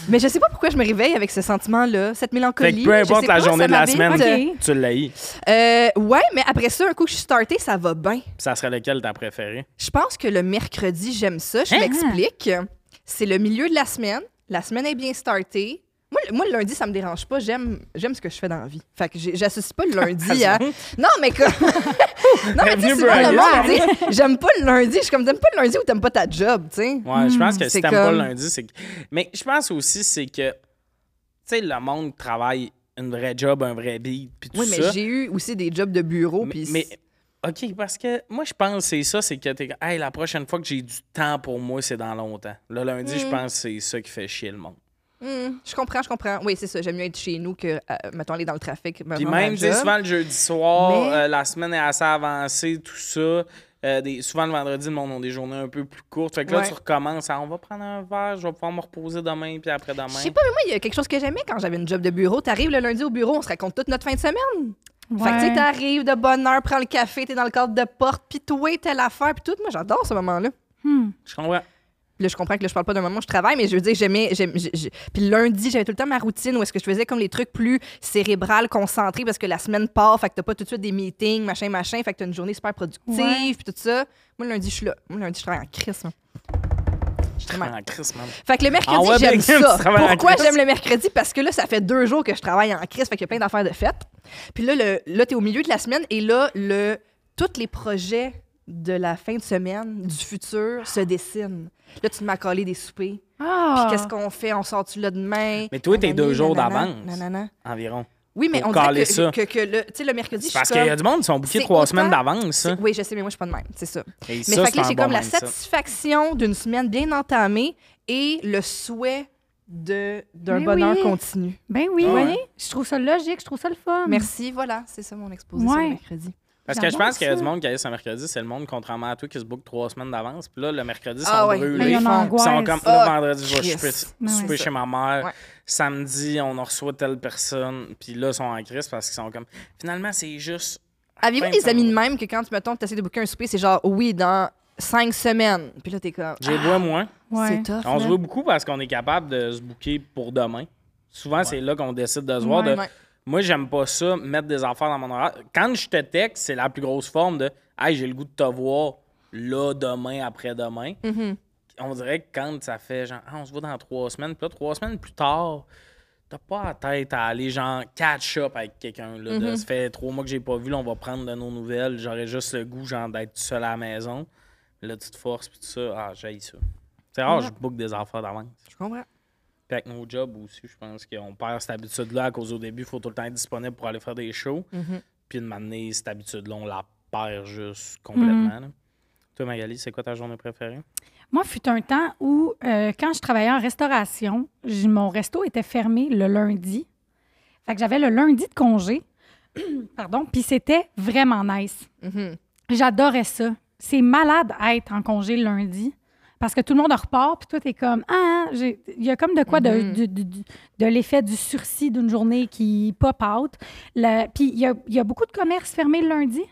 B: Mais je sais pas pourquoi je me réveille avec ce sentiment-là, cette
A: Fait
B: mélancolie.
A: que peu importe
B: Je sais
A: la
B: pas,
A: journée
B: ça
A: de la
B: m'habite.
A: semaine,
C: Ok.
A: tu l'as
B: Euh, ouais, mais après ça, un coup que je suis startée, ça va bien.
A: Ça serait lequel t'as préféré?
B: Je pense que le mercredi, j'aime ça. Je
C: Hein?
B: m'explique. C'est le milieu de la semaine. La semaine est bien startée. Moi, le- moi, le lundi, ça me dérange pas. J'aime, j'aime ce que je fais dans la vie. Fait que j'ai- j'associe pas le lundi à... Non, mais comme... non, mais tu sais,
A: Ah, Bienvenue,
B: souvent,
A: Brian.
B: le monde dit, J'aime pas le lundi. Je suis comme, t'aimes pas le lundi ou t'aimes pas ta job, tu sais.
A: Ouais, je pense que si
B: Hmm, c'est
A: t'aimes pas le
B: comme-
A: lundi, c'est. que- Mais je pense aussi, c'est que. Tu sais, le monde travaille une vraie job, un vrai beat, puis tout
B: Oui, mais
A: ça.
B: j'ai eu aussi des jobs de bureau.
A: Mais,
B: puis
A: mais- OK, parce que moi, je pense que c'est ça, c'est que t'es comme, hey, la prochaine fois que j'ai du temps pour moi, c'est dans longtemps. Le lundi, je pense que c'est ça qui fait chier le monde.
B: Hmm, je comprends, je comprends. Oui, c'est ça. J'aime mieux être chez nous que, euh, mettons, aller dans le trafic. me
A: Puis
B: rendre à la
A: même, tu sais,
B: job.
A: souvent le jeudi soir,
B: Mais-
A: euh, la semaine est assez avancée, tout ça. Euh, des- souvent le vendredi, le monde a des journées un peu plus courtes. Fait que là,
B: Ouais.
A: tu recommences à on va prendre un verre, je vais pouvoir me reposer demain, puis après-demain.
B: Je sais pas, mais moi, il y a quelque chose que j'aimais quand j'avais une job de bureau. T'arrives le lundi au bureau, on se raconte toute notre fin de semaine. Fait que, tu sais,
C: ouais.
B: t'arrives de bonne heure, prends le café, t'es dans le cadre de porte, puis toi, telle affaire, puis tout. Moi, j'adore ce moment-là.
C: Hmm.
A: Je comprends.
B: Puis Là, je comprends que là, je parle pas d'un moment où je travaille, mais je veux dire, j'aimais. j'aime- j'ai- j'ai- Puis lundi, j'avais tout le temps ma routine où est-ce que je faisais comme les trucs plus cérébrales, concentrés, parce que la semaine part, fait que t'as pas tout de suite des meetings, machin, machin, fait que t'as une journée super productive,
C: Ouais.
B: puis tout ça. Moi, lundi, je suis là. Moi, lundi, je travaille en crise, moi. Je travaille
A: Ah, Chris, man.
B: fait que le mercredi,
A: Ah ouais, ben,
B: j'aime
A: Kim,
B: ça.
A: tu travailles en
B: Pourquoi
A: crise?
B: j'aime le mercredi? Parce que là, ça fait deux jours que je travaille en crise, fait qu'il y a plein d'affaires de fête. Puis là, le, là t'es au milieu de la semaine et là, le, tous les projets de la fin de semaine, du futur, se dessinent. Là, tu te mets à coller des soupers. Puis
C: Ah!
B: qu'est-ce qu'on fait? On sort-tu là demain?
A: Mais toi, t'es
B: Nanani,
A: deux jours
B: nanana,
A: d'avance.
B: nanana.
A: Environ.
B: Oui, mais
A: Pour
B: on dirait
A: caler
B: que,
A: ça.
B: que, que le, tu sais, le mercredi, je
A: C'est
B: suis
A: parce qu'il y a
B: comme...
A: du monde qui sont bouqués
B: c'est
A: trois
B: autant-
A: semaines d'avance. ça.
B: Oui, je sais, mais moi, je suis pas de même, c'est ça.
A: Et
B: Mais
A: ça,
B: fait que là,
A: c'est un
B: j'ai
A: bon
B: comme la
A: mindset.
B: satisfaction d'une semaine bien entamée et le souhait de- d'un
C: Mais
B: bonheur
C: oui.
B: continu.
C: Ben oui,
A: Ah ouais.
C: oui. Je trouve ça logique, je trouve ça le fun.
B: Merci, voilà, c'est ça mon exposé sur
C: Ouais.
B: le mercredi.
A: Parce que je
C: J'adore
A: pense qu'il y a
C: ça.
A: du monde qui a ce mercredi, c'est le monde, contrairement à toi, qui se book trois semaines d'avance. Puis là, le mercredi, ils sont
B: Ah ouais,
C: Là, il y
A: brûlés.
C: en a
B: Ils
A: Ils
C: angoisse.
A: sont comme, là,
B: Ah,
A: vendredi, je vais
B: Christ.
A: souper,
C: Ouais,
A: souper
B: ouais.
A: chez ma mère.
B: Ouais.
A: Samedi, on en reçoit telle personne. Puis là, ils sont en crise parce qu'ils sont comme, finalement, c'est juste.
B: Avez-vous
A: Fin de
B: des amis
A: semaine.
B: de
C: ben
B: même que quand tu, mettons, t'essayes de booker un souper, c'est genre, oui, dans cinq semaines. Puis là, t'es comme,
A: J'ai bois moins.
C: Ouais.
B: c'est tough.
A: On se
B: là.
A: voit beaucoup parce qu'on est capable de se booker pour demain. Souvent, c'est là qu'on décide de se voir.
B: Ouais,
A: de-
B: ouais.
A: Moi, j'aime pas ça, mettre des affaires dans mon horaire. Quand je te texte, c'est la plus grosse forme de Hey, j'ai le goût de te voir là, demain, après-demain.
B: Mhm.
A: On dirait que quand ça fait genre, Ah, on se voit dans trois semaines, puis là, trois semaines plus tard, t'as pas la tête à aller genre catch-up avec quelqu'un. là,
B: Mm-hmm.
A: de, Ça fait trois mois que j'ai pas vu, là, on va prendre de nos nouvelles. J'aurais juste le goût genre d'être seul à la maison. Là, tu te forces, puis tout ça. Ah, j'ai ça. C'est rare, ah, je book des affaires d'avance.
B: Je comprends.
A: Puis avec nos jobs aussi, je pense qu'on perd cette habitude-là à cause au début, il faut tout le temps être disponible pour aller faire des shows.
B: Mhm.
A: Puis de m'amener cette habitude-là, on la perd juste complètement. là. Toi, Magali, c'est quoi ta journée préférée?
C: Moi, fut un temps où, euh, quand je travaillais en restauration, j- mon resto était fermé le lundi. Fait que j'avais le lundi de congé. Pardon. Puis c'était vraiment nice.
B: Mhm.
C: J'adorais ça. C'est malade à être en congé le lundi. Parce que tout le monde repart, puis toi, t'es comme, ah, j'ai- il y a comme de quoi de,
B: Mhm.
C: du- du- du- de l'effet du sursis d'une journée qui pop out. Le- Puis il y a, il y a beaucoup de commerces fermés le lundi.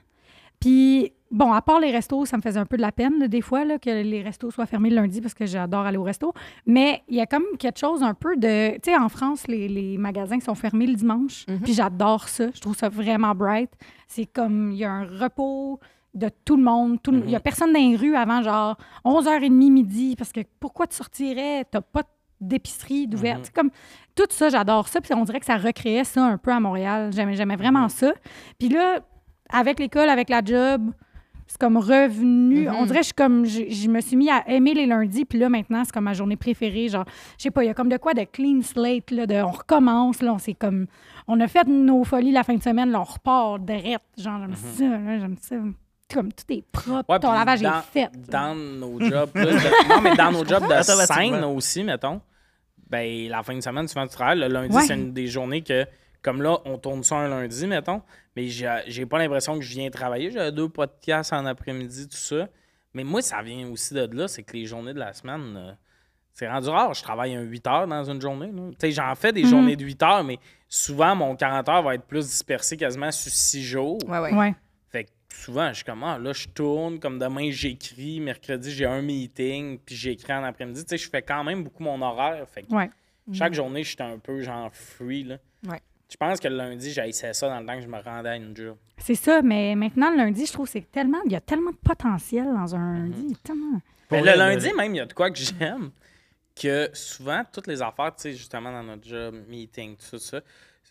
C: Puis, bon, à part les restos, ça me faisait un peu de la peine, là, des fois, là, que les restos soient fermés le lundi parce que j'adore aller au resto. Mais il y a comme quelque chose un peu de. Tu sais, en France, les, les magasins sont fermés le dimanche. Puis j'adore ça. Je trouve ça vraiment bright. C'est comme. Il y a un repos de tout le monde. tout le- Il y a personne dans les rues avant, genre, 11h30, midi. Parce que pourquoi tu sortirais? T'as pas d'épicerie d'ouvert.
A: Mhm.
C: Tu sais, comme. Tout ça, j'adore ça. Puis on dirait que ça recréait ça un peu à Montréal. J'aimais j'aimais
A: Mhm.
C: vraiment ça. Puis là, avec l'école, avec la job, c'est comme revenu.
B: Mhm.
C: On dirait que je, suis comme, je, je me suis mis à aimer les lundis, puis là, maintenant, c'est comme ma journée préférée. Genre, je sais pas, il y a comme de quoi de clean slate, là, de, on recommence, là, on s'est comme... On a fait nos folies la fin de semaine, là, on repart direct. Genre, j'aime ça, là, j'aime ça. Comme tout est propre,
A: Mhm. Ouais,
C: ton
A: puis
C: lavage
A: dans,
C: est fait.
A: Dans nos jobs, plus de- non, mais dans nos jobs de
E: Automatiquement.
A: scène aussi, mettons, ben, la fin de semaine, souvent tu travailles. Le lundi,
C: Ouais.
A: c'est une des journées que, comme là, on tourne ça un lundi, mettons, mais j'ai j'ai pas l'impression que je viens travailler. J'ai deux podcasts en après-midi, tout ça. Mais moi, ça vient aussi de là, c'est que les journées de la semaine, euh, c'est rendu rare. Je travaille un 8 heures dans une journée. là. Tu sais, j'en fais
C: Mm-hmm.
A: des journées de 8 heures, mais souvent, mon 40 heures va être plus dispersé quasiment sur 6 jours.
B: Ouais, ouais.
C: Ouais.
A: Fait que souvent, je suis comme, ah, là, je tourne, comme demain, j'écris, mercredi, j'ai un meeting, puis j'écris en après-midi. Tu sais, je fais quand même beaucoup mon horaire. Fait que
C: Ouais.
A: chaque journée, j'étais un peu genre free, là.
B: Mm-hmm. Ouais.
A: Je pense que le lundi, j'haïssais ça dans le temps que je me rendais à une job.
C: C'est ça, mais maintenant, le lundi, je trouve que c'est tellement. Il y a tellement de potentiel dans un
A: Mhm.
C: lundi. Tellement.
A: Mais
E: Pour
A: le
E: elle,
A: lundi, même, il y a de quoi que j'aime, que souvent, toutes les affaires, tu sais, justement, dans notre job, meeting, tout ça, tout ça,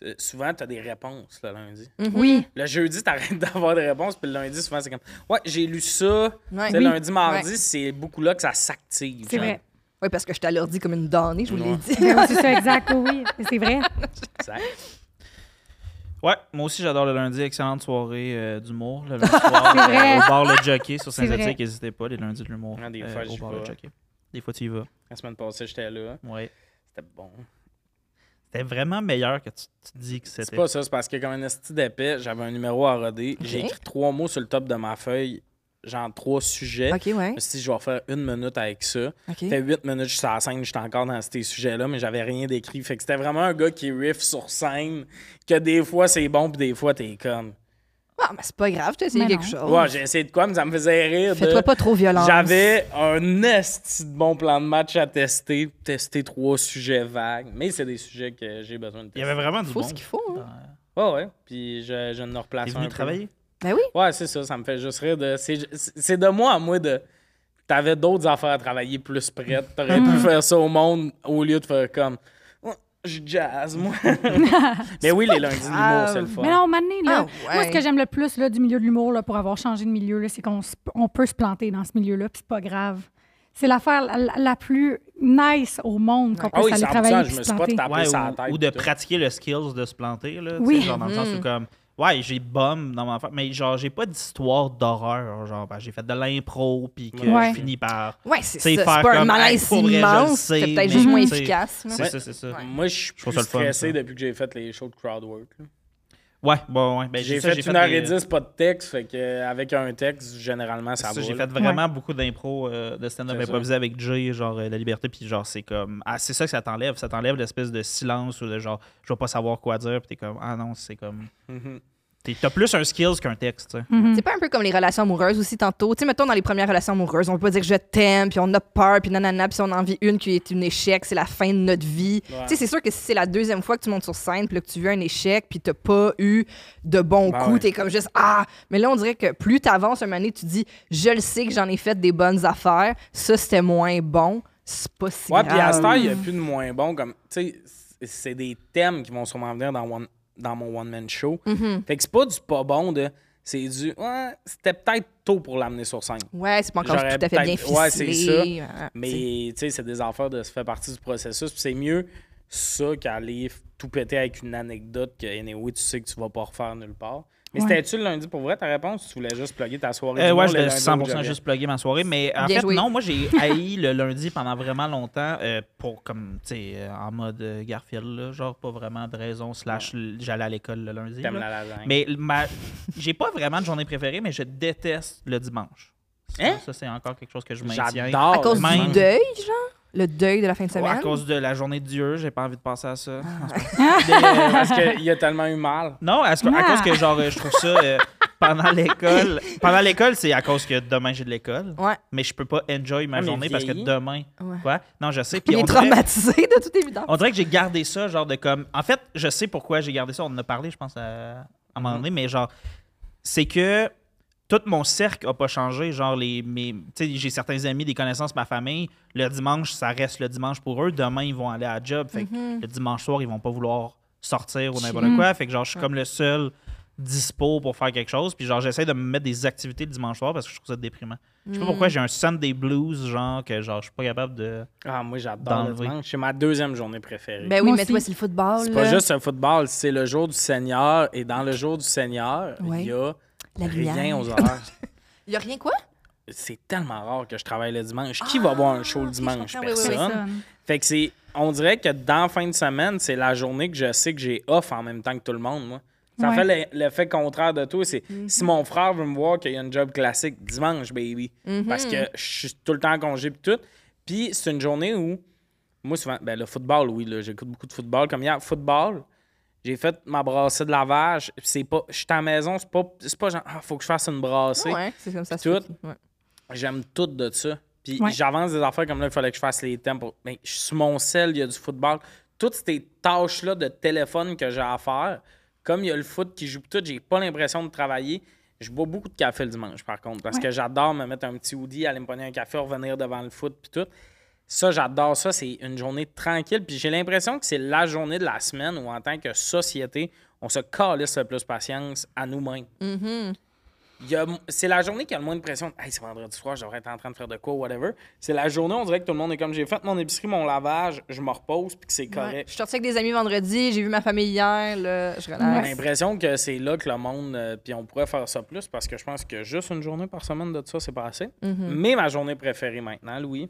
A: euh, souvent, tu as des réponses le lundi.
B: Mm.
C: Oui.
A: Le jeudi, tu arrêtes d'avoir des réponses, puis le lundi, souvent, c'est comme, ouais, j'ai lu ça.
B: Ouais.
A: Tu sais,
B: Oui.
A: Lundi, mardi,
B: Ouais.
A: c'est beaucoup là que ça s'active.
C: C'est
A: genre.
C: vrai.
B: Oui, parce que je t'alourdis comme une damnée, je vous l'ai
A: Ouais.
B: dit.
C: Ben oui, c'est ça, exact. Oui, oui. c'est vrai.
A: Exact.
D: Ouais, moi aussi j'adore le lundi. Excellente soirée euh, d'humour. Le lundi soir,
C: C'est vrai.
D: euh, au bar le jockey sur
C: C'est vrai.
D: Saint-Étienne, n'hésitez pas, les lundis de l'humour.
A: Ah, des
D: euh,
A: fois,
D: au
A: j'y
D: bar
A: vais.
D: le jockey. Des fois tu y vas.
A: La semaine passée, j'étais là.
D: Ouais.
A: C'était bon.
D: C'était vraiment meilleur que tu, tu dis que
A: C'est
D: c'était.
A: pas ça, c'est parce que comme un esti d'épais, j'avais un numéro à roder. J'ai
B: Ok.
A: écrit trois mots sur le top de ma feuille, genre trois sujets.
B: OK, ouais.
A: Si je vais faire une minute avec ça,
B: OK.
A: Fait 8 minutes, je suis à la scène, j'étais encore dans ces sujets-là, mais j'avais rien d'écrit. Fait que c'était vraiment un gars qui riff sur scène, que des fois c'est bon, puis des fois t'es comme.
B: Ah, mais c'est pas grave, t'as essayé
C: Mais
B: quelque
C: non.
B: chose.
A: Ouais, j'ai essayé de quoi, mais ça me faisait rire. de-
B: Fais-toi pas trop violence.
A: J'avais un esti de bon plan de match à tester, tester trois sujets vagues, mais c'est des sujets que j'ai besoin de
D: Il y
A: tester.
D: avait vraiment du
B: Faut
D: bon.
B: ce qu'il faut. hein.
A: Ouais, ouais, puis je, je ne replace
D: T'es
A: un
D: venu
A: peu.
D: travailler?
B: Ben oui.
A: Ouais, c'est ça, ça me fait juste rire de. C'est c'est de moi à moi de. T'avais d'autres affaires à travailler plus prêtes. T'aurais
C: Mm.
A: pu faire ça au monde au lieu de faire comme. Oh, Je jazz, moi. Mais oui, les lundis, l'humour, c'est le fun.
C: Ah, Mais non, maintenant, là,
B: Ah, ouais.
C: moi, ce que j'aime le plus là, du milieu de l'humour, là, pour avoir changé de milieu, là, c'est qu'on se- on peut se planter dans ce milieu-là, puis c'est pas grave. C'est l'affaire la, la- la plus nice au monde qu'on
A: ah oui,
C: puisse aller
A: ça
C: travailler
A: je
C: puis
A: me
C: se
A: suis pas
C: planter.
A: tapé
D: Ouais,
A: sur la
D: ou,
A: tête.
D: ou de
A: tout.
D: pratiquer le skills de se planter. Là, tu
C: Oui.
D: sais, genre dans le sens où
B: Mm.
D: comme, ouais, j'ai bombe dans mon affaire, mais genre, j'ai pas d'histoire d'horreur. Genre, ben, j'ai fait de l'impro, puis que
C: Ouais.
D: je finis par.
B: Ouais, c'est ça.
D: C'est
B: C'est
D: faire
B: pas un
D: comme,
B: malaise
D: Hey, pour vrai, je le
B: immense.
D: sais,
B: C'est peut-être
D: mais
B: juste moins
D: tu sais,
B: efficace.
D: C'est
B: là.
D: ça, c'est ça.
B: Ouais.
A: Moi, je suis plus
D: trouve ça le fun,
A: stressé
D: ça.
A: depuis que j'ai fait les shows de crowd work. là.
D: Ouais, bon, ouais. ben,
A: J'ai
D: ça,
A: fait 1h10,
D: des-
A: pas de texte. Fait que, euh, avec un texte, généralement, ça
D: ça,
A: va.
D: j'ai
A: là.
D: fait vraiment beaucoup d'impro euh, de stand-up
A: C'est ça.
D: improvisé avec Jay, genre euh, La Liberté, puis genre c'est comme. Ah, c'est ça que ça t'enlève. Ça t'enlève l'espèce de silence ou de genre, je vais pas savoir quoi dire, puis t'es comme, ah non, c'est comme.
A: Mhm.
D: t'es- T'as plus un skills qu'un texte, tu sais.
A: Mm.
B: C'est pas un peu comme les relations amoureuses aussi tantôt. Tu sais, mettons dans les premières relations amoureuses, on peut pas dire je t'aime, puis on a peur, puis nanana, puis si on en vit une qui est un échec, c'est la fin de notre vie.
A: Ouais.
B: Tu sais, c'est sûr que si c'est la deuxième fois que tu montes sur scène, puis là, que tu vis un échec, puis t'as pas eu de bons
A: Ben
B: coups,
A: ouais.
B: t'es comme juste ah. Mais là, on dirait que plus t'avances, une année, tu dis je le sais que j'en ai fait des bonnes affaires, ça c'était moins bon, c'est pas si
A: Ouais, puis à
B: grave.
A: cette heure, il n'y a plus de moins bon. Comme, tu sais, c'est- c'est des thèmes qui vont sûrement venir dans, one- dans mon one-man show.
B: Mm-hmm.
A: Fait que c'est pas du pas bon de. C'est du. Ouais, c'était peut-être tôt pour l'amener sur scène.
B: ouais, c'est pas encore
A: J'aurais
B: tout à fait bien
A: peut-être-
B: ficelé.
A: ouais, c'est ça.
B: hein, tu sais.
A: Mais, tu sais, c'est des affaires de se faire partie du processus. Puis c'est mieux ça qu'aller f- tout péter avec une anecdote que, anyway, tu sais que tu vas pas refaire nulle part. Mais
C: Ouais.
A: c'était-tu le lundi pour vrai ta réponse? Tu voulais juste plugger ta soirée?
D: Euh,
A: du
D: ouais,
A: monde
D: je
A: le
D: vais
A: lundi au
D: 100%
A: Jovial?
D: juste plugger ma soirée, mais en
B: Bien
D: fait,
B: joué.
D: non, moi j'ai haï le lundi pendant vraiment longtemps euh, pour comme, tu sais, euh, en mode euh, Garfield, là, genre pas vraiment de raison, slash l- j'allais à l'école le lundi.
A: T'aimes
D: là.
A: la lasagne.
D: Mais l- ma... j'ai pas vraiment de journée préférée, mais je déteste le dimanche. Ça,
A: Hein?
D: ça, c'est encore quelque chose que je maintiens.
A: J'adore.
B: à
A: le
B: cause
D: même.
B: du
A: dimanche.
B: deuil, genre le deuil de la fin de
D: Ouais,
B: semaine.
D: à cause de la journée de Dieu, j'ai pas envie de penser à ça.
A: Parce qu'il a tellement eu mal.
D: Non, à, ce- à
C: Ah.
D: cause que genre euh, je trouve ça euh, pendant l'école. Pendant l'école, c'est à cause que demain j'ai de l'école.
B: Ouais.
D: Mais je peux pas enjoy ma
A: Ah, mais
D: journée parce que
A: vieillis.
D: demain.
B: Ouais.
D: Quoi? Non, je sais. Puis
B: Il
D: on
B: est
D: dirait,
B: traumatisé, de toute évidence.
D: on dirait que j'ai gardé ça, genre de comme. En fait, je sais pourquoi j'ai gardé ça. On en a parlé, je pense, à, à un moment donné, mais genre, c'est que tout mon cercle a pas changé. Genre, les, mes, tu sais, j'ai certains amis, des connaissances, ma famille. Le dimanche, ça reste le dimanche pour eux. Demain, ils vont aller à la job. Fait que le dimanche soir, ils vont pas vouloir sortir ou n'importe quoi. Fait que genre, je suis comme le seul dispo pour faire quelque chose. Puis genre, j'essaie de me mettre des activités le dimanche soir parce que je trouve ça déprimant. Je sais pas pourquoi j'ai un Sunday blues, genre, que genre, je suis pas capable de.
A: Ah, moi, j'adore le
D: D'enlever.
A: dimanche. C'est ma deuxième journée préférée.
B: Ben oui,
C: Moi
B: mais toi,
C: aussi.
B: c'est le football.
A: c'est
B: là.
A: pas juste le football, c'est le jour du Seigneur. Et dans le jour du Seigneur, il
B: Ouais.
A: y a
B: La
A: rien
B: lumière.
A: aux horaires.
B: Il y a rien quoi?
A: c'est tellement rare que je travaille le dimanche. Qui va voir un show le
B: Ah, ok, je
A: dimanche?
B: comprends. Oui, oui, oui.
A: Personne. Fait que c'est. On dirait que dans la fin de semaine, c'est la journée que je sais que j'ai off en même temps que tout le monde, moi. Ça
C: Ouais.
A: fait l'e- l'effet contraire de toi. C'est
B: Mhm.
A: si mon frère veut me voir qu'il y a une job classique dimanche, baby,
B: Mhm.
A: parce que je suis tout le temps en congé pis tout. Puis c'est une journée où, moi, souvent, ben, le football, oui, là, j'écoute beaucoup de football. Comme hier, football, j'ai fait ma brassée de lavage. pis C'est pas, je suis à la maison, c'est pas, c'est pas genre, ah, faut que je fasse une brassée.
B: Ouais, c'est comme ça.
A: Tout.
B: se fait. Ouais.
A: J'aime tout de ça. Puis
C: Ouais.
A: j'avance des affaires comme là, il fallait que je fasse les thèmes. Pour... Ben, je suis sur mon sel, il y a du football. Toutes ces tâches-là de téléphone que j'ai à faire, comme il y a le foot qui joue pis tout, j'ai pas l'impression de travailler. Je bois beaucoup de café le dimanche, par contre, parce que j'adore me mettre un petit hoodie, aller me prendre un café, revenir devant le foot puis tout. Ça, j'adore ça. C'est une journée tranquille. Puis j'ai l'impression que c'est la journée de la semaine où, en tant que société, on se calisse le plus patience à nous-mêmes. Il y a- C'est la journée qui a le moins de pression. Hey, c'est vendredi soir, je devrais être en train de faire de quoi, whatever. C'est la journée, on dirait que tout le monde est comme j'ai fait mon épicerie, mon lavage, je me repose, puis que c'est
B: Ouais.
A: correct.
B: Je suis sortie avec des amis vendredi, j'ai vu ma famille hier, là, je
A: J'ai
B: relaxe.
A: l'impression que c'est là que le monde, euh, puis on pourrait faire ça plus, parce que je pense que juste une journée par semaine de ça, c'est pas assez. Mais ma journée préférée maintenant, Louis,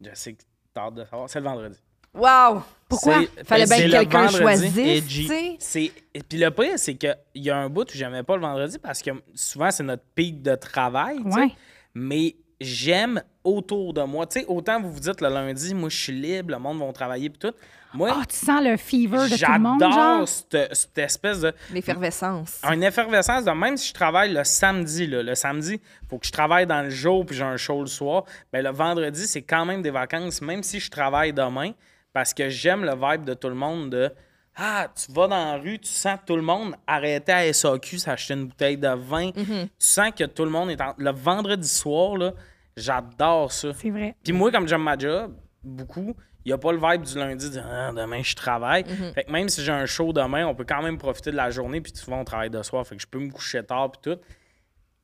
A: je sais que t'as hâte de savoir, c'est le vendredi.
B: Wow!
C: Pourquoi?
A: C'est- ben,
B: Fallait bien
A: c'est
B: que
A: le
B: quelqu'un
A: vendredi.
B: choisisse,
E: edgy.
B: tu sais.
A: C'est et puis le pire c'est que il y a un bout où j'aimais pas le vendredi parce que souvent c'est notre pic de travail, tu sais.
C: Ouais.
A: mais j'aime autour de moi, tu sais autant vous vous dites le lundi moi je suis libre, le monde va travailler puis tout. Moi
C: Ah, tu sens le fever de tout le monde, genre?
A: j'adore cette, cette espèce de
B: L'effervescence.
A: une effervescence de même si je travaille le samedi là, le samedi, faut que je travaille dans le jour puis j'ai un show le soir, mais le vendredi c'est quand même des vacances même si je travaille demain parce que j'aime le vibe de tout le monde de ah, tu vas dans la rue, tu sens tout le monde arrêter à SAQ, s'acheter une bouteille de vin. Tu sens que tout le monde est en... Le vendredi soir, là, j'adore ça.
C: C'est vrai.
A: Puis moi, comme j'aime ma job, beaucoup, il n'y a pas le vibe du lundi de Ah, demain je travaille.
C: Mhm.
A: Fait que même si j'ai un show demain, on peut quand même profiter de la journée. Puis souvent, on travaille de soir. Fait que je peux me coucher tard. Puis tout.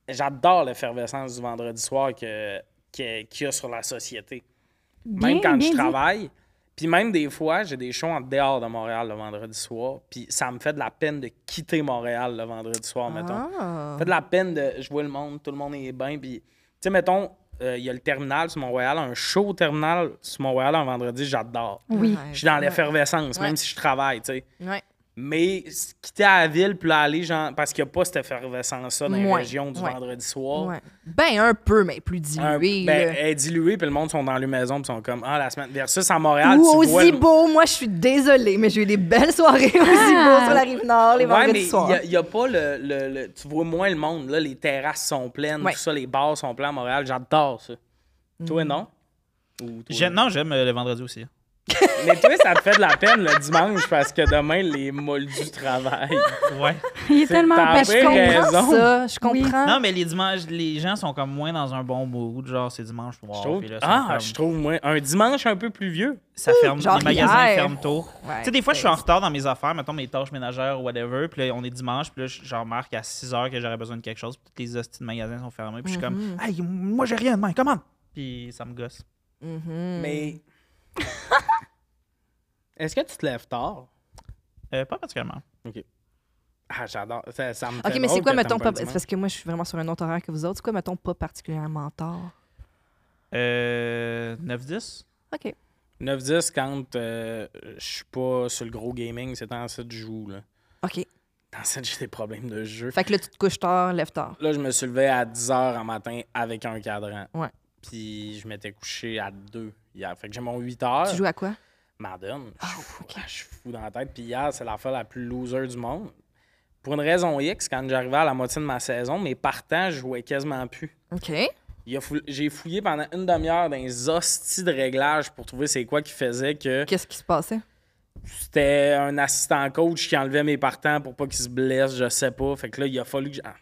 A: J'adore l'effervescence du vendredi soir que, que- qu'il y a sur la société. Même
C: Bien,
A: quand
C: bien
A: je
C: dit.
A: travaille. Puis même des fois, j'ai des shows en dehors de Montréal le vendredi soir. Puis ça me fait de la peine de quitter Montréal le vendredi soir, mettons.
C: Ah.
A: Ça fait de la peine de. Je vois le monde, tout le monde est bien. Puis, tu sais, mettons, euh, il y a le terminal sur Montréal, un show au terminal sur Montréal un vendredi, j'adore.
C: Oui.
A: Je suis dans l'effervescence,
B: Ouais.
A: même si je travaille, tu sais.
B: Ouais.
A: Mais s- quitter la ville, puis là, aller, genre, parce qu'il n'y a pas cette effervescence-là dans les
B: Ouais,
A: régions du
B: ouais,
A: vendredi soir.
B: Ouais. Ben, un peu, mais plus
A: Oh. Un-
B: dilué.
A: ben,
B: là.
A: elle est diluée, puis le monde sont dans leur maison, puis sont comme, ah, la semaine. Versus à Montréal,
B: Ou
A: tu vois.
B: aussi
A: le-
B: beau, moi je suis désolée, mais j'ai eu des belles soirées aussi beau
C: Ah!
B: sur la rive nord, les
A: Ouais, mais
B: vendredis soirs.
A: il n'y a, pas le, le- le- Tu vois moins le monde, là. Les terrasses sont pleines,
B: Ouais. Mm.
A: tout ça, les bars sont pleins à Montréal. J'adore ça. Toi, non? Ou toi?
D: J'ai- Non, j'aime euh, le vendredi aussi.
A: Mais toi, ça te fait de la peine le dimanche parce que demain, les molles du travail.
D: Ouais.
C: Il est
A: C'est
C: tellement
A: tapé,
C: parce que je
A: raison.
C: comprends.
B: Je comprends ça, je
C: Oui.
B: comprends.
D: Non, mais les dimanches, les gens sont comme moins dans un bon mood. Genre, c'est dimanche soir.
A: Je trouve-
D: puis là, ça
A: ah,
D: ferme.
A: je trouve, moi, un dimanche un peu pluvieux.
D: ça ferme,
B: genre
D: les magasins
B: hier.
D: ferment tôt.
B: Ouais,
D: tu sais, des fois, je suis
B: c'est-
D: en retard dans mes affaires, mettons mes tâches ménagères ou whatever, puis là, on est dimanche, puis là, je- j'en remarque à 6 heures que j'aurais besoin de quelque chose, puis toutes les hosties de magasins sont fermés, puis je suis
B: Mhm.
D: comme, hey, moi, j'ai rien de main, commande! Puis ça me gosse.
B: Mm.
A: Mais. Est-ce que tu te lèves tard?
D: Euh, pas particulièrement.
A: Ah, j'adore. Ça, ça me
B: Ok,
A: fait
B: mais c'est
A: drôle
B: quoi,
A: que
B: mettons,
A: t'aimes
B: pas.
A: le
B: c'est Parce que moi, je suis vraiment sur un autre horaire que vous autres. C'est quoi, mettons, pas particulièrement tard?
D: Euh, 9-10?
B: Ok.
A: 9-10 quand euh, je suis pas sur le gros gaming, c'est en ça que je joue. Là.
B: Ok.
A: Dans ça, j'ai des problèmes de jeu.
B: Fait que là, tu te couches tard, lève tard.
A: Là, je me suis levé à 10 h en matin avec un cadran.
B: Ouais.
A: Puis je m'étais couché à 2 hier. Fait que j'ai mon 8 heures.
B: Tu joues à quoi?
A: Madame, je suis fou, ah, je suis fou dans la tête. Puis hier, c'est l'affaire la plus loser du monde. Pour une raison X, quand j'arrivais à la moitié de ma saison, mes partants, je jouais quasiment plus.
B: Ok.
A: Il a fou- J'ai fouillé pendant une demi-heure dans les hosties de réglages pour trouver c'est quoi qui faisait que
B: Qu'est-ce qui se passait?
A: c'était un assistant coach qui enlevait mes partants pour pas qu'ils se blessent, je sais pas. Fait que là, il a fallu que. j'- Ah,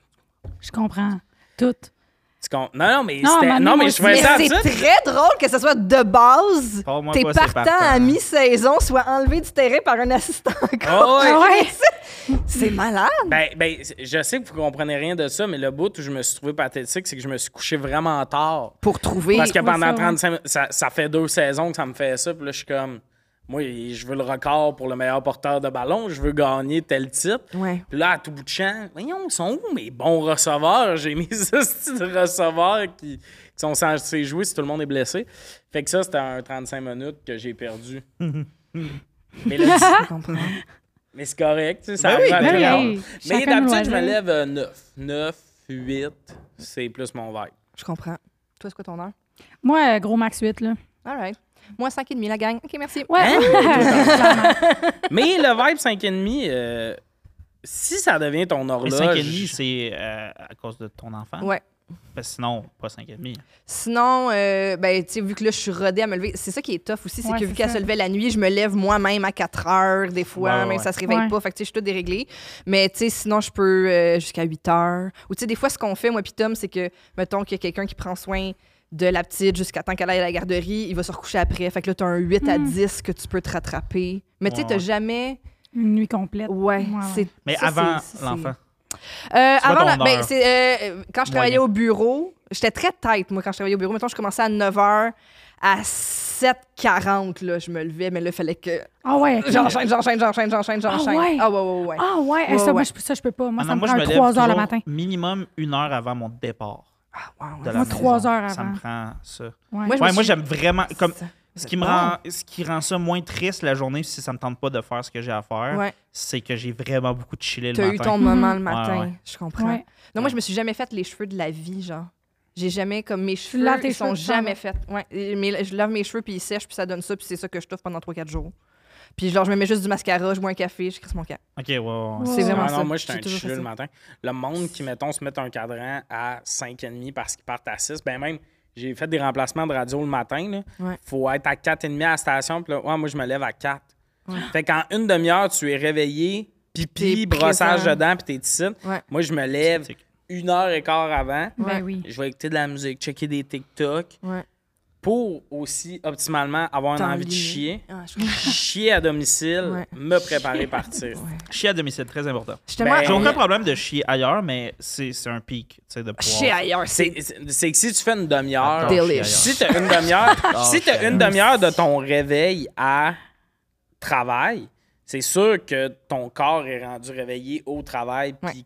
C: Je comprends. Tout.
A: tu com- Non, non, mais
C: Non,
A: c'était.
C: maman,
A: Non,
C: moi
A: mais je
C: aussi.
A: faisais
B: Mais
A: ça
B: c'est
A: tout de suite.
B: très drôle que ce soit de base.
D: Parle-moi
B: Tes
D: pas, c'est
B: partants
D: partant.
B: à mi-saison soient enlevés du terrain par un assistant.
A: Ah ouais.
C: Ah ouais?
B: C'est malade.
A: Ben, ben, c- je sais que vous comprenez rien de ça, mais le bout où je me suis trouvé pathétique, c'est que je me suis couché vraiment tard.
B: Pour trouver.
A: Parce que
C: oui,
A: pendant
C: ça,
A: 35 minutes, ça, ça fait deux saisons que ça me fait ça. Puis là, je suis comme, moi, je veux le record pour le meilleur porteur de ballon. Je veux gagner tel titre.
B: Ouais.
A: Puis là, à tout bout de champ, voyons, ils sont où mes bons receveurs? J'ai mes hosties de receveurs qui, qui sont censés jouer si tout le monde est blessé. Fait que ça, c'était un 35 minutes que j'ai perdu. Mais le, di-
B: Ah! Je comprends.
A: Mais c'est correct, tu sais,
E: Ben
A: ça arrive
E: oui,
A: à
E: ben
A: tout le
C: oui.
A: monde.
C: Chacun
A: Mais d'habitude,
C: nos
A: je me
C: loisirs.
A: lève euh, 9. 9, 8, c'est plus mon verre.
B: Je comprends. Toi, c'est quoi ton heure?
C: Moi, euh, gros max 8, là.
B: All right. Moi, 5 et demi, la gang. OK, merci.
C: Ouais.
A: Hein?
C: Clairement.
A: Mais le vibe 5,5, euh, si ça devient ton
E: Mais
A: horloge...
E: 5,5, c'est euh, à cause de ton enfant.
B: Ouais.
E: Parce que sinon, pas 5,5.
B: Sinon, euh, ben, tu sais, vu que là, je suis rodée à me lever, c'est ça qui est tough aussi, c'est
C: Ouais,
B: que vu
C: c'est
B: qu'elle
C: ça.
B: se levait la nuit, je me lève moi-même à 4 heures, des fois,
E: Ouais, ouais,
B: même
E: ouais.
B: ça se réveille
C: Ouais.
B: pas. Fait que, tu sais, je suis toute déréglée. Mais, tu sais, sinon, je peux euh, jusqu'à 8 heures. Ou, tu sais, des fois, ce qu'on fait, moi, puis Tom, c'est que, mettons qu'il y a quelqu'un qui prend soin de la petite jusqu'à temps qu'elle aille à la garderie, il va se recoucher après. Fait que là, t'as un 8 à
C: Mm.
B: 10 que tu peux te rattraper. Mais, tu
E: Hmm.
B: sais,
E: Ouais,
B: t'as
E: ouais.
B: jamais.
C: Une nuit complète.
B: Ouais,
C: Ouais,
B: c'est.
E: Mais
B: ça,
E: avant
B: c'est- ça, c'est-
E: l'enfant.
B: euh,
E: C'est quoi
B: avant,
E: ton
B: la- ben,
E: heure
B: c'est, euh, quand je travaillais au bureau, j'étais très tête, moi, quand je travaillais au bureau. Mettons, je commençais à 9h. À 7h40, là, je me levais, mais là, il fallait que.
C: Ah ouais, ok.
B: J'enchaîne, j'enchaîne, j'enchaîne, j'enchaîne,
C: Ah
B: j'enchaîne.
C: ouais?
B: Ah, ouais, ouais, ouais.
C: Ah ouais,
B: Ouais,
C: ça, Moi,
B: ouais.
C: je, ça, je peux pas.
E: Ah
C: Moi,
E: non,
C: ça me
E: moi, je
C: prend
E: me lève
C: 3 heures le
E: toujours
C: matin.
E: minimum une heure avant mon départ
B: Ah, ouais,
E: de
B: ouais.
E: la
C: Moi,
E: maison.
C: trois heures
E: Ça
C: avant.
E: me prend ça.
C: Ouais.
B: Moi, je me
E: Ouais, moi,
B: suis-
E: j'aime vraiment... Comme,
B: C'est ça.
E: ce, qui me
B: bon.
E: rend, ce qui rend ça moins triste la journée, si ça me tente pas de faire ce que j'ai à faire,
B: Ouais.
E: c'est que j'ai vraiment beaucoup de chiller le
B: T'as
E: matin.
B: eu ton moment le
E: Mhm. Ouais,
B: matin.
E: ouais.
B: Je comprends.
C: Ouais.
B: Non, moi, je me suis jamais fait les cheveux de la vie, genre. J'ai jamais, comme mes cheveux,
C: laves tes
B: ils sont
C: cheveux, tu t'en
B: jamais
C: vas.
B: faits. Ouais, et- mais je lave mes cheveux, puis ils sèchent, puis ça donne ça, puis c'est ça que je toffe pendant 3-4 jours. Puis genre, je me mets juste du mascara, je bois un café, je crisse mon camp.
E: OK, ouais, ouais, ouais.
C: Ouais.
B: C'est
A: Ah
B: vraiment
A: non,
B: ça.
A: moi, j'étais
B: J'ai
A: un
B: toujours fait
A: chuleux le
B: ça.
A: matin. Le monde qui, mettons, se met un cadran à 5,5 parce qu'ils partent à 6, ben même, j'ai fait des remplacements de radio le matin. Là.
B: Ouais.
A: faut être à 4,5 à la station. Puis là, ouais, moi, je me lève à 4. Fait qu'en une demi-heure, tu es réveillé, pipi,
B: T'es
A: brossage
B: présent.
A: de dents, puis t'es ici.
B: Ouais.
A: Moi, je me lève
E: Critique.
A: une heure et quart avant.
C: Ben
B: Ouais.
C: oui.
A: Je vais écouter de la musique, checker des TikTok
B: Ouais.
A: pour aussi, optimalement, avoir une
B: T'as
A: envie de
B: envie.
A: chier.
B: Ah, je comprends.
A: Chier à domicile,
B: Ouais.
A: me préparer partir.
E: Chier à domicile, très important.
B: Je suis tellement-
A: Ben,
E: J'ai aucun
A: Ouais.
E: problème de chier ailleurs, mais c'est c'est un pic, tu sais, de pouvoir...
B: Chier ailleurs.
A: C'est c'est- c'est que si tu fais une demi-heure,
E: Attends, chier ailleurs. Ah,
B: Delish.
A: Si t'as une demi-heure, si t'as
E: je-
A: une demi-heure de ton réveil à travail, c'est sûr que ton corps est rendu réveillé au travail,
B: Ouais.
A: puis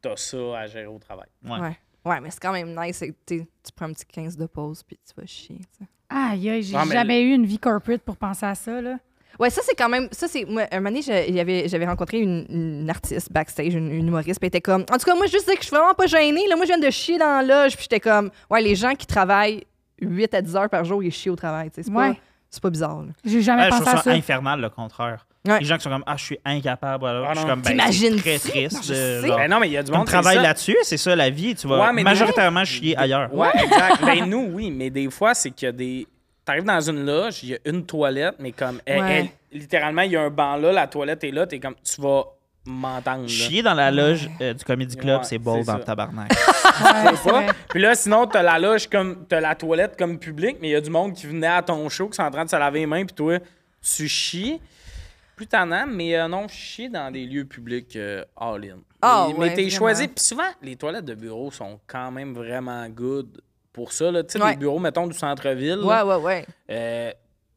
A: t'as ça à gérer au travail.
E: Ouais.
B: Ouais. Ouais, mais c'est quand même nice. c'est que t'es- Tu prends un petit 15 de pause, puis tu vas chier. tu sais.
C: Aïe, aïe, j'ai
A: Non, mais-
C: jamais eu une vie corporate pour penser à ça, là.
B: Ouais, ça, c'est quand même. Ça, c'est. Moi, un moment donné, je- il y avait- j'avais rencontré une, une artiste backstage, une, une humoriste, puis elle était comme. En tout cas, moi, je juste dire que je suis vraiment pas gênée. Là, moi, je viens de chier dans la loge, puis j'étais comme. Ouais, les gens qui travaillent 8 à 10 heures par jour, ils chient au travail. tu sais, C'est pas,
C: Ouais.
B: c'est pas bizarre. là.
C: J'ai jamais
E: Ouais, Ah, je
C: pensé à
E: trouve ça
C: ça.
E: infernal, le contraire.
B: Ouais.
E: Les gens qui sont comme « Ah, je suis incapable. voilà. je
A: Ah, non.
E: suis comme « Ben,
B: T'imagines-tu?
E: c'est très
B: Non,
E: triste.
B: je
E: euh,
B: sais.
E: genre,
A: Ben non, mais il y a du
E: Comme
A: monde qui
E: travaille là-dessus, c'est ça la vie. Tu vas
A: Ouais, mais
E: majoritairement chier ailleurs.
A: Ouais, exact. Ben nous, oui, mais des fois, c'est qu'il y a des. T'arrives dans une loge, il y a une toilette, mais comme. elle-
B: Ouais.
A: elle- littéralement, il y a un banc là, la toilette est là, t'es comme. Tu vas m'entendre. là.
E: Chier dans la loge euh, du Comedy Club,
A: Ouais,
E: c'est bold
A: c'est
E: dans
A: ça.
E: le tabarnak.
C: Ouais, c'est
A: pas.
C: vrai.
A: Puis là, sinon, t'as la loge comme. T'as la toilette comme public, mais il y a du monde qui venait à ton show, qui sont en train de se laver les mains, puis toi, tu chies. Plus t'en as, mais euh, non, chier dans des lieux publics euh, all-in.
B: Ah,
A: mais
B: ouais,
A: mais t'es
B: vraiment.
A: choisi. Puis souvent, les toilettes de bureau sont quand même vraiment good pour ça. là. Tu sais,
B: Ouais.
A: les bureaux, mettons, du centre-ville.
B: Ouais,
A: là,
B: ouais, ouais.
A: euh,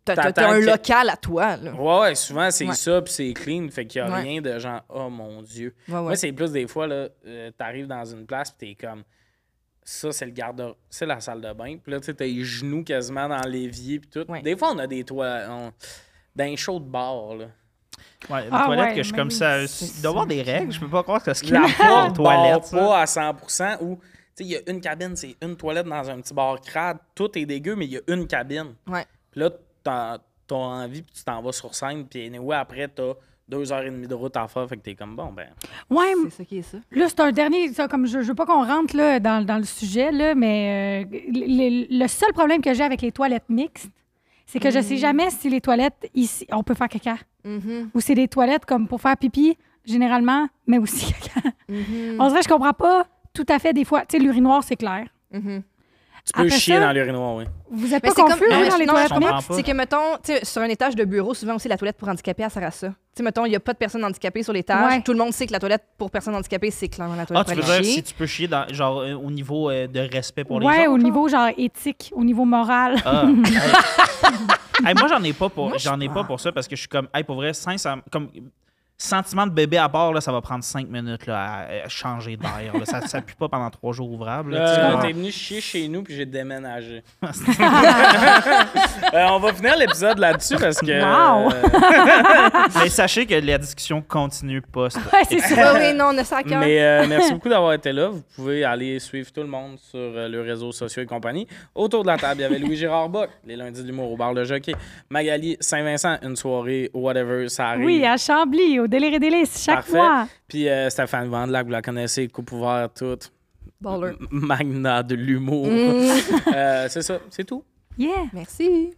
B: T'as- T'as t'as
A: T'attends
B: un
A: que-
B: local à toi, là.
A: Ouais, ouais, souvent c'est
B: Ouais.
A: ça, puis c'est clean, fait qu'il y a
B: Ouais.
A: rien de genre oh mon dieu.
B: Ouais, ouais.
A: Moi c'est plus des fois là, euh, t'arrives dans une place puis t'es comme ça c'est le garde, c'est la salle de bain, puis là tu sais, t'as les genoux quasiment dans l'évier puis tout.
B: Ouais.
A: Des fois on a des toits on... d'un chaud de bar là.
E: Ouais, une
C: Ah
E: toilette
C: ouais,
E: que je suis
C: mais
E: comme
C: oui,
E: ça.
C: c'est
E: Il doit y avoir des règles, je peux pas croire que ce qu'il
A: La porte
E: toilette.
A: toilette pas à 100% ou tu sais il y a une cabine, c'est une toilette dans un petit bar crade, tout est dégueu mais il y a une cabine.
B: Ouais.
A: Puis là, t'en- t'as envie, puis tu t'en vas sur scène, puis anyway, après, t'as deux heures et demie de route à faire, fait que t'es comme, bon, ben...
C: Ouais,
B: C'est ça qui est ça.
C: Là, c'est un dernier, ça, comme je, je veux pas qu'on rentre là, dans, dans le sujet, là, mais euh, le, le- le seul problème que j'ai avec les toilettes mixtes, c'est que je sais jamais si les toilettes ici, on peut faire caca.
B: Mhm,
C: Ou c'est des toilettes comme pour faire pipi, généralement, mais aussi caca.
B: mhm,
C: On dirait que je comprends pas tout à fait des fois. Tu sais, l'urinoir, c'est clair.
B: mhm.
A: Tu peux
C: Après
A: chier
C: ça-
A: dans l'urinoir, oui.
C: Vous êtes
B: Mais
C: pas
B: c'est
C: confus
B: comme.
C: vous,
B: non,
C: dans
B: mais-
C: les
B: non, je
C: toilettes
B: comprends.
C: mixtes?
E: mixtes?
B: C'est que, mettons, tu sais, sur un étage de bureau, souvent aussi, la toilette pour handicapés, elle sert à ça. Tu sais, mettons, il n'y a pas de personnes handicapées sur l'étage.
C: Ouais.
B: Tout le monde sait que la toilette pour personnes handicapées, c'est clairement la
E: Ah,
B: toilette
E: tu veux
B: pour
E: dire
B: handicapés.
E: si tu peux chier dans, genre, euh, au niveau euh, de respect pour les
C: ouais,
E: autres?
C: au niveau genre éthique, au niveau moral.
E: Ah, hey. Hey, moi, j'en ai pas pour,
B: Moi, je
E: j'en ai pas
B: pense-
E: pour ça parce que je suis comme, hey, pour vrai, sincèrement, comme,
D: sentiment de bébé à bord, là, ça va prendre cinq minutes là, à, à changer d'air. là. ça ne pue pas pendant trois jours ouvrables. là, tu
A: Euh,
D: comprends?
A: T'es venu chier chez nous puis j'ai déménagé. Euh, on va finir l'épisode là-dessus parce que.
C: Wow.
A: euh,
D: Mais sachez que la discussion continue post.
C: Ouais, c'est ça.
B: Ah oui, non, on a ça à cœur.
A: mais euh, merci beaucoup d'avoir été là. Vous pouvez aller suivre tout le monde sur euh, le réseau social et compagnie. Autour de la table, il y avait Louis Gérard Bock, les lundis de l'humour au bar Le Jockey. Magali Saint-Vincent, une soirée, whatever, ça arrive.
B: hein.
C: Oui, à Chambly, au Délire et Délices, chaque
A: Parfait.
C: mois.
A: Puis euh, Stéphane Vandelac, vous la connaissez, coupe ouvert, toute.
B: Baller.
A: Magna de l'humour.
B: Mm.
A: Euh, c'est ça, c'est tout.
C: Yeah!
B: Merci.